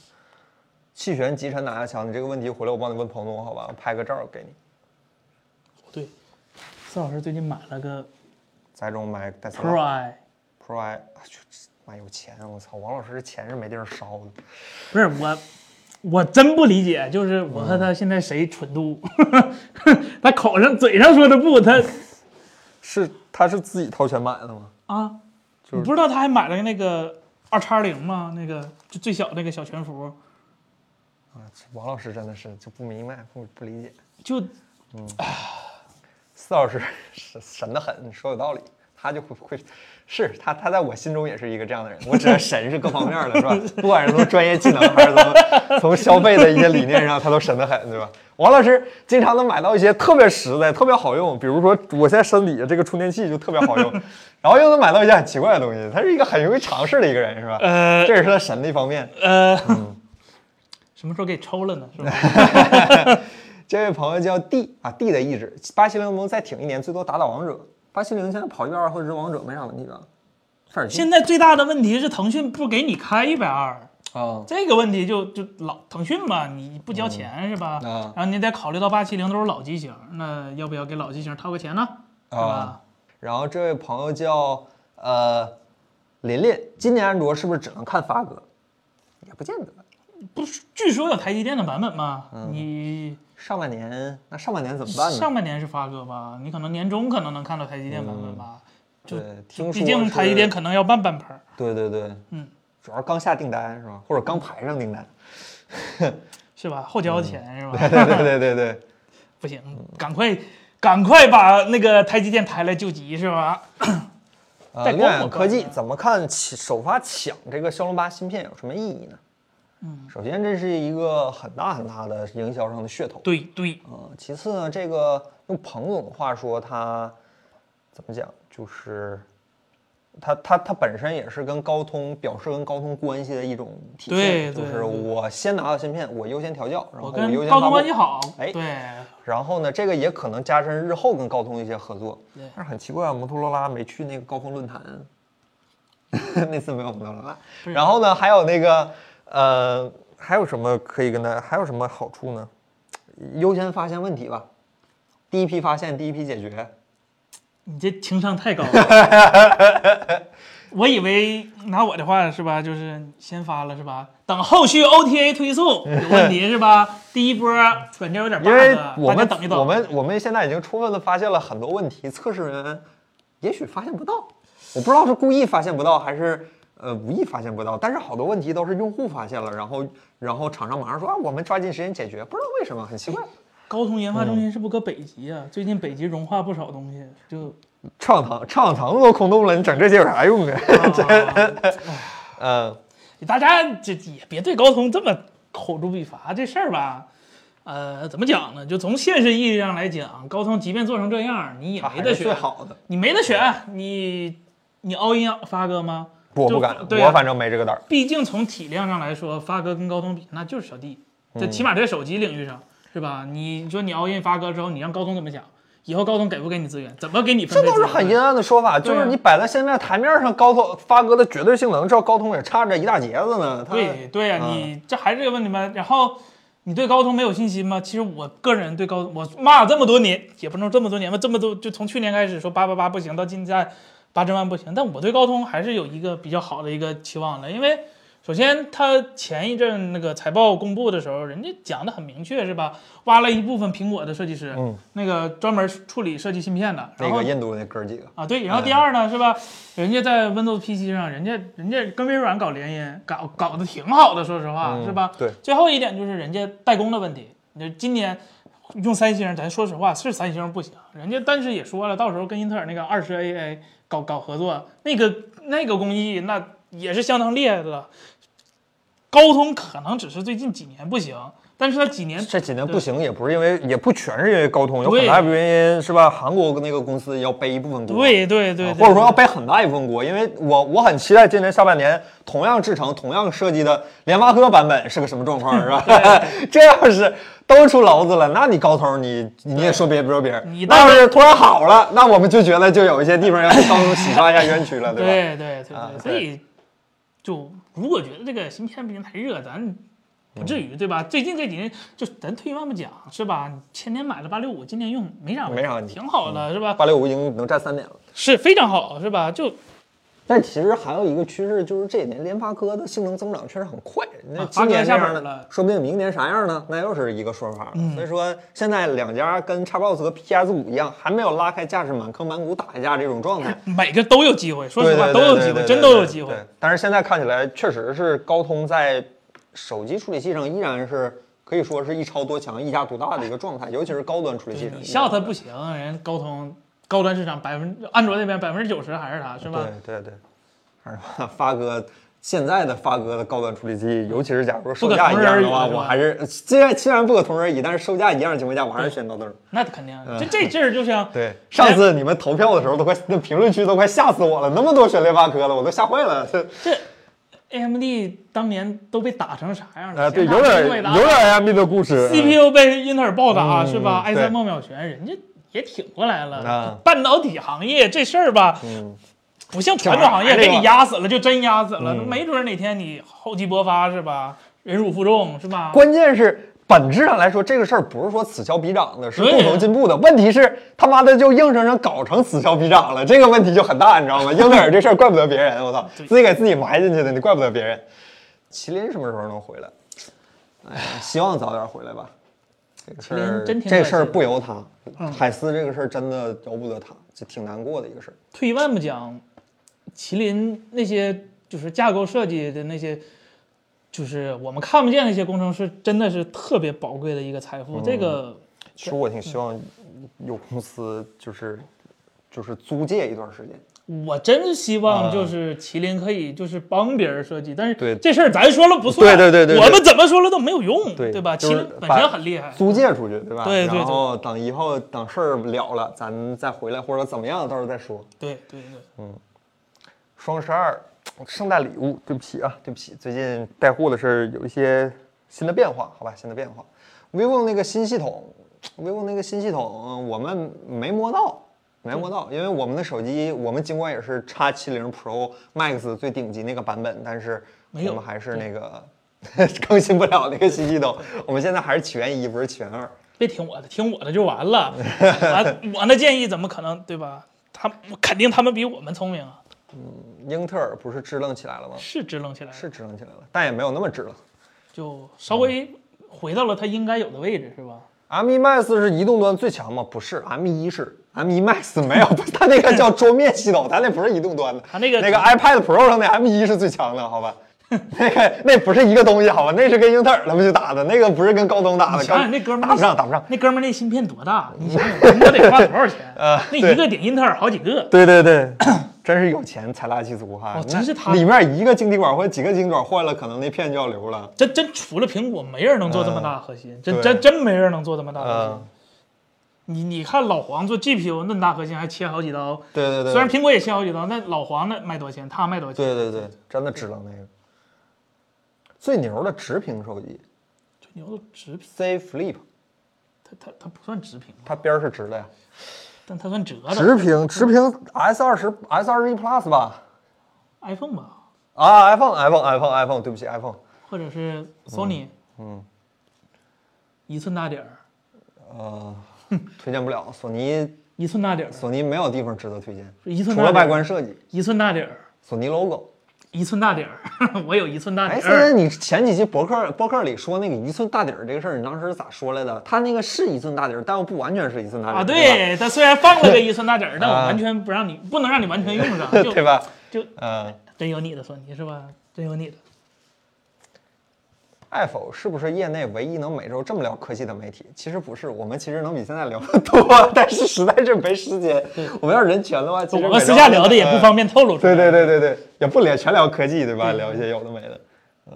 [SPEAKER 1] 气旋集成哪家强？你这个问题回来我帮你问彭总好吧？我拍个照给你。
[SPEAKER 2] 对。孙老师最近买了个
[SPEAKER 1] 在中买 p
[SPEAKER 2] Pro I，
[SPEAKER 1] Pro I，哎呦妈有钱！啊我操，王老师这钱是没地儿烧的。
[SPEAKER 2] 不是我，我真不理解，就是我
[SPEAKER 1] 嗯
[SPEAKER 2] 和他现在谁蠢度？ [laughs] 他口上嘴上说的
[SPEAKER 1] [laughs]
[SPEAKER 2] 不，他
[SPEAKER 1] 是他是自己掏钱买的吗？
[SPEAKER 2] 啊，你不知道他还买了那个二叉零吗？那个就最小那个小全幅，
[SPEAKER 1] 啊，这王老师真的是就不明白，不不理解。
[SPEAKER 2] 就
[SPEAKER 1] 四老师神神的很，你说有道理，他就会会是他他在我心中也是一个这样的人，我只是神是各方面的，是吧？不管是从专业技能还是从从消费的一些理念上，他都神的很，对吧？王老师经常能买到一些特别实在、特别好用，比如说我现在身底下这个充电器就特别好用，然后又能买到一些很奇怪的东西，他是一个很容易尝试的一个人，是吧？
[SPEAKER 2] 呃
[SPEAKER 1] 这也是他神的一方面。
[SPEAKER 2] 呃，
[SPEAKER 1] 嗯
[SPEAKER 2] [laughs] 什么时候给抽了呢？是吧？
[SPEAKER 1] [laughs] 这位朋友叫 D 啊，D 的意志，八七零能不能再挺一年，最多打打王者？八七零现在跑一百二或者是王者没啥问题吧？费尔
[SPEAKER 2] 现在最大的问题是腾讯不给你开一百二，
[SPEAKER 1] 啊，
[SPEAKER 2] 这个问题就就老腾讯嘛，你不交钱是吧？
[SPEAKER 1] 啊
[SPEAKER 2] 然后你得考虑到八七零都是老机型，那要不要给
[SPEAKER 1] 啊
[SPEAKER 2] 老机型掏个钱呢？是吧？
[SPEAKER 1] 然后这位朋友叫呃琳琳，今年安卓是不是只能看发哥？也不见得，
[SPEAKER 2] 不是，据说有台积电的版本嘛？
[SPEAKER 1] 嗯
[SPEAKER 2] 你
[SPEAKER 1] 上半年那上半年怎么办呢？
[SPEAKER 2] 上半年是发哥吧？你可能年终可能能看到台积电版本吧？就
[SPEAKER 1] 对嗯听
[SPEAKER 2] 毕
[SPEAKER 1] 说
[SPEAKER 2] 竟台积电
[SPEAKER 1] 是
[SPEAKER 2] 可能要办半盘儿。
[SPEAKER 1] 对对对，
[SPEAKER 2] 嗯，
[SPEAKER 1] 主要是刚下订单是吧？或者刚排上
[SPEAKER 2] [laughs]
[SPEAKER 1] 订单？
[SPEAKER 2] 是吧？后交钱、是吧？
[SPEAKER 1] 对对对对对，
[SPEAKER 2] 不行，赶快赶快把那个台积电抬来救急是吧？
[SPEAKER 1] 呃，
[SPEAKER 2] 在
[SPEAKER 1] 亮
[SPEAKER 2] 光
[SPEAKER 1] 眼
[SPEAKER 2] 火
[SPEAKER 1] 科
[SPEAKER 2] 端
[SPEAKER 1] 技
[SPEAKER 2] 呢
[SPEAKER 1] 怎么看其首发抢这个骁龙八芯片有什么意义呢？嗯，首先这是一个很大很大的营销上的噱头，
[SPEAKER 2] 对对，
[SPEAKER 1] 嗯，其次呢，这个用彭总的话说，它怎么讲，就是它它它本身也是跟高通表示跟高通关系的一种体现，
[SPEAKER 2] 对
[SPEAKER 1] 就
[SPEAKER 2] 对
[SPEAKER 1] 是
[SPEAKER 2] 对
[SPEAKER 1] 我先拿到芯片，我优先调教，然后我
[SPEAKER 2] 我跟
[SPEAKER 1] 优先
[SPEAKER 2] 高
[SPEAKER 1] 发
[SPEAKER 2] 通关系
[SPEAKER 1] 布。
[SPEAKER 2] 好，
[SPEAKER 1] 哎
[SPEAKER 2] 对，
[SPEAKER 1] 然后呢，这个也可能加深日后跟高通一些合作
[SPEAKER 2] 对。
[SPEAKER 1] 但是很奇怪啊，摩托罗拉没去那个高峰论坛， [laughs] 那次没有摩托罗拉。
[SPEAKER 2] 是
[SPEAKER 1] 然后呢，还有那个呃，还有什么可以跟大还有什么好处呢？优先发现问题吧，第一批发现，第一批解决。
[SPEAKER 2] 你这情商太高了。
[SPEAKER 1] [laughs]
[SPEAKER 2] 我以为拿我的话是吧，就是先发了是吧？等后续 OTA 推送有问题是吧？第一波软件有点 bug，
[SPEAKER 1] 因为我
[SPEAKER 2] 大家
[SPEAKER 1] 们
[SPEAKER 2] 等一
[SPEAKER 1] 我
[SPEAKER 2] 等。
[SPEAKER 1] 们我们现在已经充分的发现了很多问题，测试人员也许发现不到，我不知道是故意发现不到还是呃无意发现不到，但是好多问题都是用户发现了，然后然后厂商马上说啊，我们抓紧时间解决，不知道为什么，很奇
[SPEAKER 2] 哎
[SPEAKER 1] 怪。
[SPEAKER 2] 高通研发中
[SPEAKER 1] 嗯
[SPEAKER 2] 心是不是搁北极啊？最近北极融化不少东西，就
[SPEAKER 1] 创堂创堂都空洞了，你整 [laughs] 这些有啥用啊？
[SPEAKER 2] 啊
[SPEAKER 1] 嗯，
[SPEAKER 2] 大家这也别对高通这么口诛笔伐这事儿吧。呃，怎么讲呢？就从现实意义上来讲，高通即便做成这样，你也
[SPEAKER 1] 它
[SPEAKER 2] 没
[SPEAKER 1] 啊还
[SPEAKER 2] 得
[SPEAKER 1] 是哎最
[SPEAKER 2] 选，
[SPEAKER 1] 好的，
[SPEAKER 2] 你没得选，你你 all in 啊发哥吗？
[SPEAKER 1] 我
[SPEAKER 2] 就
[SPEAKER 1] 不敢，
[SPEAKER 2] 对啊
[SPEAKER 1] 我反正没这个胆儿。
[SPEAKER 2] 毕竟从体量上来说，发哥跟高通比，那就是小弟。
[SPEAKER 1] 嗯
[SPEAKER 2] 这起码在手机领域上，是吧？你说你 all in 发哥之后，你让高通怎么想？以后高通给不给你资源？怎么给你分
[SPEAKER 1] 这
[SPEAKER 2] 配
[SPEAKER 1] 倒
[SPEAKER 2] 资
[SPEAKER 1] 是
[SPEAKER 2] 源？
[SPEAKER 1] 很阴暗的说法，就
[SPEAKER 2] 对
[SPEAKER 1] 是
[SPEAKER 2] 啊
[SPEAKER 1] 你摆在现在台面上，高通发哥的绝对性能，这高通也差着一大截子呢。它
[SPEAKER 2] 对对呀、
[SPEAKER 1] 嗯
[SPEAKER 2] 你这还是这个问题吗？然后你对高通没有信心吗？其实我个人对高，我骂了这么多年，也不能说这么多年吧，这么多就从去年开始说八八八不行，到现在八千万不行，但我对高通还是有一个比较好的一个期望的，因为首先它前一阵那个财报公布的时候，人家讲的很明确是吧？挖了一部分苹果的设计师，
[SPEAKER 1] 嗯
[SPEAKER 2] 那个专门处理设计芯片的，然
[SPEAKER 1] 那
[SPEAKER 2] 后
[SPEAKER 1] 个印度那哥几个，
[SPEAKER 2] 啊，对，然后第二呢，是吧？人家在 Windows PC 上，人家人家跟微软搞联姻，搞搞得挺好的，说实话，
[SPEAKER 1] 嗯
[SPEAKER 2] 啊是吧？
[SPEAKER 1] 对，
[SPEAKER 2] 最后一点就是人家代工的问题，你今年用三星，咱说实话是三星不行，人家但是也说了，到时候跟英特尔那个二十 AA 搞搞合作，那个那个工艺那也是相当厉害的了。高通可能只是最近几年不行，但是它几年
[SPEAKER 1] 这几年不行，也不是因为，也不全是因为高通，有很
[SPEAKER 2] 嗯对
[SPEAKER 1] 大一部分原因是吧？韩国那个公司要背一部分锅，
[SPEAKER 2] 对对对，
[SPEAKER 1] 啊
[SPEAKER 2] 对
[SPEAKER 1] 或者说要背很大一部分锅，因为我我很期待今年下半年同样制成、同样设计的联发科版本是个什么状况，是吧？ [laughs] 这要是都出娄子了，那你高通你你也说别不说别人，
[SPEAKER 2] 你
[SPEAKER 1] 那要是突然好了，那我们就觉得就有一些地方要被高通洗刷一下冤屈了，对吧？
[SPEAKER 2] 对对对对，
[SPEAKER 1] 啊
[SPEAKER 2] 所以就如果觉得这个芯片毕竟太热，咱
[SPEAKER 1] 嗯
[SPEAKER 2] 不至于对吧？最近这几年就咱退一万步讲是吧？前年买了八六五，今年用没啥
[SPEAKER 1] 没啥问题嗯
[SPEAKER 2] 挺好的是吧？
[SPEAKER 1] 八六五已经能占三点了。
[SPEAKER 2] 是非常好是吧？就
[SPEAKER 1] 但其实还有一个趋势，就是这几年联发科的性能增长确实很快。那
[SPEAKER 2] 啊
[SPEAKER 1] 今年这
[SPEAKER 2] 发
[SPEAKER 1] 样呢，
[SPEAKER 2] 哥下本了嗯
[SPEAKER 1] 说不定明年啥样呢？那又是一个说法了。所以说，现在两家跟 Xbox 和 PS 五一样，还没有拉开架势，满坑满谷打一架这种状态。
[SPEAKER 2] 每个都有机会， [laughs] 说实话
[SPEAKER 1] 对对
[SPEAKER 2] 都
[SPEAKER 1] 对
[SPEAKER 2] 有
[SPEAKER 1] 对
[SPEAKER 2] 机
[SPEAKER 1] 对
[SPEAKER 2] 会，
[SPEAKER 1] 对
[SPEAKER 2] 真都有机会
[SPEAKER 1] 对。但是现在看起来，确实是高通在手机处理器上依然是可以说是一超多强、一家独大的一个状态，尤其是高端处理器上。
[SPEAKER 2] 你笑它不行，人高通高端市场百分安卓那边百分之九十还是它是吧？
[SPEAKER 1] 对对对，还是吧 [laughs] 发哥现在的发哥的高端处理器，尤其是假如说售
[SPEAKER 2] 不可
[SPEAKER 1] 价
[SPEAKER 2] 同
[SPEAKER 1] 一
[SPEAKER 2] 日
[SPEAKER 1] 样
[SPEAKER 2] 而
[SPEAKER 1] 的
[SPEAKER 2] 语
[SPEAKER 1] 话，
[SPEAKER 2] 了是
[SPEAKER 1] 我
[SPEAKER 2] 吧
[SPEAKER 1] 还是虽然虽然不可同日而语，但是售价一样的情况下，我还是选高端。
[SPEAKER 2] 那肯定，这这劲儿就像
[SPEAKER 1] 嗯对，上次你们投票的时候都快，那评论区都快吓死我了，那么多选联发科的，我都吓坏了。 [laughs] 这
[SPEAKER 2] AMD 当年都被打成啥样了？
[SPEAKER 1] 啊，对，
[SPEAKER 2] 前
[SPEAKER 1] 有
[SPEAKER 2] 大
[SPEAKER 1] 点
[SPEAKER 2] 后尾大
[SPEAKER 1] 有点 AMD 的故事。
[SPEAKER 2] CPU 被英特尔暴打、
[SPEAKER 1] 嗯
[SPEAKER 2] 是吧？i
[SPEAKER 1] 对
[SPEAKER 2] 三冒秒拳，人家也挺过来了。
[SPEAKER 1] 啊嗯
[SPEAKER 2] 半导体行业这事儿吧，不像传统行业
[SPEAKER 1] 这玩意儿
[SPEAKER 2] 给你压死了就真
[SPEAKER 1] 嗯
[SPEAKER 2] 压死了，没准哪天你厚积薄发是吧？忍辱负重是吧？
[SPEAKER 1] 关键是本质上来说，这个事儿不是说此消彼长的，是
[SPEAKER 2] 对
[SPEAKER 1] 共同进步的。问题是他妈的就硬生生搞成此消彼长了，这个问题就很大，你知
[SPEAKER 2] [laughs]
[SPEAKER 1] 道吗？英特尔这事儿怪不得别人，我操，自己给自己埋进去的，你怪不得别人。麒麟什么时候能回来？哎呀，希望早点回来吧。这个事
[SPEAKER 2] 麒麟
[SPEAKER 1] 儿，
[SPEAKER 2] 真挺
[SPEAKER 1] 这事儿
[SPEAKER 2] 可惜
[SPEAKER 1] 不由他，
[SPEAKER 2] 嗯
[SPEAKER 1] 海思这个事儿真的由不得他，就挺难过的一个事儿。
[SPEAKER 2] 退一万步讲，麒麟那些就是架构设计的那些，就是我们看不见那些工程师，真的是特别宝贵的一个财富。
[SPEAKER 1] 嗯
[SPEAKER 2] 这个
[SPEAKER 1] 其实我挺希望有公司就是就是租借一段时间。
[SPEAKER 2] 我真希望就是麒麟可以就是帮别人设计，但
[SPEAKER 1] 啊对
[SPEAKER 2] 是这事儿咱说了不算，
[SPEAKER 1] 对对对对对
[SPEAKER 2] 我们怎么说了都没有用，
[SPEAKER 1] 对
[SPEAKER 2] 吧？
[SPEAKER 1] 就
[SPEAKER 2] 麒
[SPEAKER 1] 是
[SPEAKER 2] 麟本
[SPEAKER 1] 把
[SPEAKER 2] 身很厉害，
[SPEAKER 1] 租借出去，对吧？
[SPEAKER 2] 对对对
[SPEAKER 1] 然后等以后等事儿了了，咱再回来，或者怎么样，到时候再说。
[SPEAKER 2] 对对对，
[SPEAKER 1] 双十二，圣诞礼物，对不起啊，对不起，最近带货的事儿有一些新的变化，好吧，新的变化。vivo 那个新系统，vivo 那个新系统，我们没摸到，没摸到，因为我们的手机，我们尽管也是 x 7 0 Pro Max 最顶级那个版本，但是我
[SPEAKER 2] 没有
[SPEAKER 1] 们还是那个 [laughs] 更新不了那个新系统，我们现在还是起源一，不是起源二。
[SPEAKER 2] 别听我的，听我的就
[SPEAKER 1] [laughs]
[SPEAKER 2] 完了。啊我我那建议怎么可能对吧？他肯定他们比我们聪明啊，
[SPEAKER 1] 英特尔不是支棱起来了吗？
[SPEAKER 2] 是支棱起来了，
[SPEAKER 1] 是支棱起来了，但也没有那么支棱。
[SPEAKER 2] 就稍微回到了它应该有的位置，是吧？
[SPEAKER 1] M1 Max 是移动端最强吗？不是，M1 是 M1 Max 没有， [laughs] 不是它那个叫桌面系统，它那不是移动端的。
[SPEAKER 2] 它那个
[SPEAKER 1] 那个 iPad Pro 上的 M1 是最强的，好吧？ [laughs] 那个那不是一个东西，好吧？那是跟英特尔他们去打的，那个不是跟高通打的。
[SPEAKER 2] 你想
[SPEAKER 1] 高
[SPEAKER 2] 想那哥们儿
[SPEAKER 1] 打不上，打不上。
[SPEAKER 2] 那哥们儿那芯片
[SPEAKER 1] [laughs]
[SPEAKER 2] 多大？你想想，我得花多少钱？
[SPEAKER 1] 呃
[SPEAKER 2] 那
[SPEAKER 1] 对
[SPEAKER 2] 一个顶英特尔好几个。
[SPEAKER 1] 对对
[SPEAKER 2] [coughs]
[SPEAKER 1] 对，真是有钱才拉起足哈。那
[SPEAKER 2] 哦真是他
[SPEAKER 1] 里面一个晶体管或者几个晶体管坏了，可能那片就要流了。
[SPEAKER 2] 真真除了苹果，没人能做这么大的核心，真
[SPEAKER 1] 对
[SPEAKER 2] 真真没人能做这么大的核心。
[SPEAKER 1] 嗯，
[SPEAKER 2] 你你看老黄做 GPU 那么大核心还切好几刀，
[SPEAKER 1] 对对对。
[SPEAKER 2] 虽然苹果也切好几刀，那老黄那卖多少钱？他卖多少钱？
[SPEAKER 1] 对对对，真的知道那个。最牛的直屏手机
[SPEAKER 2] 吹牛的直屏，
[SPEAKER 1] C Flip，
[SPEAKER 2] 它它它不算直屏吧，
[SPEAKER 1] 它边儿是直的呀。
[SPEAKER 2] 但它算折的
[SPEAKER 1] 直屏，直屏 S 二十 S 二十一 Plus 吧？
[SPEAKER 2] iPhone 吧，
[SPEAKER 1] 啊，iPhone iPhone iPhone iPhone，对不起 iPhone。
[SPEAKER 2] 或者是 Sony，嗯，一寸大点儿，
[SPEAKER 1] 呃，推荐不了，索尼
[SPEAKER 2] 一寸大点儿，
[SPEAKER 1] 索尼没有地方值得推荐，
[SPEAKER 2] 一寸
[SPEAKER 1] 除
[SPEAKER 2] 大
[SPEAKER 1] 了
[SPEAKER 2] 点儿
[SPEAKER 1] 外观设计，
[SPEAKER 2] 一寸大点儿，
[SPEAKER 1] 索尼 logo。
[SPEAKER 2] 一寸大点儿， [laughs] 我有一寸大
[SPEAKER 1] 哎，
[SPEAKER 2] 点
[SPEAKER 1] 森
[SPEAKER 2] 儿。
[SPEAKER 1] 森，你前几期博客博客里说那个一寸大底儿这个事儿，你当时咋说来的？它那个是一寸大底儿，但又不完全是一寸大底儿
[SPEAKER 2] 啊，
[SPEAKER 1] 对吧
[SPEAKER 2] 对，它虽然放了个一寸大底儿，但我
[SPEAKER 1] 啊
[SPEAKER 2] 完全不让你，不能让你完全用上，
[SPEAKER 1] [laughs]
[SPEAKER 2] 就
[SPEAKER 1] 对吧？
[SPEAKER 2] 就
[SPEAKER 1] 嗯、
[SPEAKER 2] 真有你的索尼是吧？真有你的，
[SPEAKER 1] 爱否是不是业内唯一能每周这么聊科技的媒体？其实不是，我们其实能比现在聊的多， [laughs] 但是实在是没时间。我们要人全的话，其实
[SPEAKER 2] 我
[SPEAKER 1] 每
[SPEAKER 2] 们
[SPEAKER 1] 周
[SPEAKER 2] 私下聊的也不
[SPEAKER 1] 嗯
[SPEAKER 2] 方便透露出来。
[SPEAKER 1] 对对对对对，也不聊全聊科技对吧？聊一些有的没的，嗯。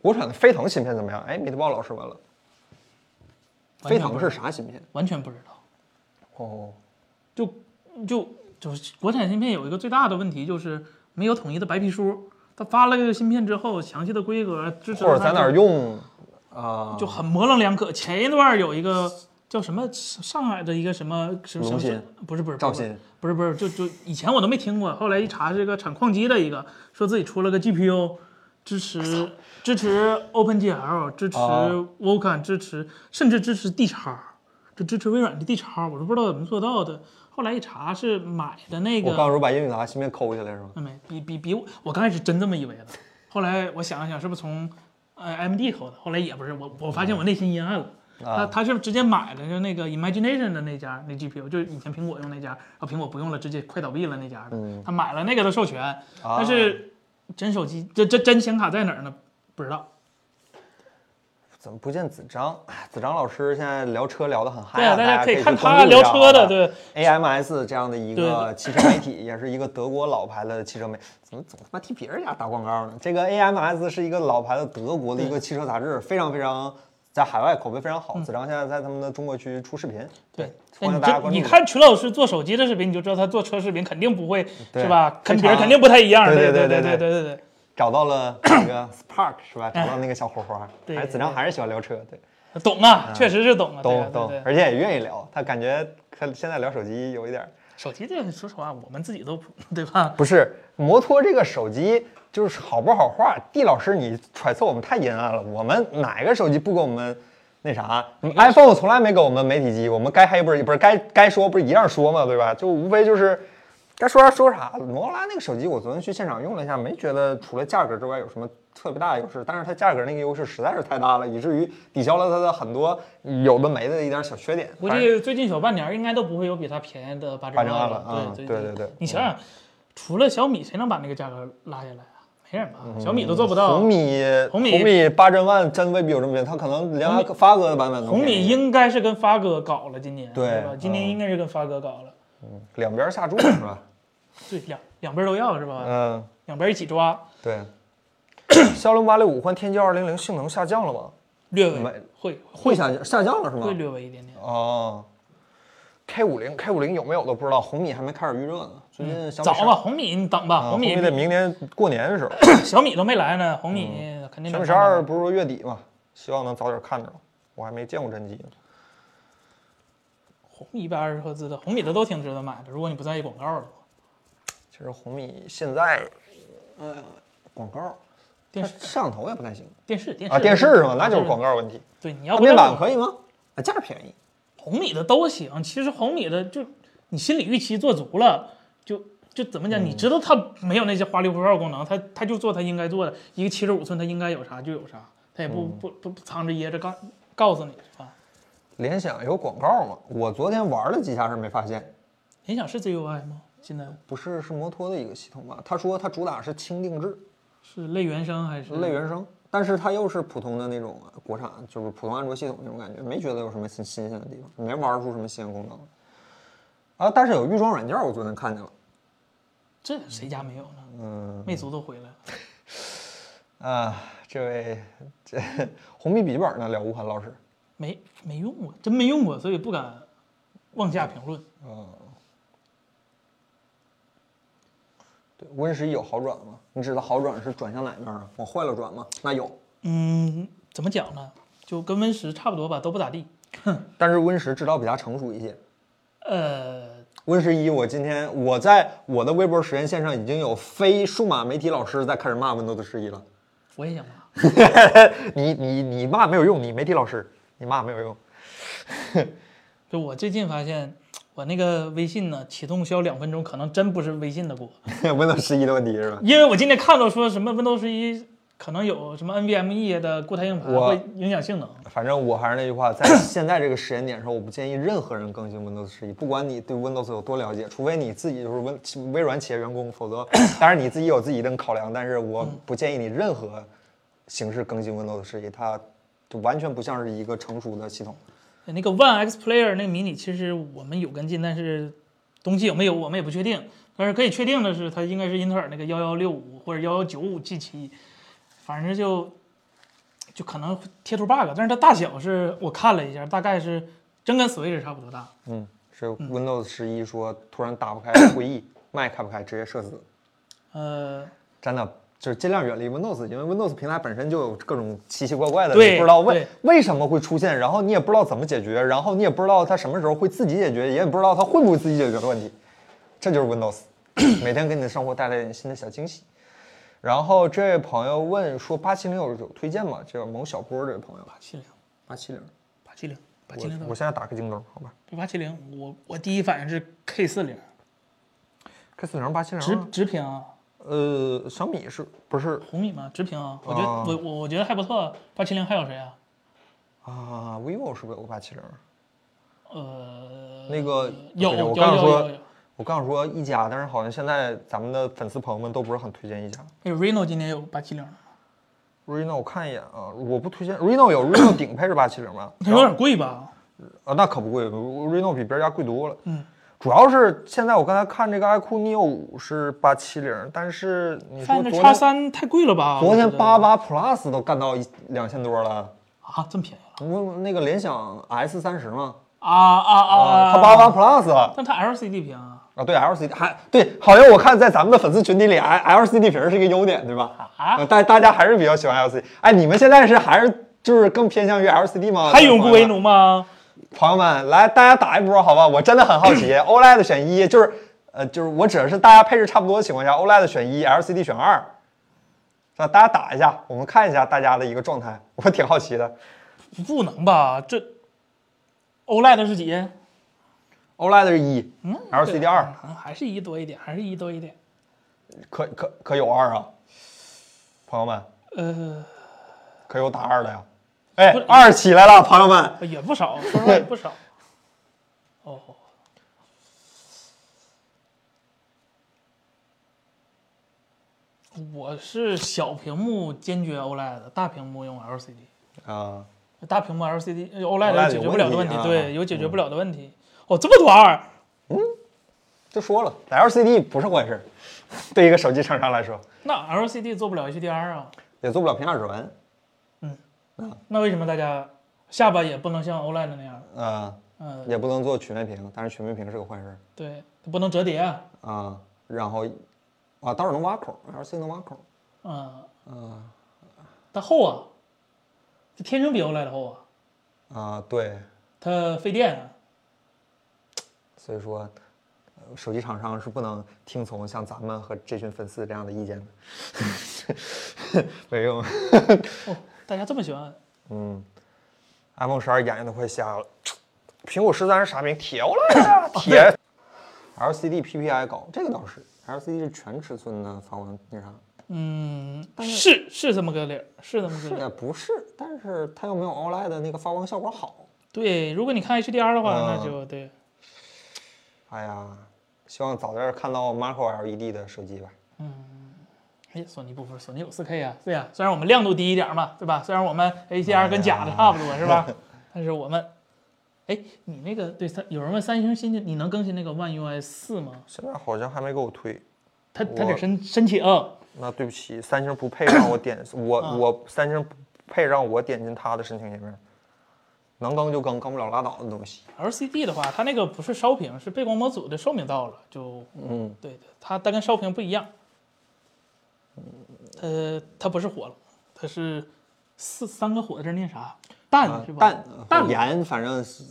[SPEAKER 1] 国产的飞腾芯片怎么样？哎，米特豹老师问了，
[SPEAKER 2] 完
[SPEAKER 1] 飞
[SPEAKER 2] 全
[SPEAKER 1] 腾
[SPEAKER 2] 不
[SPEAKER 1] 是啥芯片？
[SPEAKER 2] 完全不知道，
[SPEAKER 1] 哦，
[SPEAKER 2] 就就就是国产芯片有一个最大的问题就是没有统一的白皮书。它发了个芯片之后，详细的规格支持
[SPEAKER 1] 或者在哪儿
[SPEAKER 2] 它
[SPEAKER 1] 用啊？
[SPEAKER 2] 就很模棱两可。前一段有一个叫什么上海的一个什么什么
[SPEAKER 1] 龙
[SPEAKER 2] 什
[SPEAKER 1] 芯
[SPEAKER 2] 么，不是不是
[SPEAKER 1] 赵
[SPEAKER 2] 不是
[SPEAKER 1] 鑫
[SPEAKER 2] 不是不是，就就以前我都没听过，后来一查是个产矿机的一个，说自己出了个 GPU，支持支持 OpenGL，支持
[SPEAKER 1] 啊
[SPEAKER 2] Vulkan，支持甚至支持 D 叉，就支持微软的 D 叉，我都不知道怎么做到的。后来一查是买的那
[SPEAKER 1] 我到
[SPEAKER 2] 个，
[SPEAKER 1] 时候把英语达芯片抠下来是吗？
[SPEAKER 2] 那没嗯比比比我，我刚开始真这么以为的，后来我想了想，是不是从呃 MD 抠的？后来也不是，我我发现我内心阴暗了。他
[SPEAKER 1] 啊，
[SPEAKER 2] 他是直接买的，就那个 Imagination 的那家那 GPU，就是以前苹果用那家，然后苹果不用了，直接快倒闭了那家的，
[SPEAKER 1] 嗯
[SPEAKER 2] 他买了那个的授权，
[SPEAKER 1] 啊
[SPEAKER 2] 但是真手机这这真显卡在哪儿呢？不知道。
[SPEAKER 1] 怎么不见子章？哎子章老师现在聊车聊得很嗨
[SPEAKER 2] 对啊，大
[SPEAKER 1] 哎大
[SPEAKER 2] 家
[SPEAKER 1] 可
[SPEAKER 2] 可
[SPEAKER 1] 以
[SPEAKER 2] 以
[SPEAKER 1] 去
[SPEAKER 2] 看
[SPEAKER 1] 关
[SPEAKER 2] 他
[SPEAKER 1] 注一
[SPEAKER 2] 聊
[SPEAKER 1] 下
[SPEAKER 2] 车
[SPEAKER 1] 啊
[SPEAKER 2] 的，对，
[SPEAKER 1] AMS 这样的一
[SPEAKER 2] 对
[SPEAKER 1] 个汽车媒体，也是一个德国老牌的汽车媒，怎么总他妈替别人家打广告呢？这个 AMS 是一个老牌的德国的一个汽车杂志，非常非常在海外口碑非常
[SPEAKER 2] 嗯
[SPEAKER 1] 好。子章现在在他们的中国区出视频，
[SPEAKER 2] 对，哎
[SPEAKER 1] 欢
[SPEAKER 2] 你
[SPEAKER 1] 迎大家
[SPEAKER 2] 这
[SPEAKER 1] 关注。
[SPEAKER 2] 你看曲老师做手机的视频，你就知道他做车视频肯定不会
[SPEAKER 1] 对
[SPEAKER 2] 是吧？跟
[SPEAKER 1] 非
[SPEAKER 2] 别人
[SPEAKER 1] 常
[SPEAKER 2] 肯定不太一样。
[SPEAKER 1] 对对
[SPEAKER 2] 对对
[SPEAKER 1] 对
[SPEAKER 2] 对对对
[SPEAKER 1] 找到了那
[SPEAKER 2] [coughs]
[SPEAKER 1] 个 Spark 是吧？找到那个小火花。
[SPEAKER 2] 对
[SPEAKER 1] 哎，子章还是喜欢聊车，对，
[SPEAKER 2] 对，懂啊，确实是懂啊，对啊
[SPEAKER 1] 懂
[SPEAKER 2] 对
[SPEAKER 1] 懂
[SPEAKER 2] 对，。对
[SPEAKER 1] 而且也愿意聊。他感觉可现在聊手机有一点儿
[SPEAKER 2] 手机这个说实话，我们自己都不 [laughs] 对吧？
[SPEAKER 1] 不是，摩托这个手机就是好不好画，地老师你揣测我们太阴暗了。我们哪个手机不给我们那啥嗯？iPhone 从来没给我们媒体机，我们该黑不是不是该该说不是一样说嘛，对吧？就无非就是该说啥说啥。摩托罗拉那个手机，我昨天去现场用了一下，没觉得除了价格之外有什么特别大的优势，但是它价格那个优势实在是太大了，以至于抵消了它的很多有的没的一点小缺点。
[SPEAKER 2] 估
[SPEAKER 1] 反正
[SPEAKER 2] 计最近小半年儿应该都不会有比它便宜的八折
[SPEAKER 1] 八折
[SPEAKER 2] 二
[SPEAKER 1] 二了
[SPEAKER 2] 对
[SPEAKER 1] 嗯对对对
[SPEAKER 2] 你想想，除了小米，谁能把那个价格拉下来啊？没人吧？小米都做不到。
[SPEAKER 1] 嗯红米
[SPEAKER 2] 红米
[SPEAKER 1] 八针万真未必有这么便宜，它可能连
[SPEAKER 2] 红
[SPEAKER 1] 发哥的版本都
[SPEAKER 2] 红
[SPEAKER 1] 便
[SPEAKER 2] 米
[SPEAKER 1] 宜
[SPEAKER 2] 应该是跟发哥搞了今年，
[SPEAKER 1] 对嗯
[SPEAKER 2] 吧？今年应该是跟发哥搞了，
[SPEAKER 1] 两边下注是吧？
[SPEAKER 2] 对，两两边都要是吧？
[SPEAKER 1] [clears throat] 嗯，
[SPEAKER 2] 两边一起抓，
[SPEAKER 1] 对。骁龙八六五换天玑二零零性能下降了吗？
[SPEAKER 2] 略
[SPEAKER 1] 没嗯
[SPEAKER 2] 微会
[SPEAKER 1] 会下降下降了是
[SPEAKER 2] 会
[SPEAKER 1] 吗？
[SPEAKER 2] 略微一点点。
[SPEAKER 1] 哦，K 五零 K 五零有没有都不知道，红米还没开始预热呢。最近小米
[SPEAKER 2] 嗯早
[SPEAKER 1] 上
[SPEAKER 2] 吧，红米你等
[SPEAKER 1] 啊
[SPEAKER 2] 吧，
[SPEAKER 1] 红
[SPEAKER 2] 米
[SPEAKER 1] 得明年过年的时候，
[SPEAKER 2] 小米都没来呢，红米肯
[SPEAKER 1] 嗯小米
[SPEAKER 2] 定等他
[SPEAKER 1] 十二
[SPEAKER 2] 们
[SPEAKER 1] 不是说月底嘛？希望能早点看着，我还没见过真机呢。
[SPEAKER 2] 红米一百二十赫兹的，红米的都挺值得买的，如果你不在意广告的话。
[SPEAKER 1] 其实红米现在，哎呀，广告，
[SPEAKER 2] 电
[SPEAKER 1] 它摄像头也不太行。
[SPEAKER 2] 电视电视
[SPEAKER 1] 啊，电视是吗？那就是广告问题。
[SPEAKER 2] 对，你要
[SPEAKER 1] 按
[SPEAKER 2] 不这
[SPEAKER 1] 面
[SPEAKER 2] 么
[SPEAKER 1] 板可以吗？啊，价便宜。
[SPEAKER 2] 红米的都行，其实红米的就你心理预期做足了，就就怎么讲？
[SPEAKER 1] 嗯
[SPEAKER 2] 你知道它没有那些花里胡哨功能，它它就做它应该做的，一个七十五寸它应该有啥就有啥，它也
[SPEAKER 1] 嗯
[SPEAKER 2] 不不不不藏着掖着告告诉你是吧？
[SPEAKER 1] 联想有广告吗？我昨天玩了几下是没发现，
[SPEAKER 2] 联想是 ZUI 吗？现在
[SPEAKER 1] 不是是摩托的一个系统吧？他说它主打是轻定制、
[SPEAKER 2] 是类原生还是
[SPEAKER 1] 类原生，但是它又是普通的那种国产，就是普通安卓系统那种感觉，没觉得有什么新新鲜的地方，没玩出什么新鲜功能。啊，但是有预装软件，我昨天看见了。
[SPEAKER 2] 这谁家没有呢？
[SPEAKER 1] 嗯，
[SPEAKER 2] 魅族都回来了，
[SPEAKER 1] 啊，这位这红米笔记本呢？了无痕老师，
[SPEAKER 2] 没没用过，真没用过，所以不敢妄下评论。
[SPEAKER 1] 对 Win 十一有好转吗？你指的好转是转向哪面啊？往坏了转吗？那有。
[SPEAKER 2] 嗯，怎么讲呢？就跟 Win 十差不多吧，都不咋地。
[SPEAKER 1] 但是 Win 十至少比它成熟一些。
[SPEAKER 2] 呃，
[SPEAKER 1] Win 十一，我今天我在我的微博实验线上已经有非数码媒体老师在开始骂 Windows 十一了。
[SPEAKER 2] 我也想骂。
[SPEAKER 1] 你你你骂没有用，你媒体老师你骂没有用。 [laughs]
[SPEAKER 2] 就我最近发现，我那个微信呢启动需要两分钟，可能真不是微信的锅，
[SPEAKER 1] Windows 十一的问题是吧？
[SPEAKER 2] 因为我今天看到说什么 Windows 十一可能有什么 NVMe E 的固态硬盘
[SPEAKER 1] 我
[SPEAKER 2] 会影响性能。
[SPEAKER 1] 反正我还是那句话，在现在这个时间点上，我不建议任何人更新 Windows 十一，不管你对 Windows 有多了解，除非你自己就是微微软企业员工，否则当然你自己有自己的考量，但是我不建议你任何形式更新 Windows 十一，它就完全不像是一个成熟的系统。
[SPEAKER 2] 那个 One X Player 那个迷你，其实我们有跟进，但是东西有没有我们也不确定。但是可以确定的是，它应该是英特尔那个幺幺六五或者幺幺九五 G 七，反正就就可能贴出 bug，但是它大小是我看了一下，大概是真跟 Switch 差不多大。
[SPEAKER 1] 嗯，是 Windows 十一说突然打不开会议，麦开不开，直接社死，
[SPEAKER 2] 呃，
[SPEAKER 1] 真的。就是尽量远离 Windows，因为 Windows 平台本身就有各种奇奇怪怪的，
[SPEAKER 2] 对
[SPEAKER 1] 你不知道为
[SPEAKER 2] 对
[SPEAKER 1] 为什么会出现，然后你也不知道怎么解决，然后你也不知道它什么时候会自己解决，也不知道它会不会自己解决的问题。这就是 Windows，每 [coughs] 天给你的生活带来一点新的小惊喜。然后这位朋友问说八七零有有推荐吗？叫某小波这位朋友，
[SPEAKER 2] 八七零，
[SPEAKER 1] 八七零，
[SPEAKER 2] 八七零，八七零
[SPEAKER 1] 我我现在打开京东，好吧
[SPEAKER 2] 这八七零，我我第一反应是 K 四零，
[SPEAKER 1] ，K 四零八七
[SPEAKER 2] 直
[SPEAKER 1] 零，
[SPEAKER 2] 直屏啊，
[SPEAKER 1] 呃，小米是不是
[SPEAKER 2] 红米嘛，直屏啊，我觉得、
[SPEAKER 1] 哦
[SPEAKER 2] 我我我觉得还不错。八七零还有谁啊？
[SPEAKER 1] 啊？vivo 是不是有个八七零？
[SPEAKER 2] 呃，
[SPEAKER 1] 那个
[SPEAKER 2] 有
[SPEAKER 1] 对
[SPEAKER 2] 呃
[SPEAKER 1] 我
[SPEAKER 2] 有有
[SPEAKER 1] 刚想
[SPEAKER 2] 有
[SPEAKER 1] 说
[SPEAKER 2] 有，
[SPEAKER 1] 我刚想说一加，但是好像现在咱们的粉丝朋友们都不是很推荐一加。
[SPEAKER 2] 那个 Reno 今年有八七零，
[SPEAKER 1] Reno 我看一眼啊，我不推荐 Reno 有
[SPEAKER 2] [coughs]
[SPEAKER 1] Reno 顶配是八七零吧？
[SPEAKER 2] 它有点贵吧？
[SPEAKER 1] 啊，那可不贵，Reno 比别人家贵多了。
[SPEAKER 2] 嗯，
[SPEAKER 1] 主要是现在我刚才看这个 iQOO Neo 五是八七零，但是你说
[SPEAKER 2] 看
[SPEAKER 1] 昨
[SPEAKER 2] 着叉
[SPEAKER 1] 天
[SPEAKER 2] 三太贵了吧？
[SPEAKER 1] 昨
[SPEAKER 2] 我
[SPEAKER 1] 天
[SPEAKER 2] 觉得
[SPEAKER 1] 八八 Plus 都干到一两千多了，
[SPEAKER 2] 啊，这么便宜了
[SPEAKER 1] 问那个联想 S 三十嘛，
[SPEAKER 2] 啊啊啊
[SPEAKER 1] 啊，
[SPEAKER 2] 啊！
[SPEAKER 1] 它八八，Plus 了。
[SPEAKER 2] 但它 LCD 屏啊
[SPEAKER 1] 啊，对 LCD 还对，好像我看在咱们的粉丝群体里，L LCD 屏是一个优点，对吧？
[SPEAKER 2] 啊
[SPEAKER 1] 呃，大大家还是比较喜欢 LCD。哎，你们现在是还是就是更偏向于 LCD 吗？
[SPEAKER 2] 还永不
[SPEAKER 1] 朋
[SPEAKER 2] 为
[SPEAKER 1] 友们。
[SPEAKER 2] 奴吗？ [clears throat]
[SPEAKER 1] 朋友们，来，大家打一波，好吧？我真的很好奇，OLED E 选一就是呃，就是我指的是大家配置差不多的情况下，OLED 选一，LCD 选二，是吧？大家打一下，我们看一下大家的一个状态，我挺好奇的。
[SPEAKER 2] 不能吧？这 OLED E 是几？
[SPEAKER 1] OLED 是 E 一
[SPEAKER 2] 嗯
[SPEAKER 1] ，LCD 二，
[SPEAKER 2] 可能还是一多一点，还是一多一点。
[SPEAKER 1] 可可可有二啊？朋友们，
[SPEAKER 2] 呃，
[SPEAKER 1] 可有打二的呀？哎
[SPEAKER 2] 不是，
[SPEAKER 1] 二起来了，朋友们。
[SPEAKER 2] 也不少，说实话也不少。 [laughs] 哦，我是小屏幕坚决 OLED，大屏幕用 LCD。
[SPEAKER 1] 啊，
[SPEAKER 2] 大屏幕 LCD 呃
[SPEAKER 1] OLED
[SPEAKER 2] OLED 解决不了的问
[SPEAKER 1] 有问
[SPEAKER 2] 题
[SPEAKER 1] 题啊，
[SPEAKER 2] 对，有解决不了的问题。哦，这么多二，
[SPEAKER 1] 就说了，LCD 不是坏事儿， [laughs] 对一个手机厂商来说，
[SPEAKER 2] 那 LCD 做不了 HDR 啊？
[SPEAKER 1] 也做不了平价指纹。
[SPEAKER 2] 那为什么大家下巴也不能像 OLED 那样？
[SPEAKER 1] 啊，
[SPEAKER 2] 嗯，
[SPEAKER 1] 也不能做曲面屏，但是曲面屏是个坏事儿
[SPEAKER 2] 对，它不能折叠啊。
[SPEAKER 1] 啊。然后，啊，倒是能挖孔，LCD 能挖孔。
[SPEAKER 2] 嗯它厚啊，它天生比 OLED 厚啊，
[SPEAKER 1] 啊，对，
[SPEAKER 2] 它费电啊。
[SPEAKER 1] 所以说，呃手机厂商是不能听从像咱们和这群粉丝这样的意见的， [laughs] 没用。
[SPEAKER 2] 哦，大家这么喜欢，
[SPEAKER 1] iPhone 十二眼睛都快瞎了。苹果十三是啥屏？铁 OLED 呀， [laughs] 铁。LCD PPI 高，这个倒是 LCD 是全尺寸的反光那啥，
[SPEAKER 2] 嗯，是是这么个理儿，是这么个
[SPEAKER 1] 是
[SPEAKER 2] 理儿。
[SPEAKER 1] 也不是，但是它又没有 OLED 的那个发光效果好。
[SPEAKER 2] 对，如果你看 HDR 的话，
[SPEAKER 1] 嗯
[SPEAKER 2] 那就对，
[SPEAKER 1] 哎呀，希望早点看到 Macro LED 的手机吧。
[SPEAKER 2] 哎，索尼不服，索尼有 4K 啊，对呀、虽然我们亮度低一点嘛，对吧？虽然我们
[SPEAKER 1] 哎
[SPEAKER 2] HDR 跟假的差不多、
[SPEAKER 1] [laughs]
[SPEAKER 2] 是吧？但是我们，哎，你那个对三有人问三星新的，你能更新那个 One UI 四吗？
[SPEAKER 1] 现在好像还没给我推，
[SPEAKER 2] 它它
[SPEAKER 1] 我
[SPEAKER 2] 得申申请，
[SPEAKER 1] 那对不起，三星不配让我点，我我三星不配让我点进它的申请页面，能更就更，更不了拉倒的东西。
[SPEAKER 2] LCD 的话，它那个不是烧屏，是背光模组的寿命到了，就
[SPEAKER 1] 嗯，
[SPEAKER 2] 对对，它它跟烧屏不一样。
[SPEAKER 1] 嗯
[SPEAKER 2] 呃，它不是火了，它是四三个火字念啥？
[SPEAKER 1] 啊
[SPEAKER 2] 氮是吧？
[SPEAKER 1] 淡
[SPEAKER 2] 氮
[SPEAKER 1] 盐，反正是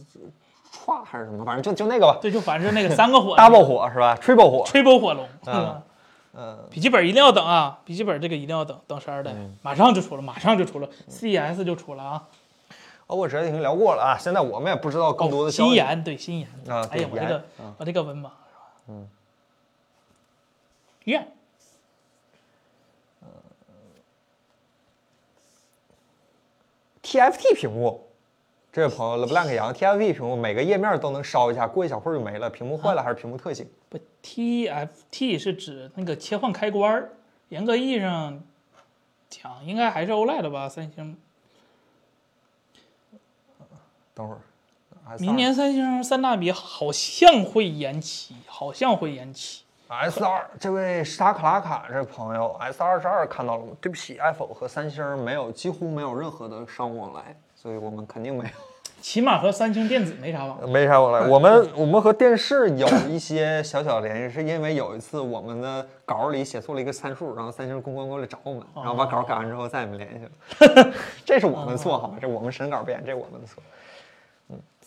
[SPEAKER 1] 歘还是什么，反正就就那个吧。
[SPEAKER 2] 对，就反正那个三个火
[SPEAKER 1] double 火是吧？triple 火，
[SPEAKER 2] ，triple 火龙。是
[SPEAKER 1] 嗯
[SPEAKER 2] 吧？ [laughs]
[SPEAKER 1] 嗯，
[SPEAKER 2] 笔记本一定要等啊！笔记本这个一定要等，等十二代，马上就出了，马上就出了，CES
[SPEAKER 1] 嗯
[SPEAKER 2] 就出了啊！
[SPEAKER 1] 哦，我之前已经聊过了啊，现在我们也不知道更多的
[SPEAKER 2] 哦
[SPEAKER 1] 消
[SPEAKER 2] 新
[SPEAKER 1] 息。
[SPEAKER 2] 研对新研
[SPEAKER 1] 啊
[SPEAKER 2] 哎
[SPEAKER 1] 对
[SPEAKER 2] 呀，我这个我这个文盲是吧？嗯，愿
[SPEAKER 1] ，TFT 屏幕，这位朋友 LeBlanc 杨，TFT 屏幕每个页面都能烧一下，过一小会儿就没了。屏幕坏了
[SPEAKER 2] 啊
[SPEAKER 1] 还是屏幕特性？
[SPEAKER 2] 不，TFT 是指那个切换开关儿，严格意义上讲，应该还是 OLED 吧？三星
[SPEAKER 1] 等会儿，S
[SPEAKER 2] 明年三星三大笔好像会延期，好像会延期。
[SPEAKER 1] S 二，这位沙克拉卡这位朋友 S 二十二看到了吗？对不起，iPhone 和三星没有几乎没有任何的商务往来，所以我们肯定没有。
[SPEAKER 2] 起码和三星电子没啥往来。
[SPEAKER 1] 没啥往
[SPEAKER 2] [laughs]
[SPEAKER 1] 来。我们我们和电视有一些小小的联系，是因为有一次我们的稿里写错了一个参数，然后三星公关过来找我们，
[SPEAKER 2] 哦
[SPEAKER 1] 然后把稿改完之后再也没联系了。
[SPEAKER 2] [laughs]
[SPEAKER 1] 这是我们错，
[SPEAKER 2] 哦
[SPEAKER 1] 好吧？这我们审稿不严，这我们的错。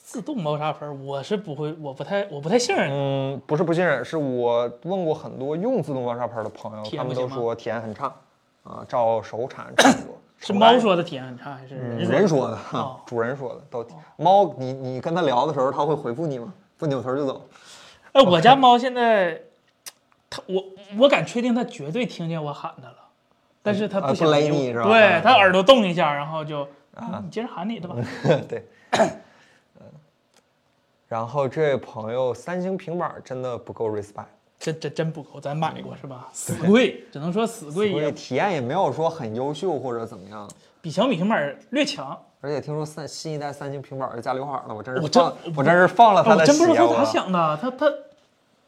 [SPEAKER 2] 自动猫砂盆儿，我是不会，我不太，我不太信任。
[SPEAKER 1] 嗯，不是不信任，是我问过很多用自动猫砂盆的朋友，
[SPEAKER 2] 体
[SPEAKER 1] 他
[SPEAKER 2] 验不
[SPEAKER 1] 们都
[SPEAKER 2] 行吗
[SPEAKER 1] 说体验很差，啊，照手产差不多。
[SPEAKER 2] [coughs] 是
[SPEAKER 1] 手感
[SPEAKER 2] 猫说的体验很差，还是
[SPEAKER 1] 嗯
[SPEAKER 2] 人
[SPEAKER 1] 人
[SPEAKER 2] 说
[SPEAKER 1] 说的，
[SPEAKER 2] 哦
[SPEAKER 1] 哈，主人说的。都猫，你你跟它聊的时候，它会回复你吗？不扭头就走。
[SPEAKER 2] 的？哎，
[SPEAKER 1] [laughs]
[SPEAKER 2] 我家猫现在，它我我敢确定它绝对听见我喊它了，但是它
[SPEAKER 1] 啊
[SPEAKER 2] 不想
[SPEAKER 1] 不勒
[SPEAKER 2] 理我
[SPEAKER 1] 你是吧
[SPEAKER 2] 对
[SPEAKER 1] 啊，
[SPEAKER 2] 它耳朵动一下，然后就啊，你接着喊你的吧。
[SPEAKER 1] [laughs] 对， [coughs] 嗯然后这位朋友，三星平板真的不够 respect，
[SPEAKER 2] 这这真不够，咱买过是吧？死贵，只能说死贵
[SPEAKER 1] 因为
[SPEAKER 2] 也
[SPEAKER 1] 体验也没有说很优秀或者怎么样。
[SPEAKER 2] 比小米平板儿略强。
[SPEAKER 1] 而且听说三新一代三星平板儿加刘海儿了，我真是
[SPEAKER 2] 我真
[SPEAKER 1] 放
[SPEAKER 2] 我
[SPEAKER 1] 我真是放了
[SPEAKER 2] 哎
[SPEAKER 1] 他
[SPEAKER 2] 我
[SPEAKER 1] 的
[SPEAKER 2] 真不知
[SPEAKER 1] 血啊
[SPEAKER 2] 道它咋
[SPEAKER 1] 我
[SPEAKER 2] 想的，它它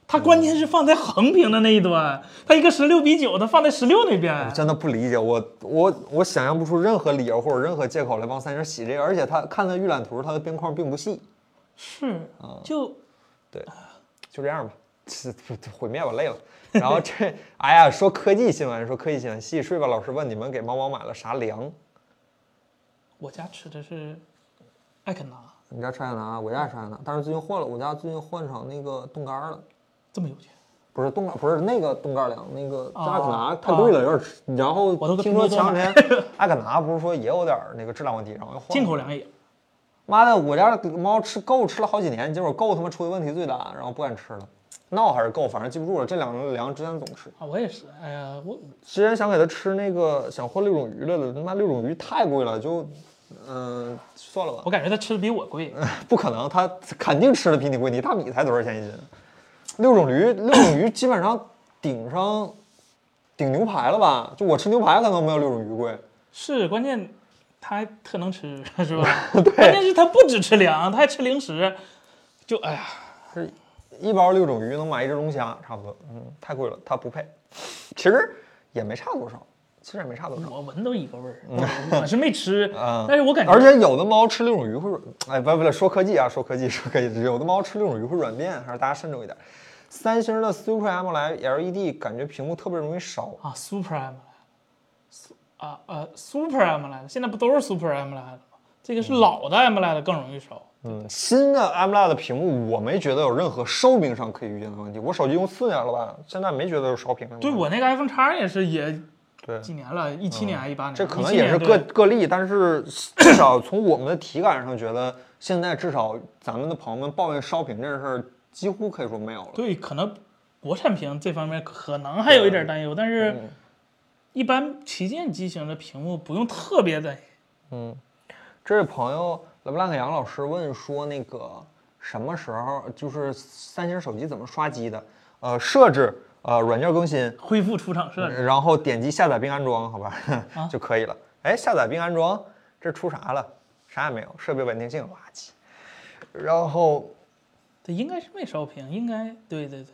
[SPEAKER 2] 它关键是放在横屏的那一端，它一个十六比九，它放在十六那边
[SPEAKER 1] 我。真的不理解，我我我想象不出任何理由或者任何借口来帮三星洗这个，而且他看它预览图，它的边框并不细，
[SPEAKER 2] 是，
[SPEAKER 1] 嗯
[SPEAKER 2] 就
[SPEAKER 1] 就这样吧，这这 [laughs] 毁灭吧，累了。然后这，哎呀，说科技新闻，说科技新闻，洗洗睡吧。老师问你们给猫猫买了啥粮？
[SPEAKER 2] 我家吃的是艾肯达，
[SPEAKER 1] 你家吃海南啊，我家也吃海南，但是最近换了，我家最近换成那个冻干儿了。
[SPEAKER 2] 这么有钱。
[SPEAKER 1] 不是东不是那个东盖良，那个
[SPEAKER 2] 啊
[SPEAKER 1] 阿肯拿太贵了，有点吃。然后
[SPEAKER 2] 我都
[SPEAKER 1] 听
[SPEAKER 2] 听说
[SPEAKER 1] 说
[SPEAKER 2] 都
[SPEAKER 1] 前两天阿肯拿不是说也有点那个质量问题，然后又换
[SPEAKER 2] 进
[SPEAKER 1] 了。
[SPEAKER 2] 口粮也
[SPEAKER 1] 妈的，我家的猫吃够吃了好几年，结果够他妈出的问题最大，然后不敢吃了。闹还是够，反正记不住了。这两个粮之前总吃，
[SPEAKER 2] 啊，我也是，哎呀，我
[SPEAKER 1] 之前想给它吃那个想换六种鱼来了，他妈六种鱼太贵了，就嗯、算了吧。
[SPEAKER 2] 我感觉它吃的比
[SPEAKER 1] [laughs]
[SPEAKER 2] 我贵，
[SPEAKER 1] 不可能，他肯定吃的比你贵。你大米才多少钱一斤？六种驴， [coughs] 六种鱼基本上顶上顶牛排了吧？就我吃牛排可能没有六种鱼贵。
[SPEAKER 2] 是关键，它特能吃，是吧？
[SPEAKER 1] [laughs]
[SPEAKER 2] 关键是它不只吃粮，它还吃零食，就哎呀，
[SPEAKER 1] 一包六种鱼能买一只龙虾，差不多。嗯，太贵了，它不配。其实也没差多少，其实也没差多少。
[SPEAKER 2] 我闻都一个味儿，我我是没
[SPEAKER 1] [laughs]
[SPEAKER 2] 吃，
[SPEAKER 1] 嗯
[SPEAKER 2] 但是我感觉
[SPEAKER 1] 而且有的猫吃六种鱼会软，哎，不不不，说科技啊，说科技，说科技，有的猫吃六种鱼会软便，还是大家慎重一点。三星的 Super AMOLED LED 感觉屏幕特别容易烧，
[SPEAKER 2] 啊，Super AMOLED，啊呃，Super AMOLED，现在不都是 Super AMOLED 吗？这个是老的 AMOLED 更容易烧。
[SPEAKER 1] 嗯，新的 AMOLED 的屏幕我没觉得有任何烧屏上可以预见的问题。我手机用四年了吧，现在没觉得有烧屏的问题。
[SPEAKER 2] 对我那个 iPhone X 也是也
[SPEAKER 1] 对
[SPEAKER 2] 几年了，一七年还是一八年？
[SPEAKER 1] 嗯这可能
[SPEAKER 2] 17
[SPEAKER 1] 也是
[SPEAKER 2] 年
[SPEAKER 1] 个
[SPEAKER 2] 对
[SPEAKER 1] 个例，但是至少从我们的体感上觉得，现在至少咱们的朋友们抱怨烧屏这事儿几乎可以说没有了。
[SPEAKER 2] 对，可能国产屏这方面可能还有一点担忧，但
[SPEAKER 1] 嗯
[SPEAKER 2] 是一般旗舰机型的屏幕不用特别担心。
[SPEAKER 1] 这位朋友勒布朗克杨老师问说，那个什么时候就是三星手机怎么刷机的？呃，设置，呃，软件更新，
[SPEAKER 2] 恢复出厂设置，
[SPEAKER 1] 呃然后点击下载并安装，好吧，[laughs]
[SPEAKER 2] 啊
[SPEAKER 1] 就可以了。哎，下载并安装，这出啥了？啥也没有，设备稳定性垃圾。然后
[SPEAKER 2] 对，应该是没烧屏，应该对对对，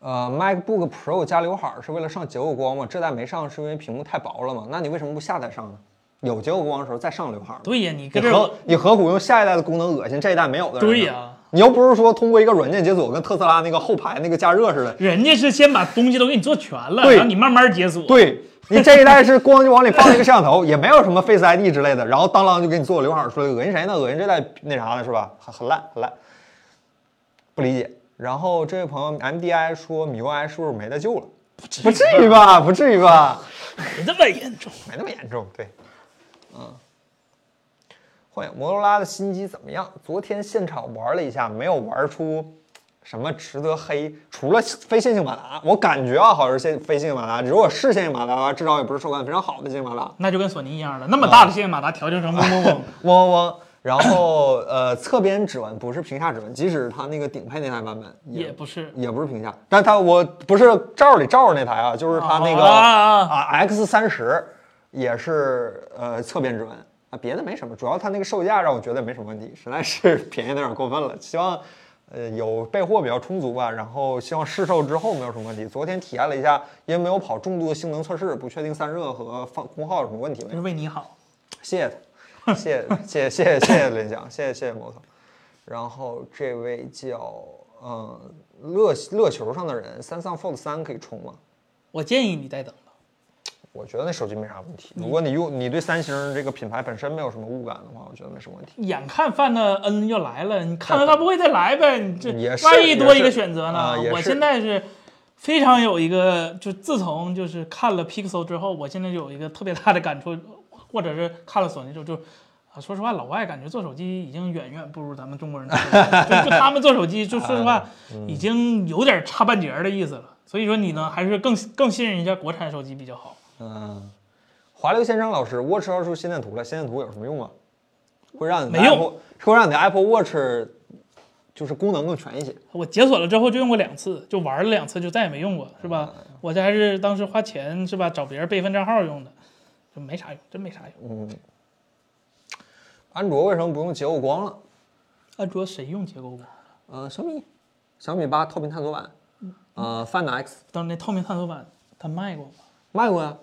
[SPEAKER 1] 呃，MacBook Pro 加刘海儿是为了上结构光吗？这代没上是因为屏幕太薄了吗？那你为什么不下代上呢？有结构光的时候再上刘海儿吗。
[SPEAKER 2] 对呀，你
[SPEAKER 1] 你
[SPEAKER 2] 跟这
[SPEAKER 1] 何
[SPEAKER 2] 儿
[SPEAKER 1] 你何苦用下一代的功能恶心这一代没有的人呢？
[SPEAKER 2] 对呀，
[SPEAKER 1] 你又不是说通过一个软件解锁，跟特斯拉那个后排那个加热似的，
[SPEAKER 2] 人家是先把东西都给你做全了，
[SPEAKER 1] 对
[SPEAKER 2] 然后你慢慢解锁。
[SPEAKER 1] 对你这一代是光就往里放了一个摄像头，也没有什么 Face ID 之类的，然后当啷就给你做个刘海儿出来，恶心谁呢？恶心这代那啥呢是吧？很很烂很烂，不理解。然后这位朋友 MDI 说米 UI 是不是没得救了？不至于吧？不至于吧？
[SPEAKER 2] 没这么严重。
[SPEAKER 1] 没那么严重，对，嗯。幻影摩托罗拉的新机怎么样？昨天现场玩了一下，没有玩出什么值得黑，除了非线性马达，我感觉啊，好像是线非线性马达。如果是线性马达的话，至少也不是手感非常好的线性马达。
[SPEAKER 2] 那就跟索尼一样了，那么大
[SPEAKER 1] 啊
[SPEAKER 2] 的线马达调整成嗡嗡嗡，
[SPEAKER 1] 嗡嗡嗡。然后呃，侧边指纹不是屏下指纹，即使它那个顶配那台版本
[SPEAKER 2] 也不是
[SPEAKER 1] [laughs] 也不是屏下，但它我不是照里照着那台啊，就是它那个
[SPEAKER 2] 啊啊啊
[SPEAKER 1] 啊 X 三十也是呃侧边指纹啊，别的没什么，主要它那个售价让我觉得没什么问题，实在是便宜的有点过分了。希望呃有备货比较充足吧，然后希望试售之后没有什么问题。昨天体验了一下，因为没有跑重度的性能测试，不确定散热和放功耗有什么问题没
[SPEAKER 2] 这是为你好。
[SPEAKER 1] 谢谢他，谢谢谢谢谢谢林翔，谢谢谢谢摩托。然后这位叫嗯乐乐球上的人，三上 Fold 三可以充吗？
[SPEAKER 2] 我建议你再等等。
[SPEAKER 1] 我觉得那手机没啥问
[SPEAKER 2] 嗯
[SPEAKER 1] 题。如果你用你对三星这个品牌本身没有什么误感的话，我觉得没什么问题。
[SPEAKER 2] 眼看范的 N 要来了，你看看发布会再来呗，你这
[SPEAKER 1] 也是
[SPEAKER 2] 万一多
[SPEAKER 1] 也是
[SPEAKER 2] 一个选择呢
[SPEAKER 1] 啊也？是
[SPEAKER 2] 我现在是非常有一个，就自从就是看了 Pixel 之后，我现在就有一个特别大的感触，或者是看了索尼之后就。啊，说实话，老外感觉做手机已经远远不如咱们中国人做手机，就就他们做手机，就说实
[SPEAKER 1] 啊
[SPEAKER 2] 话，已经有点差半截儿的意思了。所以说你呢，还是更更信任一下国产手机比较好。
[SPEAKER 1] 嗯，华流先生老师，Watch 要出心电图了，心电图有什么用啊？会让你的
[SPEAKER 2] 没用
[SPEAKER 1] Apple, 会让你的 Apple Watch 就是功能更全一些。
[SPEAKER 2] 我解锁了之后就用过两次，就玩了两次，就再也没用过，是吧？我这还是当时花钱是吧，找别人备份账号用的，就没啥用，真没啥用。
[SPEAKER 1] 安卓为什么不用结构光了？
[SPEAKER 2] 安卓谁用结构光？
[SPEAKER 1] 呃，小米，小米八透明探索版，
[SPEAKER 2] 嗯
[SPEAKER 1] 呃，Find X
[SPEAKER 2] 当那透明探索版它卖过吗？
[SPEAKER 1] 卖过呀，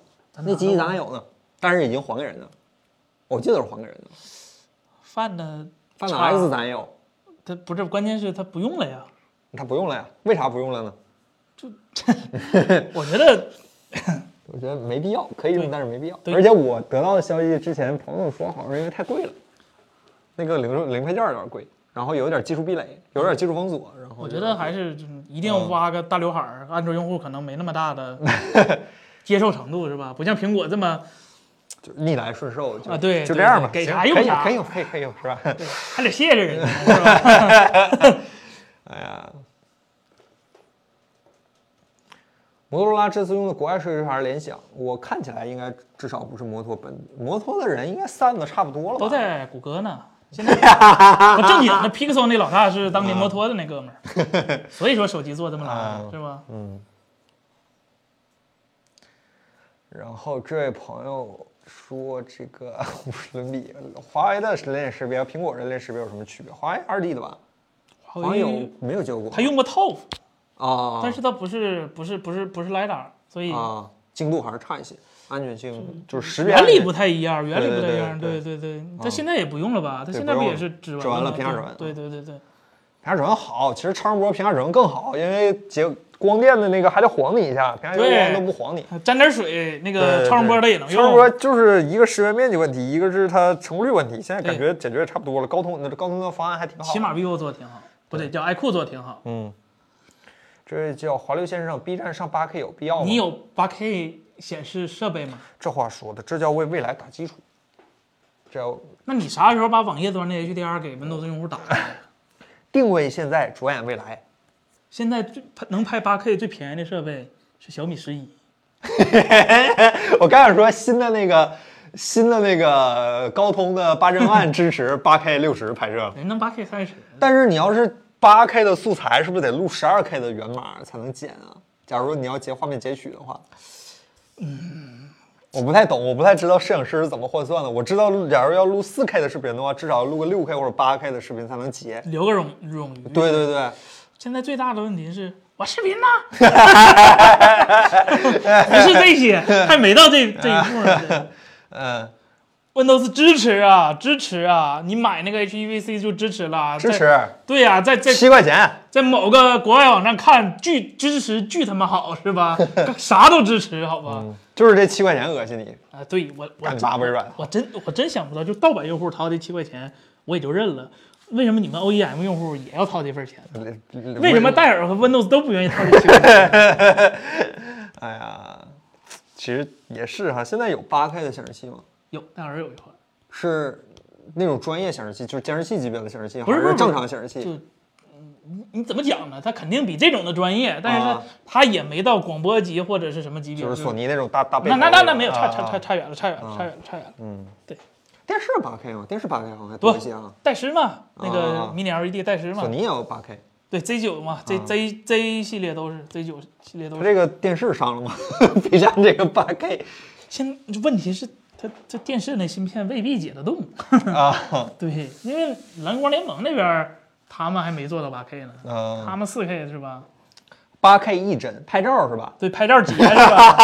[SPEAKER 1] 那机器咱还有呢，但是已经还给人了，我记得是还给人了。
[SPEAKER 2] 犯的
[SPEAKER 1] Find
[SPEAKER 2] 差
[SPEAKER 1] X 咱也有，
[SPEAKER 2] 它不是，关键是它不用了呀。
[SPEAKER 1] 它不用了呀？为啥不用了呢？
[SPEAKER 2] 我觉得
[SPEAKER 1] 我觉得没必要，可以用，但是没必要。
[SPEAKER 2] 对
[SPEAKER 1] 而且我得到的消息之前，朋友说好像是因为太贵了，那个零售零配件有点贵。然后有点技术壁垒，有点技术封锁，然后
[SPEAKER 2] 我
[SPEAKER 1] 就
[SPEAKER 2] 觉得还是就是一定要挖个大刘海儿，安卓用户可能没那么大的接受程度是吧？不像苹果这么
[SPEAKER 1] 就是逆来顺受，就
[SPEAKER 2] 啊对
[SPEAKER 1] 就
[SPEAKER 2] 对
[SPEAKER 1] 这样吧，
[SPEAKER 2] 对给
[SPEAKER 1] 行
[SPEAKER 2] 啥用
[SPEAKER 1] 可以
[SPEAKER 2] 啥
[SPEAKER 1] 可以用，可以可以用，是吧？
[SPEAKER 2] 对还得谢谢人家是吧？
[SPEAKER 1] 哎呀，摩托罗拉这次用的国外设计师还是联想，我看起来应该至少不是摩托本，摩托的人应该散的差不多了吧？
[SPEAKER 2] 都在谷歌呢。现在不正经的 Pixel 那老大是当年摩托的那哥们儿，所以说手机做这么
[SPEAKER 1] 啊
[SPEAKER 2] 难是吧？
[SPEAKER 1] 然后这位朋友说，这个 [laughs] 五十伦比，华为的人脸识别和苹果人脸识别有什么区别？华为二 D 的吧？
[SPEAKER 2] 华
[SPEAKER 1] 好像有没有交过？
[SPEAKER 2] 他用过 ToF，
[SPEAKER 1] 啊，
[SPEAKER 2] 但是它不是不是不是不是 LiDAR，所以
[SPEAKER 1] 啊，精度还是差一些，安全性就是识别
[SPEAKER 2] 原理
[SPEAKER 1] 安全
[SPEAKER 2] 不太一样，原理
[SPEAKER 1] 对
[SPEAKER 2] 不太
[SPEAKER 1] 对
[SPEAKER 2] 一样。
[SPEAKER 1] 对啊
[SPEAKER 2] 对对对，它现在也不用了吧？它
[SPEAKER 1] 对
[SPEAKER 2] 现
[SPEAKER 1] 不
[SPEAKER 2] 在
[SPEAKER 1] 用
[SPEAKER 2] 也
[SPEAKER 1] 了
[SPEAKER 2] 是指
[SPEAKER 1] 指纹
[SPEAKER 2] 纹
[SPEAKER 1] 了
[SPEAKER 2] 吗
[SPEAKER 1] 平价指纹
[SPEAKER 2] 对对对对对，
[SPEAKER 1] 屏下指纹好，其实超声波屏下指纹更好，因为结光电的那个还得晃你一下，屏下激光
[SPEAKER 2] 对
[SPEAKER 1] 都不晃你。
[SPEAKER 2] 还沾点水，那
[SPEAKER 1] 对
[SPEAKER 2] 个
[SPEAKER 1] 对
[SPEAKER 2] 超声波
[SPEAKER 1] 对
[SPEAKER 2] 它也能
[SPEAKER 1] 超声波
[SPEAKER 2] 用。
[SPEAKER 1] 就是一个识别面积问题，一个是它成功率问题。现在感
[SPEAKER 2] 对
[SPEAKER 1] 觉解决得差不多了，高通那高通的方案还挺好的。
[SPEAKER 2] 起码 vivo 做的挺好，不对，叫 iQOO 做的挺好。
[SPEAKER 1] 嗯，这叫华流先生，B 站上八 K 有必要吗？
[SPEAKER 2] 你有 8K 显示设备吗？
[SPEAKER 1] 这话说的，这叫为未来打基础。这叫
[SPEAKER 2] 那你啥时候把网页端的 HDR 给 Windows 用户打开呀？
[SPEAKER 1] 定位现在，着眼未来。
[SPEAKER 2] 现在最能拍 8K 最便宜的设备是小米十一，
[SPEAKER 1] 哎我刚想说新的那个新的那个高通的八帧半支持八 K 六十拍摄，
[SPEAKER 2] 人能 8K 三十。
[SPEAKER 1] 但是你要是八 K 的素材，是不是得录十二 K 的源码才能剪啊？假如你要截画面截取的话，嗯，我不太懂，我不太知道摄影师是怎么换算的。我知道，假如要录四 K 的视频的话，至少要录个六 K 或者八 K 的视频才能截。
[SPEAKER 2] 留个冗冗余。
[SPEAKER 1] 对对对，
[SPEAKER 2] 现在最大的问题是我视
[SPEAKER 1] [laughs]
[SPEAKER 2] 频呢，不是这些，还没到
[SPEAKER 1] [laughs]
[SPEAKER 2] 这这一步呢。
[SPEAKER 1] 嗯，
[SPEAKER 2] Windows 支持啊，支持啊！你买那个 HEVC 就支持了，
[SPEAKER 1] 支
[SPEAKER 2] 在
[SPEAKER 1] 持。
[SPEAKER 2] 对呀、在在
[SPEAKER 1] 七块钱，
[SPEAKER 2] 在某个国外网站看，巨支持巨他妈好
[SPEAKER 1] [laughs]
[SPEAKER 2] 是吧？啥都支持，好吧？
[SPEAKER 1] 就是这七块钱恶心你，
[SPEAKER 2] 啊，对我我
[SPEAKER 1] 嗯干你妈微软！啊
[SPEAKER 2] 我真我真想不到，就盗版用户掏这七块钱，我也就认了。为什么你们 OEM 用户也要掏这份钱呢？为什么戴尔和 Windows 都不愿意掏这七块钱？ [laughs]
[SPEAKER 1] 哎呀，其实也是哈，现在有八 K 的显示器吗？
[SPEAKER 2] 有戴尔有一款，
[SPEAKER 1] 是那种专业显示器，就是监视器级别的显示器，
[SPEAKER 2] 不是
[SPEAKER 1] 还
[SPEAKER 2] 不是
[SPEAKER 1] 正常显示器？
[SPEAKER 2] 就嗯你怎么讲呢？它肯定比这种的专业，但是它、
[SPEAKER 1] 啊
[SPEAKER 2] 它也没到广播级或者是什么级别，
[SPEAKER 1] 就是索尼那种大大背
[SPEAKER 2] 嗯
[SPEAKER 1] 头
[SPEAKER 2] 那那那那没有
[SPEAKER 1] 啊
[SPEAKER 2] 差差差差远了，差远了，差远了，差远了。嗯，对，
[SPEAKER 1] 电视八 K 吗？电视八 K 好像还
[SPEAKER 2] 不
[SPEAKER 1] 多一些啊。
[SPEAKER 2] 戴师嘛，那
[SPEAKER 1] 啊
[SPEAKER 2] 个 Mini LED E 戴师嘛
[SPEAKER 1] 索，尼也啊有八 K，
[SPEAKER 2] 对 Z 九嘛，Z Z Z 系列都是 Z 九系列都
[SPEAKER 1] 它
[SPEAKER 2] 是。
[SPEAKER 1] 这个电视上了吗？B [laughs] 站这个八
[SPEAKER 2] [laughs]
[SPEAKER 1] K
[SPEAKER 2] 现问题是它这电视那芯片未必解得动，
[SPEAKER 1] 啊，
[SPEAKER 2] 对，因为蓝光联盟那边儿他们还没做到八 K 呢，
[SPEAKER 1] 嗯，
[SPEAKER 2] 他们四 K 是吧？
[SPEAKER 1] 八 K 一帧，拍照是吧？
[SPEAKER 2] 对，拍照节是吧？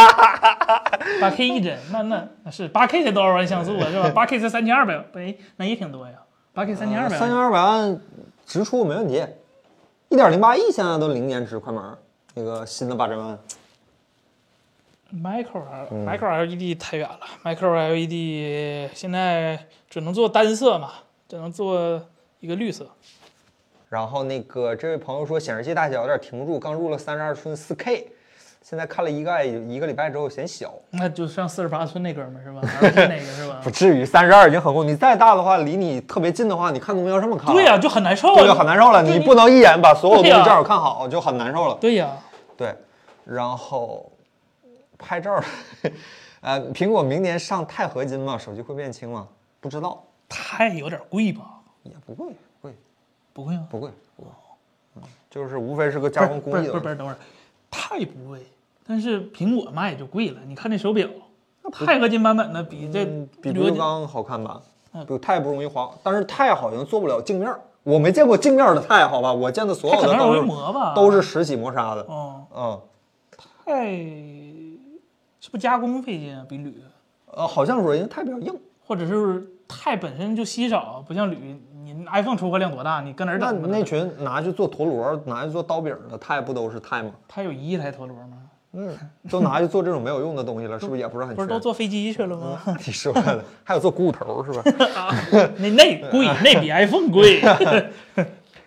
[SPEAKER 2] [laughs] 八 K 一帧，那那那是八 K 才多少万像素啊，是吧？八 K 才三千二百，哎，那也挺多呀。八 K 呃三千二百，
[SPEAKER 1] 三千二百万直出没问题，一点零八亿现在都零延迟，快门儿那个新的八针万。
[SPEAKER 2] micro micro LED 太远了，micro LED 现在只能做单色嘛，只能做一个绿色。
[SPEAKER 1] 然后那个这位朋友说显示器大小有点停不住，刚入了三十二寸四 K，现在看了一个一个礼拜之后嫌小，
[SPEAKER 2] 那就上四十八寸那哥们儿 [laughs] 是吧？还是那个是吧
[SPEAKER 1] 不？至于三十二已经很够。你再大的话，离你特别近的话，你看都没有这么看了。
[SPEAKER 2] 对呀、就很难受
[SPEAKER 1] 对就
[SPEAKER 2] 啊，
[SPEAKER 1] 很难受了。
[SPEAKER 2] 对
[SPEAKER 1] 你不能一眼把所有东
[SPEAKER 2] 对
[SPEAKER 1] 西
[SPEAKER 2] 呀
[SPEAKER 1] 正好看好，就很难受了。
[SPEAKER 2] 对呀、
[SPEAKER 1] 对，然后拍照儿， [laughs] 呃，苹果明年上钛合金吗？手机会变轻吗？不知道，
[SPEAKER 2] 太有点贵吧？
[SPEAKER 1] 也不贵，不贵
[SPEAKER 2] 不贵吗？
[SPEAKER 1] 不贵，不贵。嗯，就是无非是个
[SPEAKER 2] 不
[SPEAKER 1] 加
[SPEAKER 2] 是
[SPEAKER 1] 工
[SPEAKER 2] 不
[SPEAKER 1] 工
[SPEAKER 2] 是
[SPEAKER 1] 艺
[SPEAKER 2] 不
[SPEAKER 1] 的问
[SPEAKER 2] 是不
[SPEAKER 1] 题。
[SPEAKER 2] 是，等会儿，太不贵，但是苹果嘛也就贵了。你看这手表，那钛合金版本的比这嗯
[SPEAKER 1] 嗯比不
[SPEAKER 2] 铝合
[SPEAKER 1] 锈
[SPEAKER 2] 金
[SPEAKER 1] 钢好看吧？比钛不容易滑，但是钛好像做不了镜面儿。我没见过镜面儿的钛，好吧？我见的所
[SPEAKER 2] 它
[SPEAKER 1] 有
[SPEAKER 2] 可
[SPEAKER 1] 的
[SPEAKER 2] 能
[SPEAKER 1] 都
[SPEAKER 2] 容易
[SPEAKER 1] 是
[SPEAKER 2] 磨吧，
[SPEAKER 1] 都是石洗磨砂的。
[SPEAKER 2] 哦，
[SPEAKER 1] 嗯，
[SPEAKER 2] 钛是不是加工费劲啊？比铝，
[SPEAKER 1] 呃，好像说因为钛比较硬，
[SPEAKER 2] 或者是钛本身就稀少，不像铝，你 iPhone 出货量多大，你跟哪儿
[SPEAKER 1] 那
[SPEAKER 2] 整吧？
[SPEAKER 1] 那群拿去做陀螺、拿去做刀柄的钛不都是钛吗？
[SPEAKER 2] 它有一亿台陀螺吗？
[SPEAKER 1] 嗯，都拿去做这种没有用的东西了，是不是也不是嗯很
[SPEAKER 2] 不
[SPEAKER 1] 缺
[SPEAKER 2] 是？都坐飞机去了吗？
[SPEAKER 1] 你 [laughs] 说的，还有做股头是吧？
[SPEAKER 2] [laughs]
[SPEAKER 1] [laughs]
[SPEAKER 2] 那那贵，那比 iPhone 贵。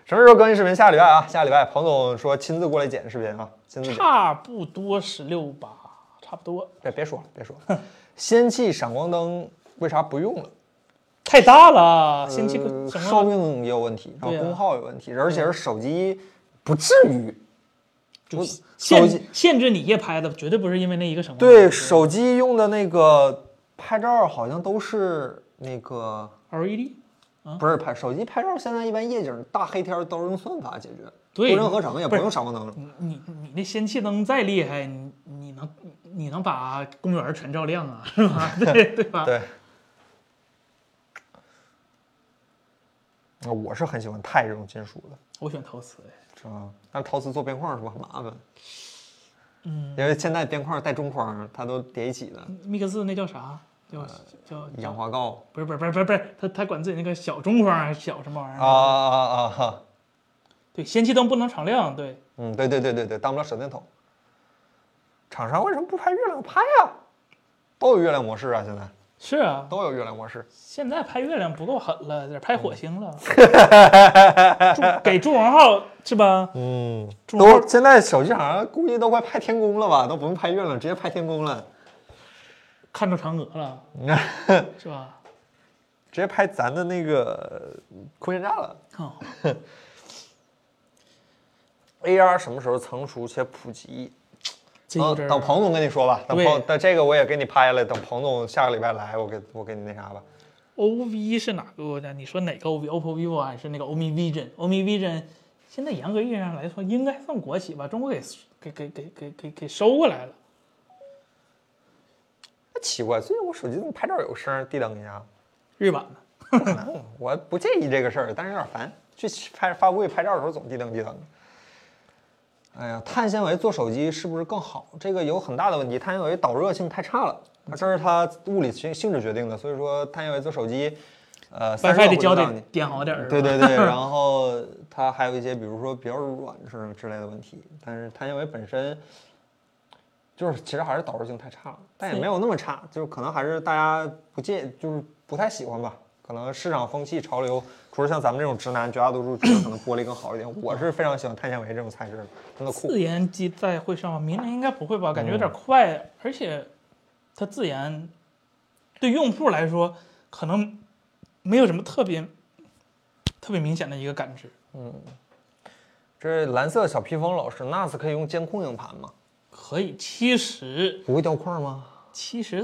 [SPEAKER 1] 什么时候更新视频？下礼拜啊，下礼拜彭总说亲自过来剪视频啊，亲自剪。
[SPEAKER 2] 差不多十六吧，差不多。
[SPEAKER 1] 别别说了，别说
[SPEAKER 2] [laughs]
[SPEAKER 1] 了。氙气闪光灯为啥不用了？
[SPEAKER 2] 太大了，先去
[SPEAKER 1] 呃
[SPEAKER 2] 什
[SPEAKER 1] 寿
[SPEAKER 2] 么？
[SPEAKER 1] 命也有问题，然后
[SPEAKER 2] 对啊啊
[SPEAKER 1] 功耗有问题，而且是手机不至于。我手机
[SPEAKER 2] 限限制你夜拍的，绝对不是因为那一个什么。
[SPEAKER 1] 对手机用的那个拍照好像都是那个
[SPEAKER 2] LED，
[SPEAKER 1] 不是拍手机拍照，现在一般夜景大黑天都是用算法解决，
[SPEAKER 2] 对
[SPEAKER 1] 多帧合成也不
[SPEAKER 2] 不是
[SPEAKER 1] 用闪光灯了。
[SPEAKER 2] 你你你那氙气灯再厉害，你你能你能把公园全照亮啊， [laughs] 是吧？对对吧？
[SPEAKER 1] 对。啊，我是很喜欢钛这种金属的，
[SPEAKER 2] 我选陶瓷，
[SPEAKER 1] 是吧？但是陶瓷做边框是不是很麻烦？嗯，因为现在边框带中框，它都叠一起的，
[SPEAKER 2] 密克斯那叫啥？叫
[SPEAKER 1] 呃
[SPEAKER 2] 叫
[SPEAKER 1] 氧化锆
[SPEAKER 2] 不是不是不是不是不是，他他管自己那个小中框还是小什么玩意
[SPEAKER 1] 啊
[SPEAKER 2] 儿？
[SPEAKER 1] 啊啊啊啊！
[SPEAKER 2] 对，氙气灯不能常亮，对，
[SPEAKER 1] 嗯，对对对对对，当不了手电筒。厂商为什么不拍月亮？拍呀、都有月亮模式啊，现在
[SPEAKER 2] 是啊，
[SPEAKER 1] 都有月亮模式。
[SPEAKER 2] 现在拍月亮不够狠了，得拍火
[SPEAKER 1] [laughs]
[SPEAKER 2] 星了。祝给祝荣浩是吧？
[SPEAKER 1] 嗯，
[SPEAKER 2] 中国
[SPEAKER 1] 都现在手机厂商估计都快拍天宫了吧，都不用拍月亮，直接拍天宫了，
[SPEAKER 2] 看着嫦娥了，
[SPEAKER 1] [laughs]
[SPEAKER 2] 是吧？
[SPEAKER 1] 直接拍咱的那个空间站了。
[SPEAKER 2] 哦，
[SPEAKER 1] AR 什么时候成熟且普及？
[SPEAKER 2] 这有点
[SPEAKER 1] 等
[SPEAKER 2] 儿
[SPEAKER 1] 等彭总跟你说吧，等
[SPEAKER 2] 对
[SPEAKER 1] 彭等这个我也给你拍下来，等彭总下个礼拜来，我给我给你那啥吧。
[SPEAKER 2] OV 是哪个国家？你说哪个 OV？OPPO、vivo 还是那个 OMI Vision？OMI Vision 现在严格意义上来说，应该算国企吧？中国给给给给给给给收过来了。
[SPEAKER 1] 那奇怪，最近我手机怎么拍照有声儿？地啊灯一下。
[SPEAKER 2] 日版的，
[SPEAKER 1] 嗯 [laughs] 我不介意这个事儿，但是有点烦。去拍发布会拍照的时候总滴噔滴噔的。哎呀，碳纤维做手机是不是更好？这个有很大的问题，碳纤维导热性太差了，它这是它物理性性质决定的。所以说碳纤维做手机，呃
[SPEAKER 2] WiFi
[SPEAKER 1] 得
[SPEAKER 2] 得
[SPEAKER 1] 焦
[SPEAKER 2] 焦
[SPEAKER 1] 点
[SPEAKER 2] 点，点好点儿。
[SPEAKER 1] 对对 [laughs] 对，然后它还有一些比如说比较软是之类的问题，但是碳纤维本身就是其实还是导热性太差了，但也没有那么差，就是可能还是大家不介，就是不太喜欢吧。可能市场风气潮流，除了像咱们这种直男，绝大多数觉得可能玻璃更好一 [laughs] 点。我是非常喜欢碳纤维这种材质的，真的酷。嗯
[SPEAKER 2] 自研机在会上吗？明年应该不会吧？感觉有点快，而且它自研对用户来说可能没有什么特别特别明显的一个感知，
[SPEAKER 1] 这蓝色小披风老师，NAS 可以用监控硬盘吗？
[SPEAKER 2] 可以七十
[SPEAKER 1] 不会掉块吗？
[SPEAKER 2] 七十。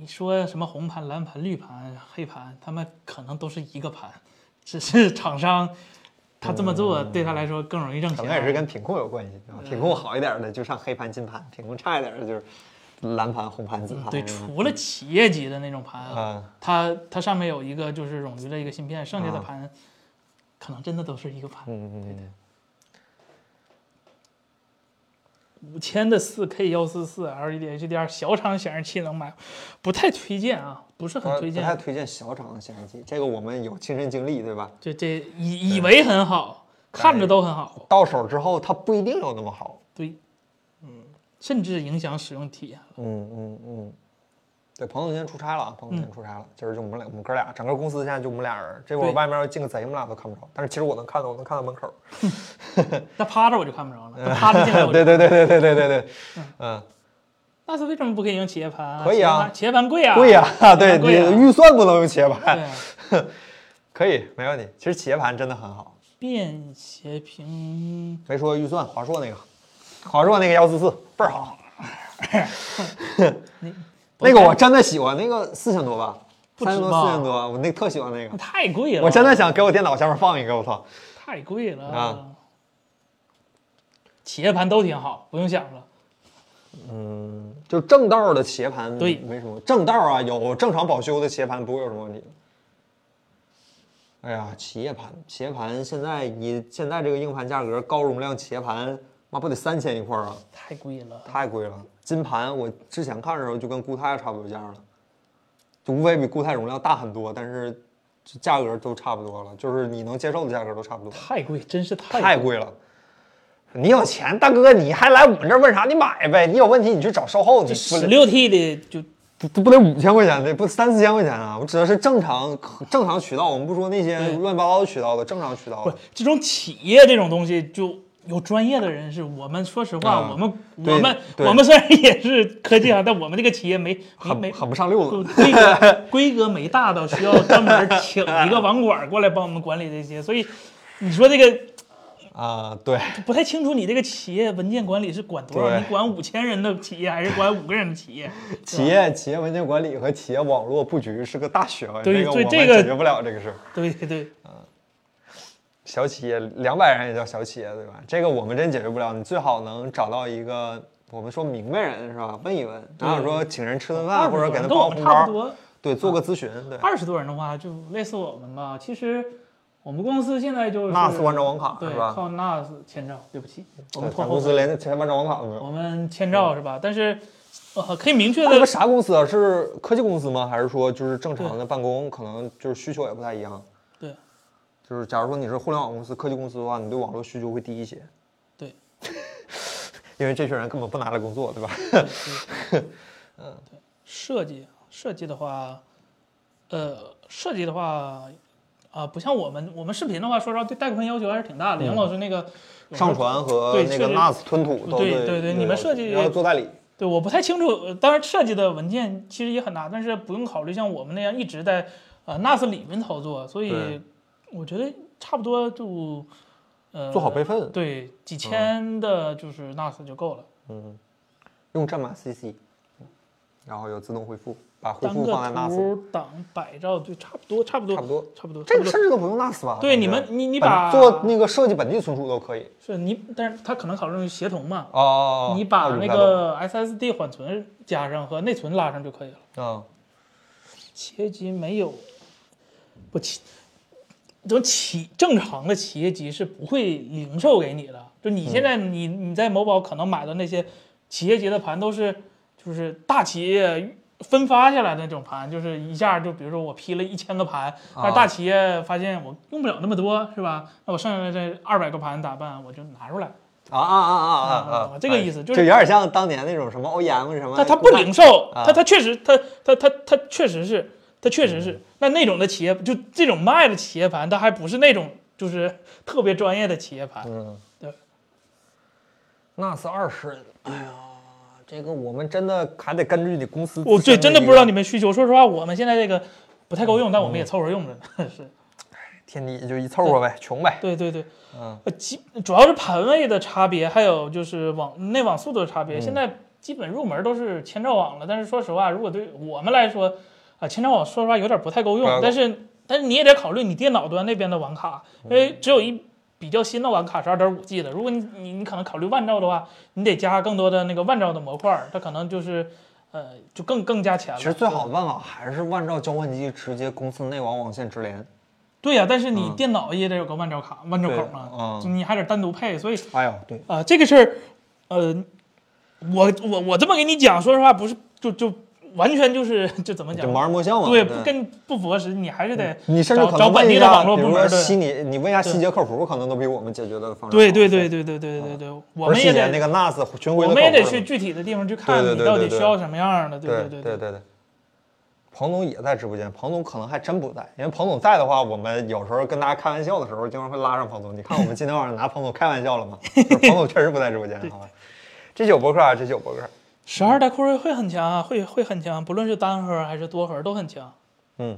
[SPEAKER 2] 你说什么红盘、蓝盘、绿盘、黑盘，他们可能都是一个盘，只是厂商他这么做对他来说更容易挣
[SPEAKER 1] 可
[SPEAKER 2] 钱。
[SPEAKER 1] 嗯能也是跟品控有关系，对吧品控好一点的就上黑盘金盘，品控差一点的就是蓝盘红盘紫盘。
[SPEAKER 2] 对，
[SPEAKER 1] 嗯
[SPEAKER 2] 除了企业级的那种盘，
[SPEAKER 1] 嗯
[SPEAKER 2] 它它上面有一个就是冗余的一个芯片，剩
[SPEAKER 1] 啊
[SPEAKER 2] 下的盘、可能真的都是一个盘。
[SPEAKER 1] 嗯嗯嗯，
[SPEAKER 2] 五千的四 K 幺四四 E LED HDR 小厂显示器能买，不太推荐啊，不是
[SPEAKER 1] 不
[SPEAKER 2] 很推
[SPEAKER 1] 不太
[SPEAKER 2] 荐。
[SPEAKER 1] 推荐小厂的显示器，这个我们有亲身经历，对吧？
[SPEAKER 2] 就这以以为很好，看着都很好，
[SPEAKER 1] 到手之后它不一定有那么好。
[SPEAKER 2] 对，嗯，甚至影响使用体验了。
[SPEAKER 1] 嗯嗯嗯。对，彭总今天出差了啊，彭总今
[SPEAKER 2] 嗯
[SPEAKER 1] 天出差了，今儿就我们俩，我们哥俩，整个公司现在就我们俩人，这会儿
[SPEAKER 2] 对
[SPEAKER 1] 外面要进个贼，我们俩都看不着。但是其实我能看到，我能看到门口。
[SPEAKER 2] 那趴着我就看不着了，那趴着进来我
[SPEAKER 1] [laughs] 对
[SPEAKER 2] 就。
[SPEAKER 1] 对对对对对对
[SPEAKER 2] [laughs]
[SPEAKER 1] 对，嗯，
[SPEAKER 2] 那是为什么不可以用企业盘啊？
[SPEAKER 1] 可以啊
[SPEAKER 2] 企业盘企业盘贵
[SPEAKER 1] [laughs]
[SPEAKER 2] 啊，
[SPEAKER 1] 贵呀、对
[SPEAKER 2] 贵啊呀
[SPEAKER 1] 你的预算不能用企业盘， [laughs]
[SPEAKER 2] 对啊，
[SPEAKER 1] 可以没问题。其实企业盘真的很好，
[SPEAKER 2] 便携屏
[SPEAKER 1] 没说预算，华硕那个，华硕那个幺四四倍儿
[SPEAKER 2] [laughs]
[SPEAKER 1] 好， [laughs] 那个我真的喜欢，那个四千多吧，
[SPEAKER 2] 不
[SPEAKER 1] 三
[SPEAKER 2] 止
[SPEAKER 1] 千多
[SPEAKER 2] 吧
[SPEAKER 1] 四千多，我那特喜欢那个
[SPEAKER 2] 那，太贵了，
[SPEAKER 1] 我真的想给我电脑下面放一个，我操，
[SPEAKER 2] 太贵了
[SPEAKER 1] 啊！
[SPEAKER 2] 企业盘都挺好，不用想了。
[SPEAKER 1] 就正道的棋盘
[SPEAKER 2] 对
[SPEAKER 1] 没什么，正道啊有正常保修的棋盘不会有什么问题。哎呀，企业盘，企业盘现在以现在这个硬盘价格，高容量企业盘，妈不得三千一块儿啊，
[SPEAKER 2] 太贵了，
[SPEAKER 1] 太贵了。金盘我之前看的时候就跟固态差不多价了，就无非比固态容量大很多，但是这价格都差不多了，就是你能接受的价格都差不多。
[SPEAKER 2] 太贵，真是太
[SPEAKER 1] 太贵了。你有钱，大哥，你还来我们这儿问啥？你买呗，你有问题你去找售后，你不
[SPEAKER 2] 十六 T 的就
[SPEAKER 1] 不不得五千块钱，得不三四千块钱啊！我指的是正常正常渠道，我们不说那些乱七八糟的渠道了，正常渠道
[SPEAKER 2] 不是这种企业这种东西就。有专业的人士，我们说实话，
[SPEAKER 1] 啊
[SPEAKER 2] 我们
[SPEAKER 1] 对
[SPEAKER 2] 我们
[SPEAKER 1] 对
[SPEAKER 2] 我们虽然也是科技行，啊但我们这个企业没没
[SPEAKER 1] 很
[SPEAKER 2] 没
[SPEAKER 1] 很不上 [laughs] 六
[SPEAKER 2] 就
[SPEAKER 1] 子。
[SPEAKER 2] 规格规格没大到需要专门请一个网管过来帮我们管理这些，所以你说这个
[SPEAKER 1] 啊、对，
[SPEAKER 2] 不太清楚，你这个企业文件管理是管多少？
[SPEAKER 1] 对
[SPEAKER 2] 你管五千人的企业还是管五个人的
[SPEAKER 1] [laughs]
[SPEAKER 2] 企业？
[SPEAKER 1] 企业企业文件管理和企业网络布局是个大学问，
[SPEAKER 2] 对
[SPEAKER 1] 这个我
[SPEAKER 2] 对
[SPEAKER 1] 们
[SPEAKER 2] 这个
[SPEAKER 1] 解决不了这个事儿。
[SPEAKER 2] 对
[SPEAKER 1] [laughs]
[SPEAKER 2] 对，
[SPEAKER 1] 小企业两百人也叫小企业，对吧？这个我们真解决不了，你最好能找到一个我们说明白人是吧？问一问，哪有说请人吃顿饭或者给他
[SPEAKER 2] 跟我
[SPEAKER 1] 包
[SPEAKER 2] 们
[SPEAKER 1] 红
[SPEAKER 2] 差
[SPEAKER 1] 包，
[SPEAKER 2] 不多，嗯
[SPEAKER 1] 对，做个咨询，对。
[SPEAKER 2] 二十多人的话就类似我们吧。其实我们公司现在就是
[SPEAKER 1] NAS 万兆网卡
[SPEAKER 2] 对，
[SPEAKER 1] 是吧
[SPEAKER 2] 靠 NAS 签照。对不起，
[SPEAKER 1] 对
[SPEAKER 2] 我们拖
[SPEAKER 1] 咱
[SPEAKER 2] 后
[SPEAKER 1] 公司
[SPEAKER 2] 腿，
[SPEAKER 1] 连前万张网卡都没有。
[SPEAKER 2] 我们签照是吧？但是呃，可以明确
[SPEAKER 1] 那你
[SPEAKER 2] 的
[SPEAKER 1] 们啥公司啊？是科技公司吗？还是说就是正常的办公？可能就是需求也不太一样。
[SPEAKER 2] 对
[SPEAKER 1] 就是假如说你是互联网公司、科技公司的话，你对网络需求会低一些，
[SPEAKER 2] 对。
[SPEAKER 1] 因为这群人根本不拿来工作，对吧？
[SPEAKER 2] 设计设计的话，呃，设计的话，啊、不像我们我们视频的话，说实话对带宽要求还是挺大的。杨老师那个有时候
[SPEAKER 1] [laughs] 上传和
[SPEAKER 2] 对
[SPEAKER 1] 那
[SPEAKER 2] 确
[SPEAKER 1] 个
[SPEAKER 2] 实
[SPEAKER 1] NAS 吞吐都
[SPEAKER 2] 对
[SPEAKER 1] 对
[SPEAKER 2] 对对你们设计
[SPEAKER 1] 然后做代理，
[SPEAKER 2] 对，我不太清楚。呃当然，设计的文件其实也很大，但是不用考虑像我们那样一直在呃 NAS 里面操作，所
[SPEAKER 1] 对
[SPEAKER 2] 以我觉得差不多就呃
[SPEAKER 1] 做好备份，
[SPEAKER 2] 对几千的就是 NAS 就
[SPEAKER 1] 嗯
[SPEAKER 2] 够了，
[SPEAKER 1] 用战马 CC，然后有自动恢复，把恢
[SPEAKER 2] 单
[SPEAKER 1] 复
[SPEAKER 2] 个
[SPEAKER 1] 放在 NAS，
[SPEAKER 2] 图档百兆对，差不多差不多
[SPEAKER 1] 差不多
[SPEAKER 2] 差不多
[SPEAKER 1] 这
[SPEAKER 2] 差
[SPEAKER 1] 个
[SPEAKER 2] 不多
[SPEAKER 1] 甚至都不用 NAS 吧？
[SPEAKER 2] 对
[SPEAKER 1] 感觉
[SPEAKER 2] 你们，你你
[SPEAKER 1] 本
[SPEAKER 2] 把
[SPEAKER 1] 做那个设计本地存储都可以。
[SPEAKER 2] 是你，但是它可能考虑协同嘛，
[SPEAKER 1] 哦哦，哦
[SPEAKER 2] 你把
[SPEAKER 1] 哦有
[SPEAKER 2] 那
[SPEAKER 1] 在做
[SPEAKER 2] 个 SSD 缓存加上和内存拉上就可以了。
[SPEAKER 1] 嗯。
[SPEAKER 2] 企业级没有，不企，这种企正常的企业级是不会零售给你的。就你现在你、你在某宝可能买的那些企业级的盘都是就是大企业分发下来的那种盘，就是一下就比如说我批了一千个盘，但是大企业发现我用不了那么多，是吧？那我剩下的这二百个盘咋办？我就拿出来。
[SPEAKER 1] 啊啊啊啊啊啊！
[SPEAKER 2] 这个意思
[SPEAKER 1] 哎
[SPEAKER 2] 就是
[SPEAKER 1] 有点像当年那种什么 OEM 什么，
[SPEAKER 2] 它它不零售，
[SPEAKER 1] 啊
[SPEAKER 2] 它它确实，它它它它确实是，它确实是。那那种的企业，就这种卖的企业盘，它还不是那种就是 [laughs] 特别专业的企业盘。
[SPEAKER 1] 嗯，
[SPEAKER 2] 对。
[SPEAKER 1] NAS 二十人，哎呀，这个我们真的还得根据你公司。
[SPEAKER 2] 我这真的不知道你们需求。说实话，我们现在这个不太够用，但我们也凑合用着呢。 [laughs] 是，
[SPEAKER 1] 天地就一凑合呗，穷呗。
[SPEAKER 2] 对对对，
[SPEAKER 1] 嗯
[SPEAKER 2] 呃，基主要是盘位的差别，还有就是网内网速度的差
[SPEAKER 1] 嗯
[SPEAKER 2] 别。现在基本入门都是千兆网了，但是说实话，如果对我们来说，啊，千兆网说实话有点不太够
[SPEAKER 1] 不太够
[SPEAKER 2] 用，但是但是你也得考虑你电脑端那边的网卡，
[SPEAKER 1] 嗯
[SPEAKER 2] 因为只有一比较新的网卡是二点五 G 的，如果你你你可能考虑万兆的话，你得加更多的那个万兆的模块儿，它可能就是呃就更更加钱了。
[SPEAKER 1] 其实最好的办法还是万兆交换机直接公司内网网线直连。
[SPEAKER 2] 对呀、但是你
[SPEAKER 1] 嗯
[SPEAKER 2] 电脑也得有个万兆卡、万兆口嘛，
[SPEAKER 1] 对嗯
[SPEAKER 2] 你还得单独配，所以
[SPEAKER 1] 哎呀，对，
[SPEAKER 2] 啊，这个事儿，呃，我我我这么跟你讲，说实话，不是就就完全就是就怎么讲
[SPEAKER 1] 就？盲人摸象嘛。
[SPEAKER 2] 对，不跟不符合实际，你还是得
[SPEAKER 1] 你甚至
[SPEAKER 2] 找
[SPEAKER 1] 可
[SPEAKER 2] 找
[SPEAKER 1] 能
[SPEAKER 2] 本
[SPEAKER 1] 问
[SPEAKER 2] 地
[SPEAKER 1] 一
[SPEAKER 2] 的
[SPEAKER 1] 下，
[SPEAKER 2] 网络
[SPEAKER 1] 比
[SPEAKER 2] 部
[SPEAKER 1] 如
[SPEAKER 2] 门
[SPEAKER 1] 说
[SPEAKER 2] 儿。对
[SPEAKER 1] 西你，你问一下西捷客服，可能都比我们解决的方式好。
[SPEAKER 2] 对对对对对对对对，我
[SPEAKER 1] 嗯不
[SPEAKER 2] 们
[SPEAKER 1] 是
[SPEAKER 2] 也
[SPEAKER 1] 西捷那
[SPEAKER 2] 得
[SPEAKER 1] 个 NAS 巡回
[SPEAKER 2] 我
[SPEAKER 1] 的
[SPEAKER 2] 们也
[SPEAKER 1] 客
[SPEAKER 2] 得
[SPEAKER 1] 服
[SPEAKER 2] 去
[SPEAKER 1] 嘛
[SPEAKER 2] 具体的地方去看
[SPEAKER 1] 对对
[SPEAKER 2] 你
[SPEAKER 1] 对
[SPEAKER 2] 到底
[SPEAKER 1] 对对
[SPEAKER 2] 需要什么样的，
[SPEAKER 1] 对
[SPEAKER 2] 对
[SPEAKER 1] 对对对。彭总也在直播间，彭总可能还真不在，因为彭总在的话，我们有时候跟大家开玩笑的时候，经常会拉上彭总。你看我们今天晚上拿彭总开玩笑了
[SPEAKER 2] [laughs]
[SPEAKER 1] 吗？就是彭总确实不在直播间，好吧？这九博客啊，这九博客，
[SPEAKER 2] 十
[SPEAKER 1] 嗯
[SPEAKER 2] 二代酷睿会很强啊，会会很强，不论是单核还是多核都很强。
[SPEAKER 1] 嗯，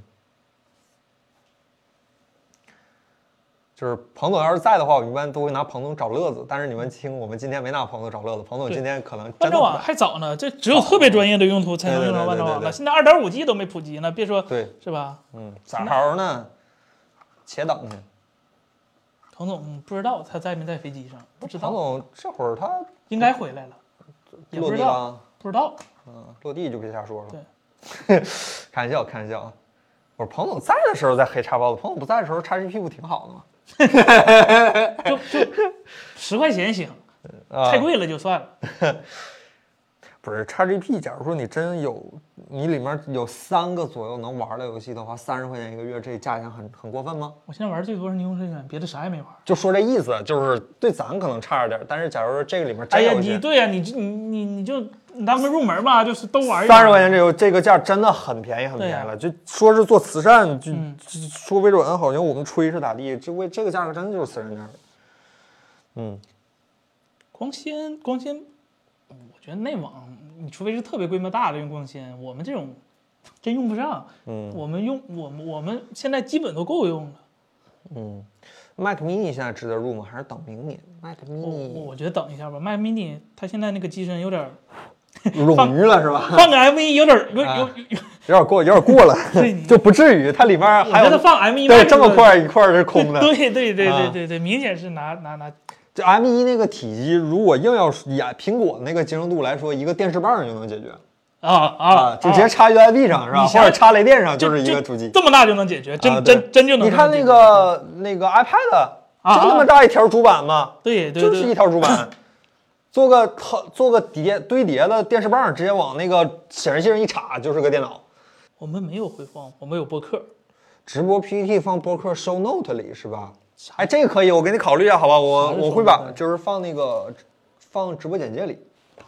[SPEAKER 1] 就是彭总要是在的话，我一般都会拿彭总找乐子。但是你们听，我们今天没拿彭总找乐子，彭总
[SPEAKER 2] 对
[SPEAKER 1] 今天可能真的
[SPEAKER 2] 万兆
[SPEAKER 1] 不
[SPEAKER 2] 网
[SPEAKER 1] 在。
[SPEAKER 2] 还早呢，这只有特别专业的用途才能用到万
[SPEAKER 1] 对对
[SPEAKER 2] 兆网
[SPEAKER 1] 对对
[SPEAKER 2] 了。
[SPEAKER 1] 对
[SPEAKER 2] 现在二点五 G 都没普及呢，别说
[SPEAKER 1] 对，
[SPEAKER 2] 是吧？
[SPEAKER 1] 嗯，咋着呢？且等呢。
[SPEAKER 2] 彭总嗯不知道他在没在飞机上，不知
[SPEAKER 1] 彭
[SPEAKER 2] 道，
[SPEAKER 1] 总这会儿他
[SPEAKER 2] 应该回来了，也
[SPEAKER 1] 落
[SPEAKER 2] 不
[SPEAKER 1] 地
[SPEAKER 2] 知道，
[SPEAKER 1] 了。
[SPEAKER 2] 不知道。
[SPEAKER 1] 嗯，落地就别瞎说了。
[SPEAKER 2] 对，
[SPEAKER 1] [laughs] 开玩笑，开玩笑啊！我说彭总在的时候在黑叉包子，彭总不在的时候叉 GP 不挺好的吗？
[SPEAKER 2] 就
[SPEAKER 1] [laughs]
[SPEAKER 2] 就十块钱行，
[SPEAKER 1] 啊、
[SPEAKER 2] 太贵了就算了。
[SPEAKER 1] 不是叉 GP，假如说你真有你里面有三个左右能玩的游戏的话，三十块钱一个月，这价钱很很过分吗？
[SPEAKER 2] 我现在玩最多是霓虹深渊，别的啥也没玩。
[SPEAKER 1] 就说这意思，就是对咱可能差着点儿，但是假如说这个里面
[SPEAKER 2] 哎
[SPEAKER 1] 真
[SPEAKER 2] 呀，
[SPEAKER 1] 有一
[SPEAKER 2] 你
[SPEAKER 1] 些，
[SPEAKER 2] 对呀、你这你你你就你当个入门吧，就是都玩一玩。
[SPEAKER 1] 三十块钱这游这个价真的很便宜，很便宜了。就说是做慈善，就、
[SPEAKER 2] 啊嗯
[SPEAKER 1] 就说微软好像我们吹是咋地，这为这个价格真的就是慈善价格。嗯，
[SPEAKER 2] 光纤光纤，我觉得内网，你除非是特别规模大的用光纤，我们这种真用不上。
[SPEAKER 1] 嗯，
[SPEAKER 2] 我们用我们我们现在基本都够用了。
[SPEAKER 1] Mac mini 现在值得入吗？还是等明年？Mac
[SPEAKER 2] 我
[SPEAKER 1] mini
[SPEAKER 2] 我觉得等一下吧，Mac Mini 它现在那个机身有点儿，哦
[SPEAKER 1] 冗余了是吧？
[SPEAKER 2] 放个 M 1有点儿有有有，
[SPEAKER 1] 有点过，有点过了
[SPEAKER 2] [laughs] 对你，
[SPEAKER 1] 就不至于。它里面
[SPEAKER 2] 我
[SPEAKER 1] 啊还
[SPEAKER 2] 觉得
[SPEAKER 1] 有
[SPEAKER 2] 放 M E 1
[SPEAKER 1] 对这么块一块儿是空的。
[SPEAKER 2] 对 [laughs] 对对对
[SPEAKER 1] 啊
[SPEAKER 2] 对对对，明显是拿拿拿，
[SPEAKER 1] 这 M 1那个体积，如果硬要以啊苹果那个集成度来说，一个电视棒儿就能解决
[SPEAKER 2] 啊啊，
[SPEAKER 1] 就直接插 USB 上是吧？
[SPEAKER 2] 你
[SPEAKER 1] 或
[SPEAKER 2] 想
[SPEAKER 1] 者插雷电上就是一
[SPEAKER 2] 就
[SPEAKER 1] 个主机。
[SPEAKER 2] 这么大就能解决，真、
[SPEAKER 1] 啊对
[SPEAKER 2] 真真就能。
[SPEAKER 1] 你看那，个那个 iPad，
[SPEAKER 2] 啊
[SPEAKER 1] 就那么大一条主板嘛，
[SPEAKER 2] 对对
[SPEAKER 1] 就
[SPEAKER 2] 对，
[SPEAKER 1] 是一条主
[SPEAKER 2] [laughs]
[SPEAKER 1] 板。做个套，做个叠堆叠的电视棒儿，直接往那个显示器上一插，就是个电脑。
[SPEAKER 2] 我们没有回放，我们有播客，
[SPEAKER 1] 直播 PPT 放播客 Show Note 里是吧？哎，这个可以，我给你考虑一下，好吧？我
[SPEAKER 2] 啥是
[SPEAKER 1] 我
[SPEAKER 2] show
[SPEAKER 1] 会把
[SPEAKER 2] note
[SPEAKER 1] 就是放那个放直播简介里。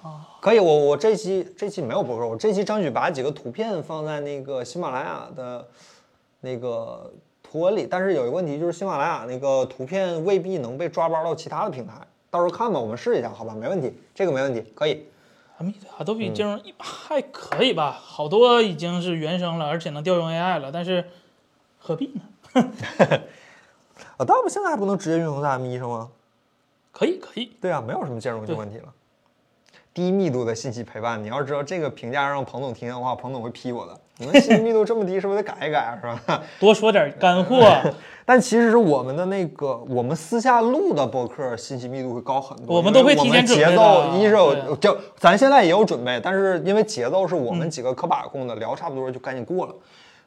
[SPEAKER 2] 啊
[SPEAKER 1] 可以，我我这期这期没有播客，我这期争取把几个图片放在那个喜马拉雅的那个图文里，但是有一个问题就是喜马拉雅那个图片未必能被抓包到其他的平台，到时候看吧，我们试一下，好吧？没问题，这个没问题，可以。
[SPEAKER 2] 咱们
[SPEAKER 1] 嗯
[SPEAKER 2] Adobe 兼容一还可以吧，好多已经是原生了，而且能调用 AI 了，但是何必呢？
[SPEAKER 1] 啊，但我们现在还不能直接运用在 M 1上吗？
[SPEAKER 2] 可以可以，
[SPEAKER 1] 对啊，没有什么兼容性
[SPEAKER 2] 对
[SPEAKER 1] 问题了。低密度的信息陪伴，你要知道这个评价让彭总听见的话，彭总会批我的。你们信息密度这么低，是不是得改一改啊？是吧？
[SPEAKER 2] 多说点干货。
[SPEAKER 1] [laughs] 但其实我们的那个，我们私下录的播客信息密度会高很多。
[SPEAKER 2] 我们
[SPEAKER 1] 因为
[SPEAKER 2] 都会
[SPEAKER 1] 我
[SPEAKER 2] 提
[SPEAKER 1] 们
[SPEAKER 2] 前准备
[SPEAKER 1] 节
[SPEAKER 2] 的
[SPEAKER 1] 奏一是有
[SPEAKER 2] 对嗯
[SPEAKER 1] 就咱现在也有准备，但是因为节奏是我们几个可把控的，聊差不多就赶紧过了。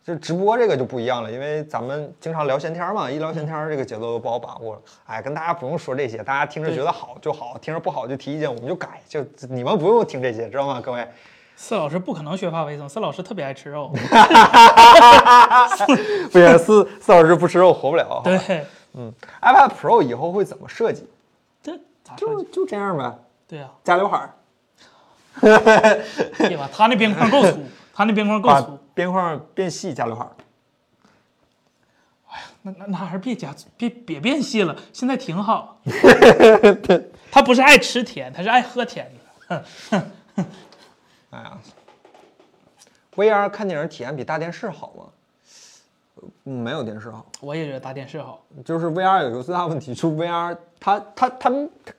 [SPEAKER 1] 就直播这个就不一样了，因为咱们经常聊闲天儿嘛，一聊闲天儿这个节奏就不好把握了。哎，跟大家不用说这些，大家听着
[SPEAKER 2] 对
[SPEAKER 1] 觉得好就好，听着不好就提意见，我们就改。就你们不用听这些，知道吗，各位？
[SPEAKER 2] 四老师不可能学法维生，四老师特别爱吃肉。 [laughs]
[SPEAKER 1] 不行，四四小时不吃肉活不了。好吧
[SPEAKER 2] 对，
[SPEAKER 1] 嗯，iPad Pro 以后会怎么设计？
[SPEAKER 2] 这咋说？
[SPEAKER 1] 就就这样呗，
[SPEAKER 2] 对啊，
[SPEAKER 1] 加刘海儿。
[SPEAKER 2] 对吧？他那边框够粗，他那边框够
[SPEAKER 1] 把
[SPEAKER 2] 粗，
[SPEAKER 1] 边框变细加刘海儿。
[SPEAKER 2] 那那那还是别加粗，别别变细了，现在
[SPEAKER 1] [laughs]
[SPEAKER 2] 挺好。他不是爱吃甜，他是爱喝甜的。
[SPEAKER 1] 哎呀，VR 看电影体验比大电视好吗？呃没有电视好，
[SPEAKER 2] 我也觉得打电视好。
[SPEAKER 1] 就是 VR 有一个最大问题，就是 VR 它它它它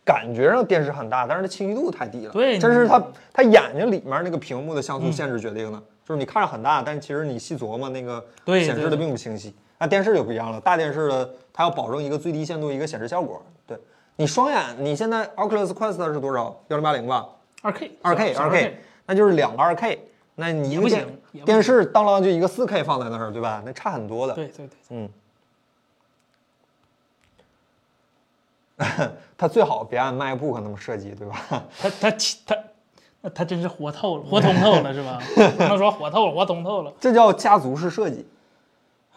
[SPEAKER 1] 感觉上电视很大，但是它清晰度太低了。
[SPEAKER 2] 对
[SPEAKER 1] 这是
[SPEAKER 2] 你嗯
[SPEAKER 1] 它它眼睛里面那个屏幕的像素限制决定的，就是你看着很大，但其实你细琢磨那个
[SPEAKER 2] 对
[SPEAKER 1] 显示
[SPEAKER 2] 对
[SPEAKER 1] 的并不清晰。那电视就不一样了，大电视的它要保证一个最低限度一个显示效果。对你双眼，你现在 Oculus Quest 是多少？幺零八零吧？
[SPEAKER 2] 二 K
[SPEAKER 1] 二 K
[SPEAKER 2] 二
[SPEAKER 1] 二 K，那就是两个二 K，那你一
[SPEAKER 2] 也
[SPEAKER 1] 个
[SPEAKER 2] 不
[SPEAKER 1] 电
[SPEAKER 2] 行也不
[SPEAKER 1] 电视当啷就一个四 K 放在那儿，对吧？那差很多的。
[SPEAKER 2] 对对对，
[SPEAKER 1] 嗯，它最好别按 MacBook 那么设计，对吧？ [laughs]
[SPEAKER 2] 他他起他，那他真是活透了，活通透了是吧？不能说活透了，活通透了。
[SPEAKER 1] 这叫家族式设计。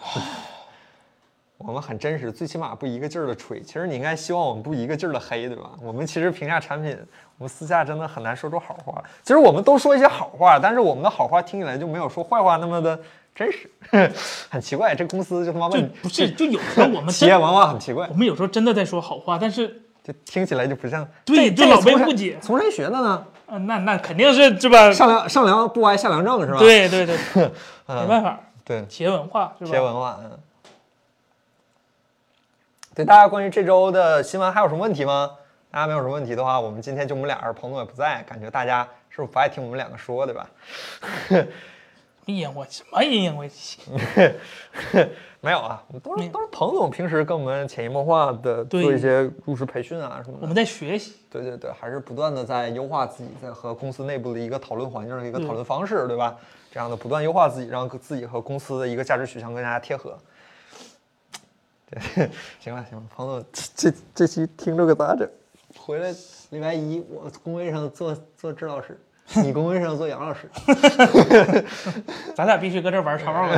[SPEAKER 1] [sighs] 我们很真实，最起码不一个劲儿的吹。其实你应该希望我们不一个劲儿的黑，对吧？我们其实评价产品，我们私下真的很难说出好话。其实我们都说一些好话，但是我们的好话听起来就没有说坏话那么的真实， [laughs] 很奇怪。这公司就他妈 [laughs]
[SPEAKER 2] 就
[SPEAKER 1] 问
[SPEAKER 2] 不是，就有时候我
[SPEAKER 1] [laughs]
[SPEAKER 2] 们
[SPEAKER 1] 企业
[SPEAKER 2] 真，
[SPEAKER 1] 文化很奇怪
[SPEAKER 2] 我，们有时候真的在说好话，但是
[SPEAKER 1] 就听起来就不像。
[SPEAKER 2] 对，
[SPEAKER 1] 这
[SPEAKER 2] 就
[SPEAKER 1] 个
[SPEAKER 2] 老被
[SPEAKER 1] 从谁
[SPEAKER 2] 误解。
[SPEAKER 1] 从谁学的呢？
[SPEAKER 2] 啊，那那肯定是是吧？
[SPEAKER 1] 上梁上梁不歪下梁正是吧？
[SPEAKER 2] 对对对，
[SPEAKER 1] [laughs]
[SPEAKER 2] 没办法，
[SPEAKER 1] 对，
[SPEAKER 2] 企业文化是
[SPEAKER 1] 嗯
[SPEAKER 2] 吧？
[SPEAKER 1] 企业文化，嗯。对大家关于这周的新闻还有什么问题吗？大家没有什么问题的话，我们今天就我们俩人，彭总也不在，感觉大家是不是不爱听我们两个说，对吧？ [laughs]
[SPEAKER 2] 阴阳怪气，什么阴阳怪气？
[SPEAKER 1] 没有啊，都
[SPEAKER 2] 没
[SPEAKER 1] 是
[SPEAKER 2] 有
[SPEAKER 1] 都是彭总平时跟我们潜移默化的做
[SPEAKER 2] 对
[SPEAKER 1] 一些入职培训啊什么
[SPEAKER 2] 我
[SPEAKER 1] 的。
[SPEAKER 2] 们在学习，
[SPEAKER 1] 对对对，还是不断的在优化自己，在和公司内部的一个讨论环境的一个
[SPEAKER 2] 对
[SPEAKER 1] 讨论方式，对吧？这样的不断优化自己，让自己和公司的一个价值取向更加贴合。对， [laughs] 行了行了，彭总，这这这期听着可咋整？回来礼拜一我工位上做做指导师，你公会上做杨老师，
[SPEAKER 2] 咱俩必须搁这玩啊长毛
[SPEAKER 1] [laughs]
[SPEAKER 2] 狗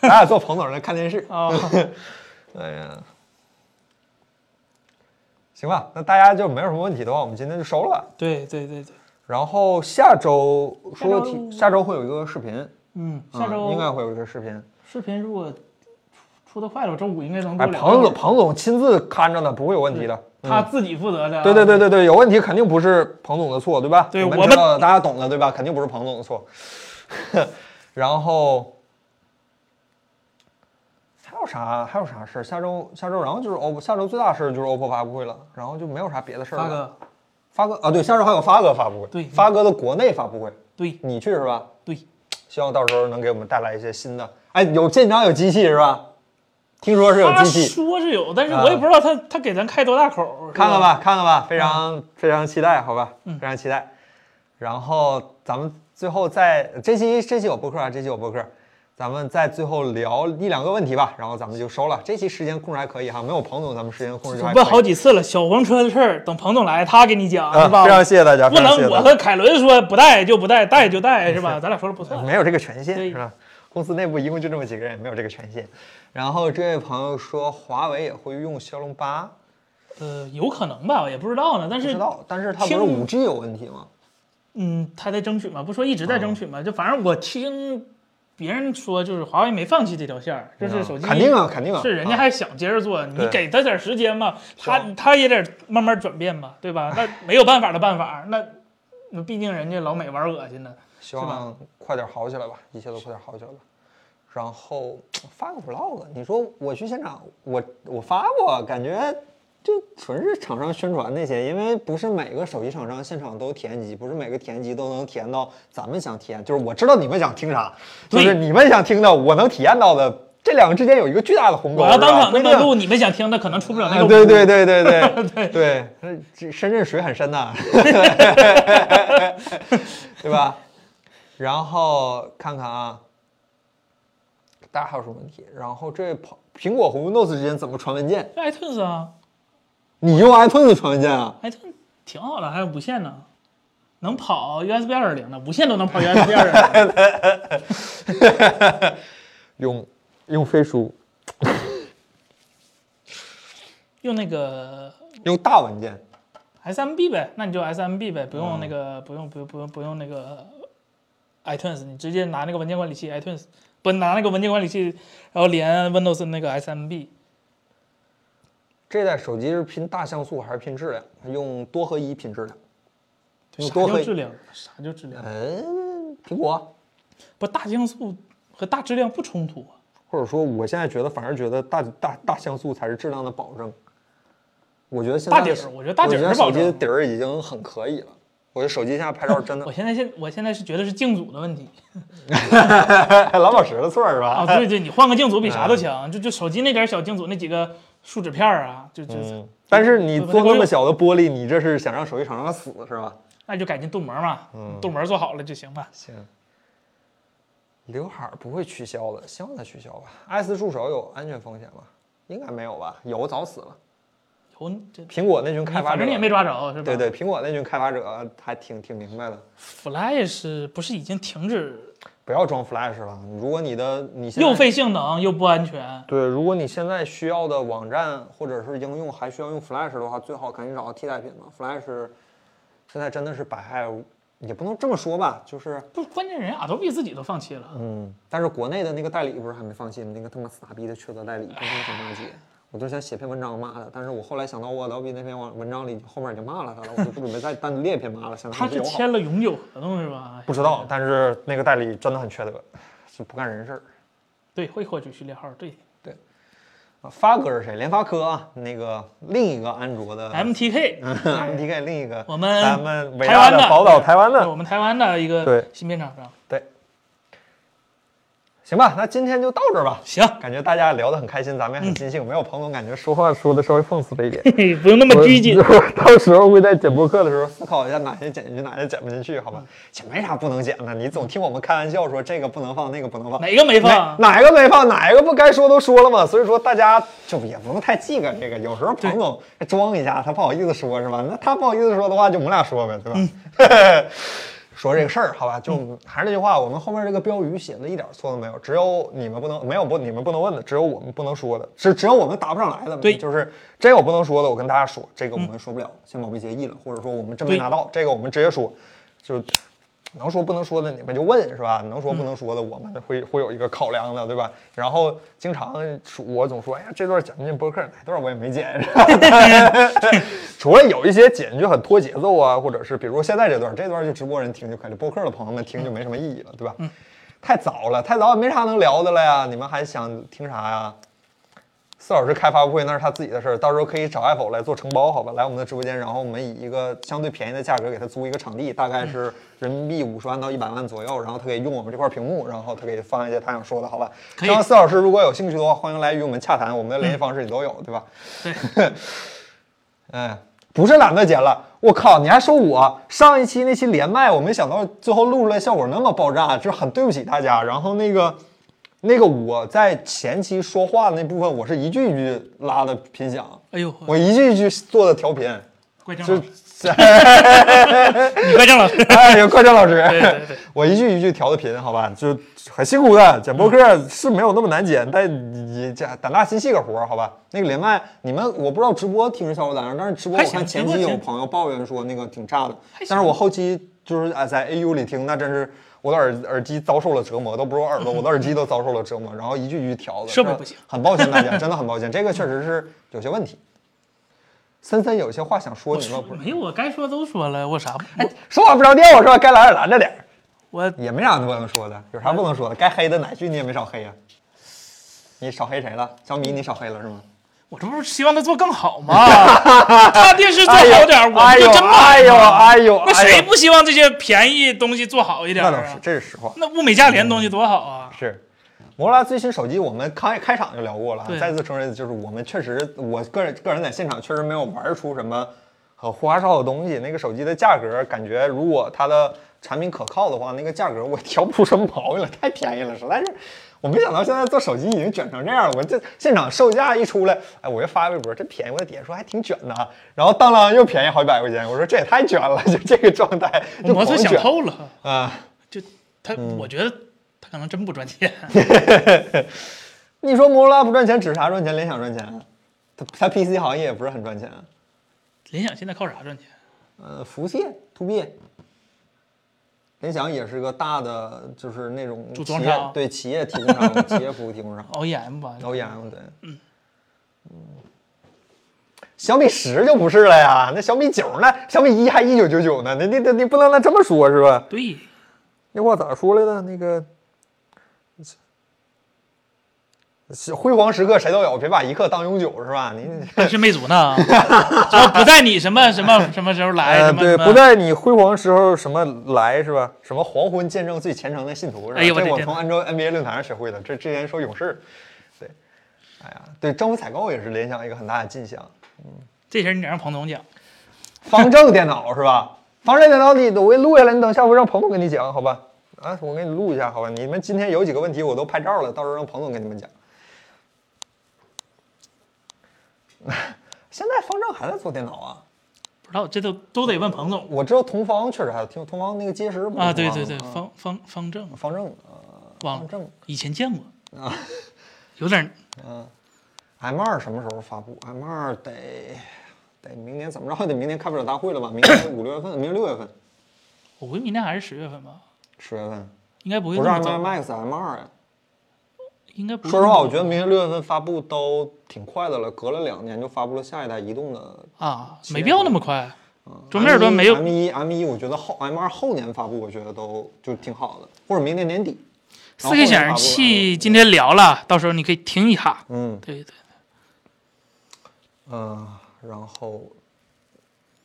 [SPEAKER 1] 咱俩坐彭总那看电视。
[SPEAKER 2] 啊！
[SPEAKER 1] 哎呀，行吧，那大家就没有什么问题的话，我们今天就收了。
[SPEAKER 2] 对对对对，
[SPEAKER 1] 然后下周说的题，下
[SPEAKER 2] 下周
[SPEAKER 1] 周会有一个视频，
[SPEAKER 2] 嗯，下
[SPEAKER 1] 嗯、应该
[SPEAKER 2] 周
[SPEAKER 1] 会有一个视频。
[SPEAKER 2] 视频如果出出的快了，我周五应该能
[SPEAKER 1] 哎，
[SPEAKER 2] 够聊。
[SPEAKER 1] 彭总，彭总亲自看着呢，不会有问题的。
[SPEAKER 2] 他自己负责的啊。
[SPEAKER 1] 嗯对对对对对，有问题肯定不是彭总的错，对吧？
[SPEAKER 2] 对
[SPEAKER 1] 我们
[SPEAKER 2] 我们
[SPEAKER 1] 知道的大家懂了，对吧？肯定不是彭总的错。 [laughs] 然后还有啥？还有啥事儿？下周下周，然后就是 OPPO，下周最大事儿就是 OPPO 发布会了，然后就没有啥别的事儿
[SPEAKER 2] 大
[SPEAKER 1] 了。
[SPEAKER 2] 哥，
[SPEAKER 1] 发哥啊，对，下周还有发哥发布会，
[SPEAKER 2] 对
[SPEAKER 1] 发哥的国内发布会，
[SPEAKER 2] 对
[SPEAKER 1] 你去是吧？
[SPEAKER 2] 对，
[SPEAKER 1] 希望到时候能给我们带来一些新的。哎，有这张有机器是吧？听说是有
[SPEAKER 2] 他
[SPEAKER 1] 机器，
[SPEAKER 2] 说是有，但是我也不知道他他给咱开多大口。
[SPEAKER 1] 看看
[SPEAKER 2] 吧。
[SPEAKER 1] 吧，看看吧，非常、非常期待，好吧，
[SPEAKER 2] 嗯
[SPEAKER 1] 非常期待。然后咱们最后再这期这期有播客啊，这期有播客，咱们再最后聊一两个问题吧，然后咱们就收了。这期时间控制还可以哈，没有彭总，咱们时间控制就还
[SPEAKER 2] 我
[SPEAKER 1] 可以。
[SPEAKER 2] 问好几次了，小黄车的事儿，等彭总来他给你讲，
[SPEAKER 1] 啊，
[SPEAKER 2] 是吧？
[SPEAKER 1] 非常谢谢大家，非
[SPEAKER 2] 不
[SPEAKER 1] 常谢嗯
[SPEAKER 2] 能
[SPEAKER 1] 谢
[SPEAKER 2] 我
[SPEAKER 1] 大家，
[SPEAKER 2] 和凯伦说不带就不带，带就带，是吧？咱俩说了不算。
[SPEAKER 1] [laughs] 没有这个权限
[SPEAKER 2] 对
[SPEAKER 1] 是吧？公司内部一共就这么几个人，没有这个权限。然后这位朋友说，华为也会用骁龙八，
[SPEAKER 2] 呃，有可能吧，我也不知道呢。但
[SPEAKER 1] 不知
[SPEAKER 2] 是，
[SPEAKER 1] 道，但是它不是
[SPEAKER 2] 听
[SPEAKER 1] 五 G 有问题吗？
[SPEAKER 2] 嗯，他在争取嘛，不说一直在争取嘛，就反正我听别人说，就是华为没放弃这条线儿，就是手机
[SPEAKER 1] 肯定啊，肯 [laughs] 定啊，
[SPEAKER 2] 是人家
[SPEAKER 1] 啊
[SPEAKER 2] 还想接着做，你
[SPEAKER 1] 对
[SPEAKER 2] 给他点时间嘛，他
[SPEAKER 1] 是
[SPEAKER 2] 他也得慢慢转变嘛，对吧？那没有办法的办法，那那毕竟人家老美玩恶心呢，
[SPEAKER 1] 希望快点好起来吧，一切都快点好起来吧。然后发个 vlog，你说我去现场，我我发过，感觉就纯是厂商宣传那些，因为不是每个手机厂商现场都有体验机，不是每个体验机都能体验到咱们想体验。就是我知道你们想听啥，就
[SPEAKER 2] 对
[SPEAKER 1] 是你们想听的，我能体验到的，这两个之间有一个巨大的鸿沟。
[SPEAKER 2] 我要
[SPEAKER 1] 是吧
[SPEAKER 2] 当场那
[SPEAKER 1] 不
[SPEAKER 2] 个
[SPEAKER 1] 定
[SPEAKER 2] 录，你们想听的可能出不了那
[SPEAKER 1] 啊，
[SPEAKER 2] 个。
[SPEAKER 1] 对对对对
[SPEAKER 2] [laughs]
[SPEAKER 1] 对对呃这深圳水很深呐、 [laughs] 对吧？然后看看啊，大家还有什么问题？然后这苹苹果和 Windows 之间怎么传文件？
[SPEAKER 2] 这 iTunes 啊
[SPEAKER 1] 你用 iTunes 传文件啊？
[SPEAKER 2] ，iTunes 挺好的，还有无线呢，能跑 USB 二点零的，无线都能跑 USB 二点
[SPEAKER 1] [laughs]
[SPEAKER 2] 零。
[SPEAKER 1] 用用飞书，
[SPEAKER 2] 用那个
[SPEAKER 1] 用大文件，
[SPEAKER 2] SMB 呗，那你就 SMB 呗，不
[SPEAKER 1] 嗯
[SPEAKER 2] 用那个，不用不用不用不用那个 iTunes，你直接拿那个文件管理器 iTunes，不拿那个文件管理器，然后连 Windows 那个 SMB。
[SPEAKER 1] 这代手机是拼大像素还是拼质量？用多合一拼质量？用
[SPEAKER 2] 啥
[SPEAKER 1] 多合
[SPEAKER 2] 叫
[SPEAKER 1] 一
[SPEAKER 2] 质？量？啥叫质量？
[SPEAKER 1] 嗯，苹果。
[SPEAKER 2] 不，大像素和大质量不冲突啊。
[SPEAKER 1] 或者说我现在觉得，反而觉得大大大像素才是质量的保证。我觉得现在
[SPEAKER 2] 大底儿我觉得大底儿是
[SPEAKER 1] 我觉手
[SPEAKER 2] 保
[SPEAKER 1] 机的
[SPEAKER 2] 证
[SPEAKER 1] 底儿已经很可以了。我觉得手机现在拍照
[SPEAKER 2] [laughs]
[SPEAKER 1] 真的
[SPEAKER 2] 我现在现我现在是觉得是镜组的问题
[SPEAKER 1] [laughs] 老保持的错儿是吧？
[SPEAKER 2] 啊，对对，你换个镜组比啥
[SPEAKER 1] 嗯
[SPEAKER 2] 都强，就就手机那点小镜组那几个树脂片儿啊，就就、
[SPEAKER 1] 嗯， [laughs] 但是你
[SPEAKER 2] 不
[SPEAKER 1] 做
[SPEAKER 2] 不
[SPEAKER 1] 那
[SPEAKER 2] 是
[SPEAKER 1] 么小的玻璃，你这是想让手机厂商死是吧？
[SPEAKER 2] 那就改进镀膜嘛，
[SPEAKER 1] 嗯
[SPEAKER 2] 镀膜做好了就行吧。
[SPEAKER 1] 行，刘海儿不会取消的，希望它取消吧。爱思助手有安全风险吗？应该没有吧？有早死了。
[SPEAKER 2] 有这
[SPEAKER 1] 苹果那群开发者，
[SPEAKER 2] 反正你也没抓着是吧？
[SPEAKER 1] 对对，苹果那群开发者还挺挺明白的。
[SPEAKER 2] Flash 不是已经停止
[SPEAKER 1] 不要装 Flash 了。如果你的你现在
[SPEAKER 2] 又费性能又不安全？
[SPEAKER 1] 对，如果你现在需要的网站或者是应用还需要用 Flash 的话，最好赶紧找到替代品吧。Flash 现在真的是百害无，也不能这么说吧，就是
[SPEAKER 2] 不，关键人家 Adobe 自己都放弃了。
[SPEAKER 1] 嗯，但是国内的那个代理不是还没放弃吗？那个他妈傻逼的缺德代理，真他妈想骂街。我就想写篇文章骂他，但是我后来想到我 Adobe 那篇网文章里后面已经骂了他了，我就不准备再单独列篇骂了，想
[SPEAKER 2] 他
[SPEAKER 1] 他
[SPEAKER 2] 是
[SPEAKER 1] 友好。
[SPEAKER 2] 签了永久合同是吧？
[SPEAKER 1] 不知道，但是那个代理真的很缺德，就不干人事儿。
[SPEAKER 2] 对，会获取序列号。对
[SPEAKER 1] 啊发哥是谁？联发科啊，那个另一个安卓的 [laughs]
[SPEAKER 2] ，MTK，
[SPEAKER 1] MTK 另一个
[SPEAKER 2] 我嗯们
[SPEAKER 1] 咱们伟
[SPEAKER 2] 台
[SPEAKER 1] 大
[SPEAKER 2] 湾
[SPEAKER 1] 的
[SPEAKER 2] 的嗯
[SPEAKER 1] 宝岛台湾
[SPEAKER 2] 是
[SPEAKER 1] 的，
[SPEAKER 2] 我们台湾的一
[SPEAKER 1] 对
[SPEAKER 2] 个芯片厂商。
[SPEAKER 1] 对。行吧，那今天就到这儿吧。
[SPEAKER 2] 行，
[SPEAKER 1] 感觉大家聊得很开心，咱
[SPEAKER 2] 嗯
[SPEAKER 1] 们也很尽兴，没有彭总，感觉说话说的稍微放肆了一点。
[SPEAKER 2] 嘿不用那么
[SPEAKER 1] 我
[SPEAKER 2] [laughs] 拘谨。
[SPEAKER 1] 到时候会在剪播客的时候思考一下哪些剪进去，哪些剪不进去，好
[SPEAKER 2] 嗯
[SPEAKER 1] 吧？这没啥不能剪的，你总听我们开玩笑说这个不能放，那个不能放，
[SPEAKER 2] 哪个没放？
[SPEAKER 1] 哪哪个没放，哪个不该说都说了嘛。所以说大家就也不用太记个这个，有时候彭总装一下，他不好意思说是吧？那他不好意思说的话，就我们俩说呗，对
[SPEAKER 2] 嗯
[SPEAKER 1] 吧？ [laughs] 说这个事儿，好吧，就还是那句话，我们后面这个标语写的一点错都没有，只有你们不能，没有不你们不能问的，只有我们不能说的，只只有我们答不上来的。
[SPEAKER 2] 对嗯
[SPEAKER 1] 就是这个我不能说的，我跟大家说，这个我们说不了，先保密协议了，或者说我们真没
[SPEAKER 2] 对
[SPEAKER 1] 拿到，这个我们直接说，就能说不能说的你们就问是吧？能说不能说的我们会会有一个考量的，对吧？然后经常说我总说，哎呀，这段讲不进播客，哪段我也没剪，是吧？除了有一些剪就很拖节奏啊，或者是比如说现在这段，这段就直播人听就可以了，播客的朋友们听就没什么意义了，对吧？太早了，太早也没啥能聊的了呀。你们还想听啥呀？四老师开发布会那是他自己的事儿，到时候可以找 Apple 来做承包，好吧？来我们的直播间，然后我们以一个相对便宜的价格给他租一个场地，大
[SPEAKER 2] 嗯
[SPEAKER 1] 概是人民币五十万到一百万左右，然后他可以用我们这块屏幕，然后他可以放一些他想说的，好吧？
[SPEAKER 2] 可以
[SPEAKER 1] 然后四老师如果有兴趣的话，欢迎来与我们洽谈，我们的联系方式也都有，对吧？
[SPEAKER 2] 对，
[SPEAKER 1] [laughs] 哎，不是懒得剪了，我靠，你还说我上一期那期连麦，我没想到最后录出来效果那么爆炸，就是很对不起大家。然后那个那个我在前期说话的那部分，我是一句一句拉的拼响，
[SPEAKER 2] 哎呦，
[SPEAKER 1] 我一句一句做的调频，
[SPEAKER 2] 怪张
[SPEAKER 1] 就
[SPEAKER 2] 老师，你怪张老师。
[SPEAKER 1] [laughs] 哎有怪张老师，
[SPEAKER 2] 对对对
[SPEAKER 1] [laughs] 我一句一句调的频，好吧，就很辛苦的。剪播客是没有那么难剪，但也这胆大心细个活儿，好吧。那个连麦，你们我不知道直播听着效果咋样，但是直播
[SPEAKER 2] 还
[SPEAKER 1] 我
[SPEAKER 2] 行
[SPEAKER 1] 看前
[SPEAKER 2] 直播
[SPEAKER 1] 期有
[SPEAKER 2] 挺
[SPEAKER 1] 朋友抱怨说那个挺炸的，
[SPEAKER 2] 行
[SPEAKER 1] 但是我后期就是啊在 AU 里听，那真是我的耳耳机遭受了折磨，都不是我耳朵，我的耳机都遭受了折磨，然后一句一句调的，
[SPEAKER 2] 设备
[SPEAKER 1] 这
[SPEAKER 2] 不行
[SPEAKER 1] 很抱歉大家，真的很抱歉，这个确实是有些问题。森森有些话想说，你们不是
[SPEAKER 2] 没有，我该说都说了，我啥？
[SPEAKER 1] 说话不着调，我说该拦着拦着点儿。
[SPEAKER 2] 我
[SPEAKER 1] 也没啥不能说的，有啥不能说的？该黑的哪句你也没少黑呀、啊你少黑谁了？小米你少黑了是吗？
[SPEAKER 2] 我这不是希望他做更好 [laughs] 吗？他电视做好点儿，我
[SPEAKER 1] 哎
[SPEAKER 2] 们
[SPEAKER 1] 呦
[SPEAKER 2] 就真买
[SPEAKER 1] 哎呦哎呦，
[SPEAKER 2] 那
[SPEAKER 1] 哎
[SPEAKER 2] 谁
[SPEAKER 1] 呦
[SPEAKER 2] 不希望这些便宜东西做好一点
[SPEAKER 1] 那
[SPEAKER 2] 儿
[SPEAKER 1] 倒是
[SPEAKER 2] 啊？，
[SPEAKER 1] 这是实话。
[SPEAKER 2] 那物美价廉的东西多好啊！
[SPEAKER 1] 是，摩托罗拉最新手机我们开开场就聊过了啊，
[SPEAKER 2] 对
[SPEAKER 1] 再次承认就是我们确实，呃我个人个人在现场确实没有玩出什么很花哨的东西。那个手机的价格，感觉如果它的产品可靠的话，那个价格我也挑不出什么毛病来，太便宜了，实在是。我没想到现在做手机已经卷成这样了，我这现场售价一出来，哎，我又发微博，真便宜，我的爹说还挺卷的啊，然后当当又便宜好几百块钱，我说这也太卷了，就嗯这个状态，就
[SPEAKER 2] 我磨
[SPEAKER 1] 狂
[SPEAKER 2] 蹭
[SPEAKER 1] [laughs]
[SPEAKER 2] 想
[SPEAKER 1] 卷嗯
[SPEAKER 2] 透了，
[SPEAKER 1] 啊。
[SPEAKER 2] 就他，我觉得他可能真不赚
[SPEAKER 1] [laughs]
[SPEAKER 2] 钱。
[SPEAKER 1] 你说摩托罗拉不赚钱，指啥赚钱？联想赚钱啊？它它 PC 行业也不是很赚钱啊。
[SPEAKER 2] 联想现在靠啥赚钱？
[SPEAKER 1] 呃，服务器 to B，联想也是个大的，就是那种
[SPEAKER 2] 组
[SPEAKER 1] 企
[SPEAKER 2] 装
[SPEAKER 1] 业
[SPEAKER 2] 厂
[SPEAKER 1] 对企业提供商、企业服务提供商
[SPEAKER 2] OEM 吧，
[SPEAKER 1] ，OEM 对。嗯，小米十就不是了呀，那小米九呢？小米一还一九九九呢，那那那你不能那这么说，是吧？
[SPEAKER 2] 对，
[SPEAKER 1] 那话咋说来着？那个是辉煌时刻谁都有，别把一刻当永久，是吧？你
[SPEAKER 2] 还是魅族呢， [laughs] 只要不在你什么什么什么时候来，
[SPEAKER 1] 呃，
[SPEAKER 2] 什么
[SPEAKER 1] 对，
[SPEAKER 2] 什么
[SPEAKER 1] 不在你辉煌时候什么来是吧？什么黄昏见证最虔诚的信徒是吧？
[SPEAKER 2] 哎呦我
[SPEAKER 1] 这
[SPEAKER 2] 的
[SPEAKER 1] 我
[SPEAKER 2] 天
[SPEAKER 1] 从安州 NBA 论坛上学会的。这之前说勇士，对，哎呀，对政府采购也是联想一个很大的进项。
[SPEAKER 2] 这事儿你得让彭总讲。
[SPEAKER 1] 方正电脑是吧？方正电脑你我给你录下来，你等下回让彭总跟你讲好吧？啊，我给你录一下好吧？你们今天有几个问题我都拍照了，到时候让彭总跟你们讲。 [laughs] 现在方正还在做电脑啊？
[SPEAKER 2] 不知道，这都都得问彭总
[SPEAKER 1] 我知道同方确实还有听同方那个结石不是
[SPEAKER 2] 啊。
[SPEAKER 1] 同
[SPEAKER 2] 对
[SPEAKER 1] 方
[SPEAKER 2] 对
[SPEAKER 1] 的
[SPEAKER 2] 对，
[SPEAKER 1] 啊
[SPEAKER 2] 方方方正
[SPEAKER 1] 方正啊，
[SPEAKER 2] 忘
[SPEAKER 1] 方
[SPEAKER 2] 了，
[SPEAKER 1] 正
[SPEAKER 2] 以前见过
[SPEAKER 1] 啊，
[SPEAKER 2] 有点儿
[SPEAKER 1] M 二什么时候发布？M 二得得明年怎么着 [laughs] 也得明年开不了大会了吧？明年五六月份，明年六月份，
[SPEAKER 2] 我估计明天还是十月份吧，
[SPEAKER 1] 十月份，
[SPEAKER 2] 应该不
[SPEAKER 1] 不
[SPEAKER 2] 会
[SPEAKER 1] 是
[SPEAKER 2] 那么
[SPEAKER 1] M
[SPEAKER 2] 早，
[SPEAKER 1] Max M 二呀。
[SPEAKER 2] 应该不会
[SPEAKER 1] 说
[SPEAKER 2] 那
[SPEAKER 1] 实
[SPEAKER 2] 么
[SPEAKER 1] 话，
[SPEAKER 2] 早
[SPEAKER 1] 我觉得明年六月份发布都挺快的了，隔了两年就发布了下一代移动的。
[SPEAKER 2] 啊，没
[SPEAKER 1] 月
[SPEAKER 2] 必要那么快。 [laughs]
[SPEAKER 1] 嗯
[SPEAKER 2] 桌面端没
[SPEAKER 1] M
[SPEAKER 2] 有
[SPEAKER 1] 一 M 一，我觉得后 M 二后年发布，我觉得都就挺好的，或者明年年底。然
[SPEAKER 2] 四
[SPEAKER 1] 后
[SPEAKER 2] K
[SPEAKER 1] 后年
[SPEAKER 2] 显
[SPEAKER 1] 发
[SPEAKER 2] 示
[SPEAKER 1] 布
[SPEAKER 2] 器，今天聊了，到时候你可以听一下。
[SPEAKER 1] 嗯
[SPEAKER 2] 对对，
[SPEAKER 1] 嗯，然后，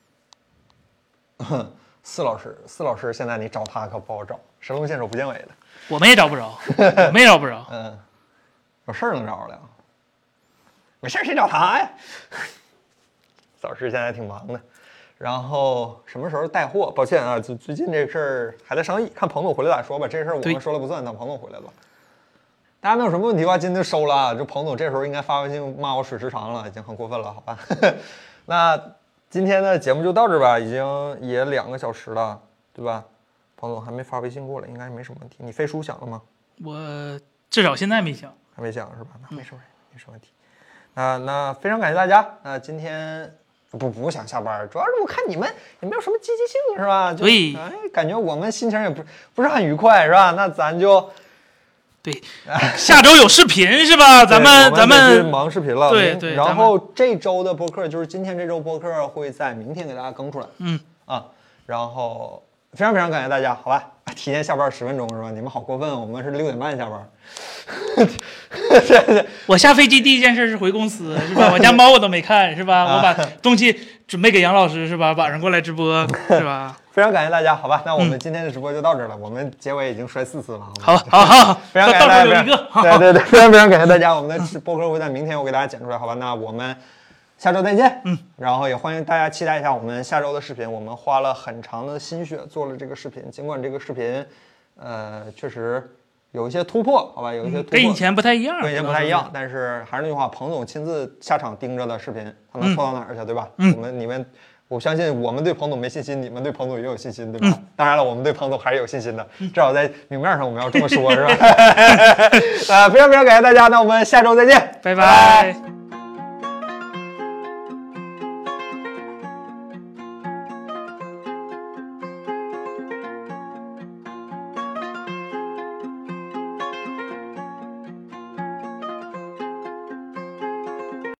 [SPEAKER 1] [laughs] 四老师，四老师，现在你找他可不好找，神龙见首不见尾的。
[SPEAKER 2] 我们也找不
[SPEAKER 1] [laughs]
[SPEAKER 2] 着，我们也找不着。
[SPEAKER 1] 嗯，有事儿能找着了，没事儿谁找他呀？早市现在挺忙的，然后什么时候带货？抱歉啊，最最近这事儿还在商议，看彭总回来咋说吧。这事儿我
[SPEAKER 2] 对
[SPEAKER 1] 们说了不算，等彭总回来吧。大家没有什么问题的话，今天就收了啊。这彭总这时候应该发微信骂我水时长了，已经很过分了，好吧？ [laughs] 那今天的节目就到这儿吧，已经也两个小时了，对吧？彭总还没发微信过来，应该没什么问题。你飞书想了吗？
[SPEAKER 2] 我至少现在没想。
[SPEAKER 1] 还没讲是吧？那
[SPEAKER 2] 嗯
[SPEAKER 1] 没什么没什么问题。那那非常感谢大家。那今天不不想下班，主要是我看你们也没有什么积极性是吧？就
[SPEAKER 2] 对
[SPEAKER 1] 哎，感觉我们心情也不不是很愉快是吧？那咱就
[SPEAKER 2] 对， [laughs] 下周有视频是吧？咱们
[SPEAKER 1] 对
[SPEAKER 2] 咱
[SPEAKER 1] 我们得去
[SPEAKER 2] 们
[SPEAKER 1] 忙视频了，
[SPEAKER 2] 对
[SPEAKER 1] 明
[SPEAKER 2] 对咱
[SPEAKER 1] 然
[SPEAKER 2] 们
[SPEAKER 1] 后这周的播客就是今天这周播客会在明天给大家更出来
[SPEAKER 2] 嗯，
[SPEAKER 1] 啊。然后非常非常感谢大家，好吧？提前下班十分钟是吧？你们好过分，我们是六点半下班。对对。
[SPEAKER 2] 我下飞机第一件事是回公
[SPEAKER 1] [laughs]
[SPEAKER 2] 司是吧？我家猫我都没看是
[SPEAKER 1] 啊
[SPEAKER 2] 吧？我把东西准备给杨老师是吧？晚上过来直
[SPEAKER 1] [laughs]
[SPEAKER 2] 播是吧？
[SPEAKER 1] 非常感谢大家，好吧，那我
[SPEAKER 2] 嗯
[SPEAKER 1] 们今天的直播就到这儿了，我们结尾已经摔四次了，好吧。
[SPEAKER 2] 好好好，
[SPEAKER 1] 非常
[SPEAKER 2] 到
[SPEAKER 1] 感谢啊大家，
[SPEAKER 2] 到这有一
[SPEAKER 1] 非
[SPEAKER 2] 个，
[SPEAKER 1] 常对对对，非常非常感谢大家，我们的直播客会在明天我给大家剪出来，好吧？那我们下周再见，嗯，然后也欢迎大家期待一下我们下周的视频，我们花了很长的心血做了这个视频，尽管这个视频，呃，确实有一些突破，好吧，有一些突破，
[SPEAKER 2] 嗯跟以前不太一样，
[SPEAKER 1] 跟以前不太一样，但是还是那句话，彭总亲自下场盯着的视频，他能错到哪儿去，对吧？我们你们，我相信我们对彭总没信心，你们对彭总也有信心，对吧？当然了，我们对彭总还是有信心的，至少在明面上我 [laughs] 们要这么说，是吧？呃，非常非常感谢大家，那我们下周再见，
[SPEAKER 2] 拜拜。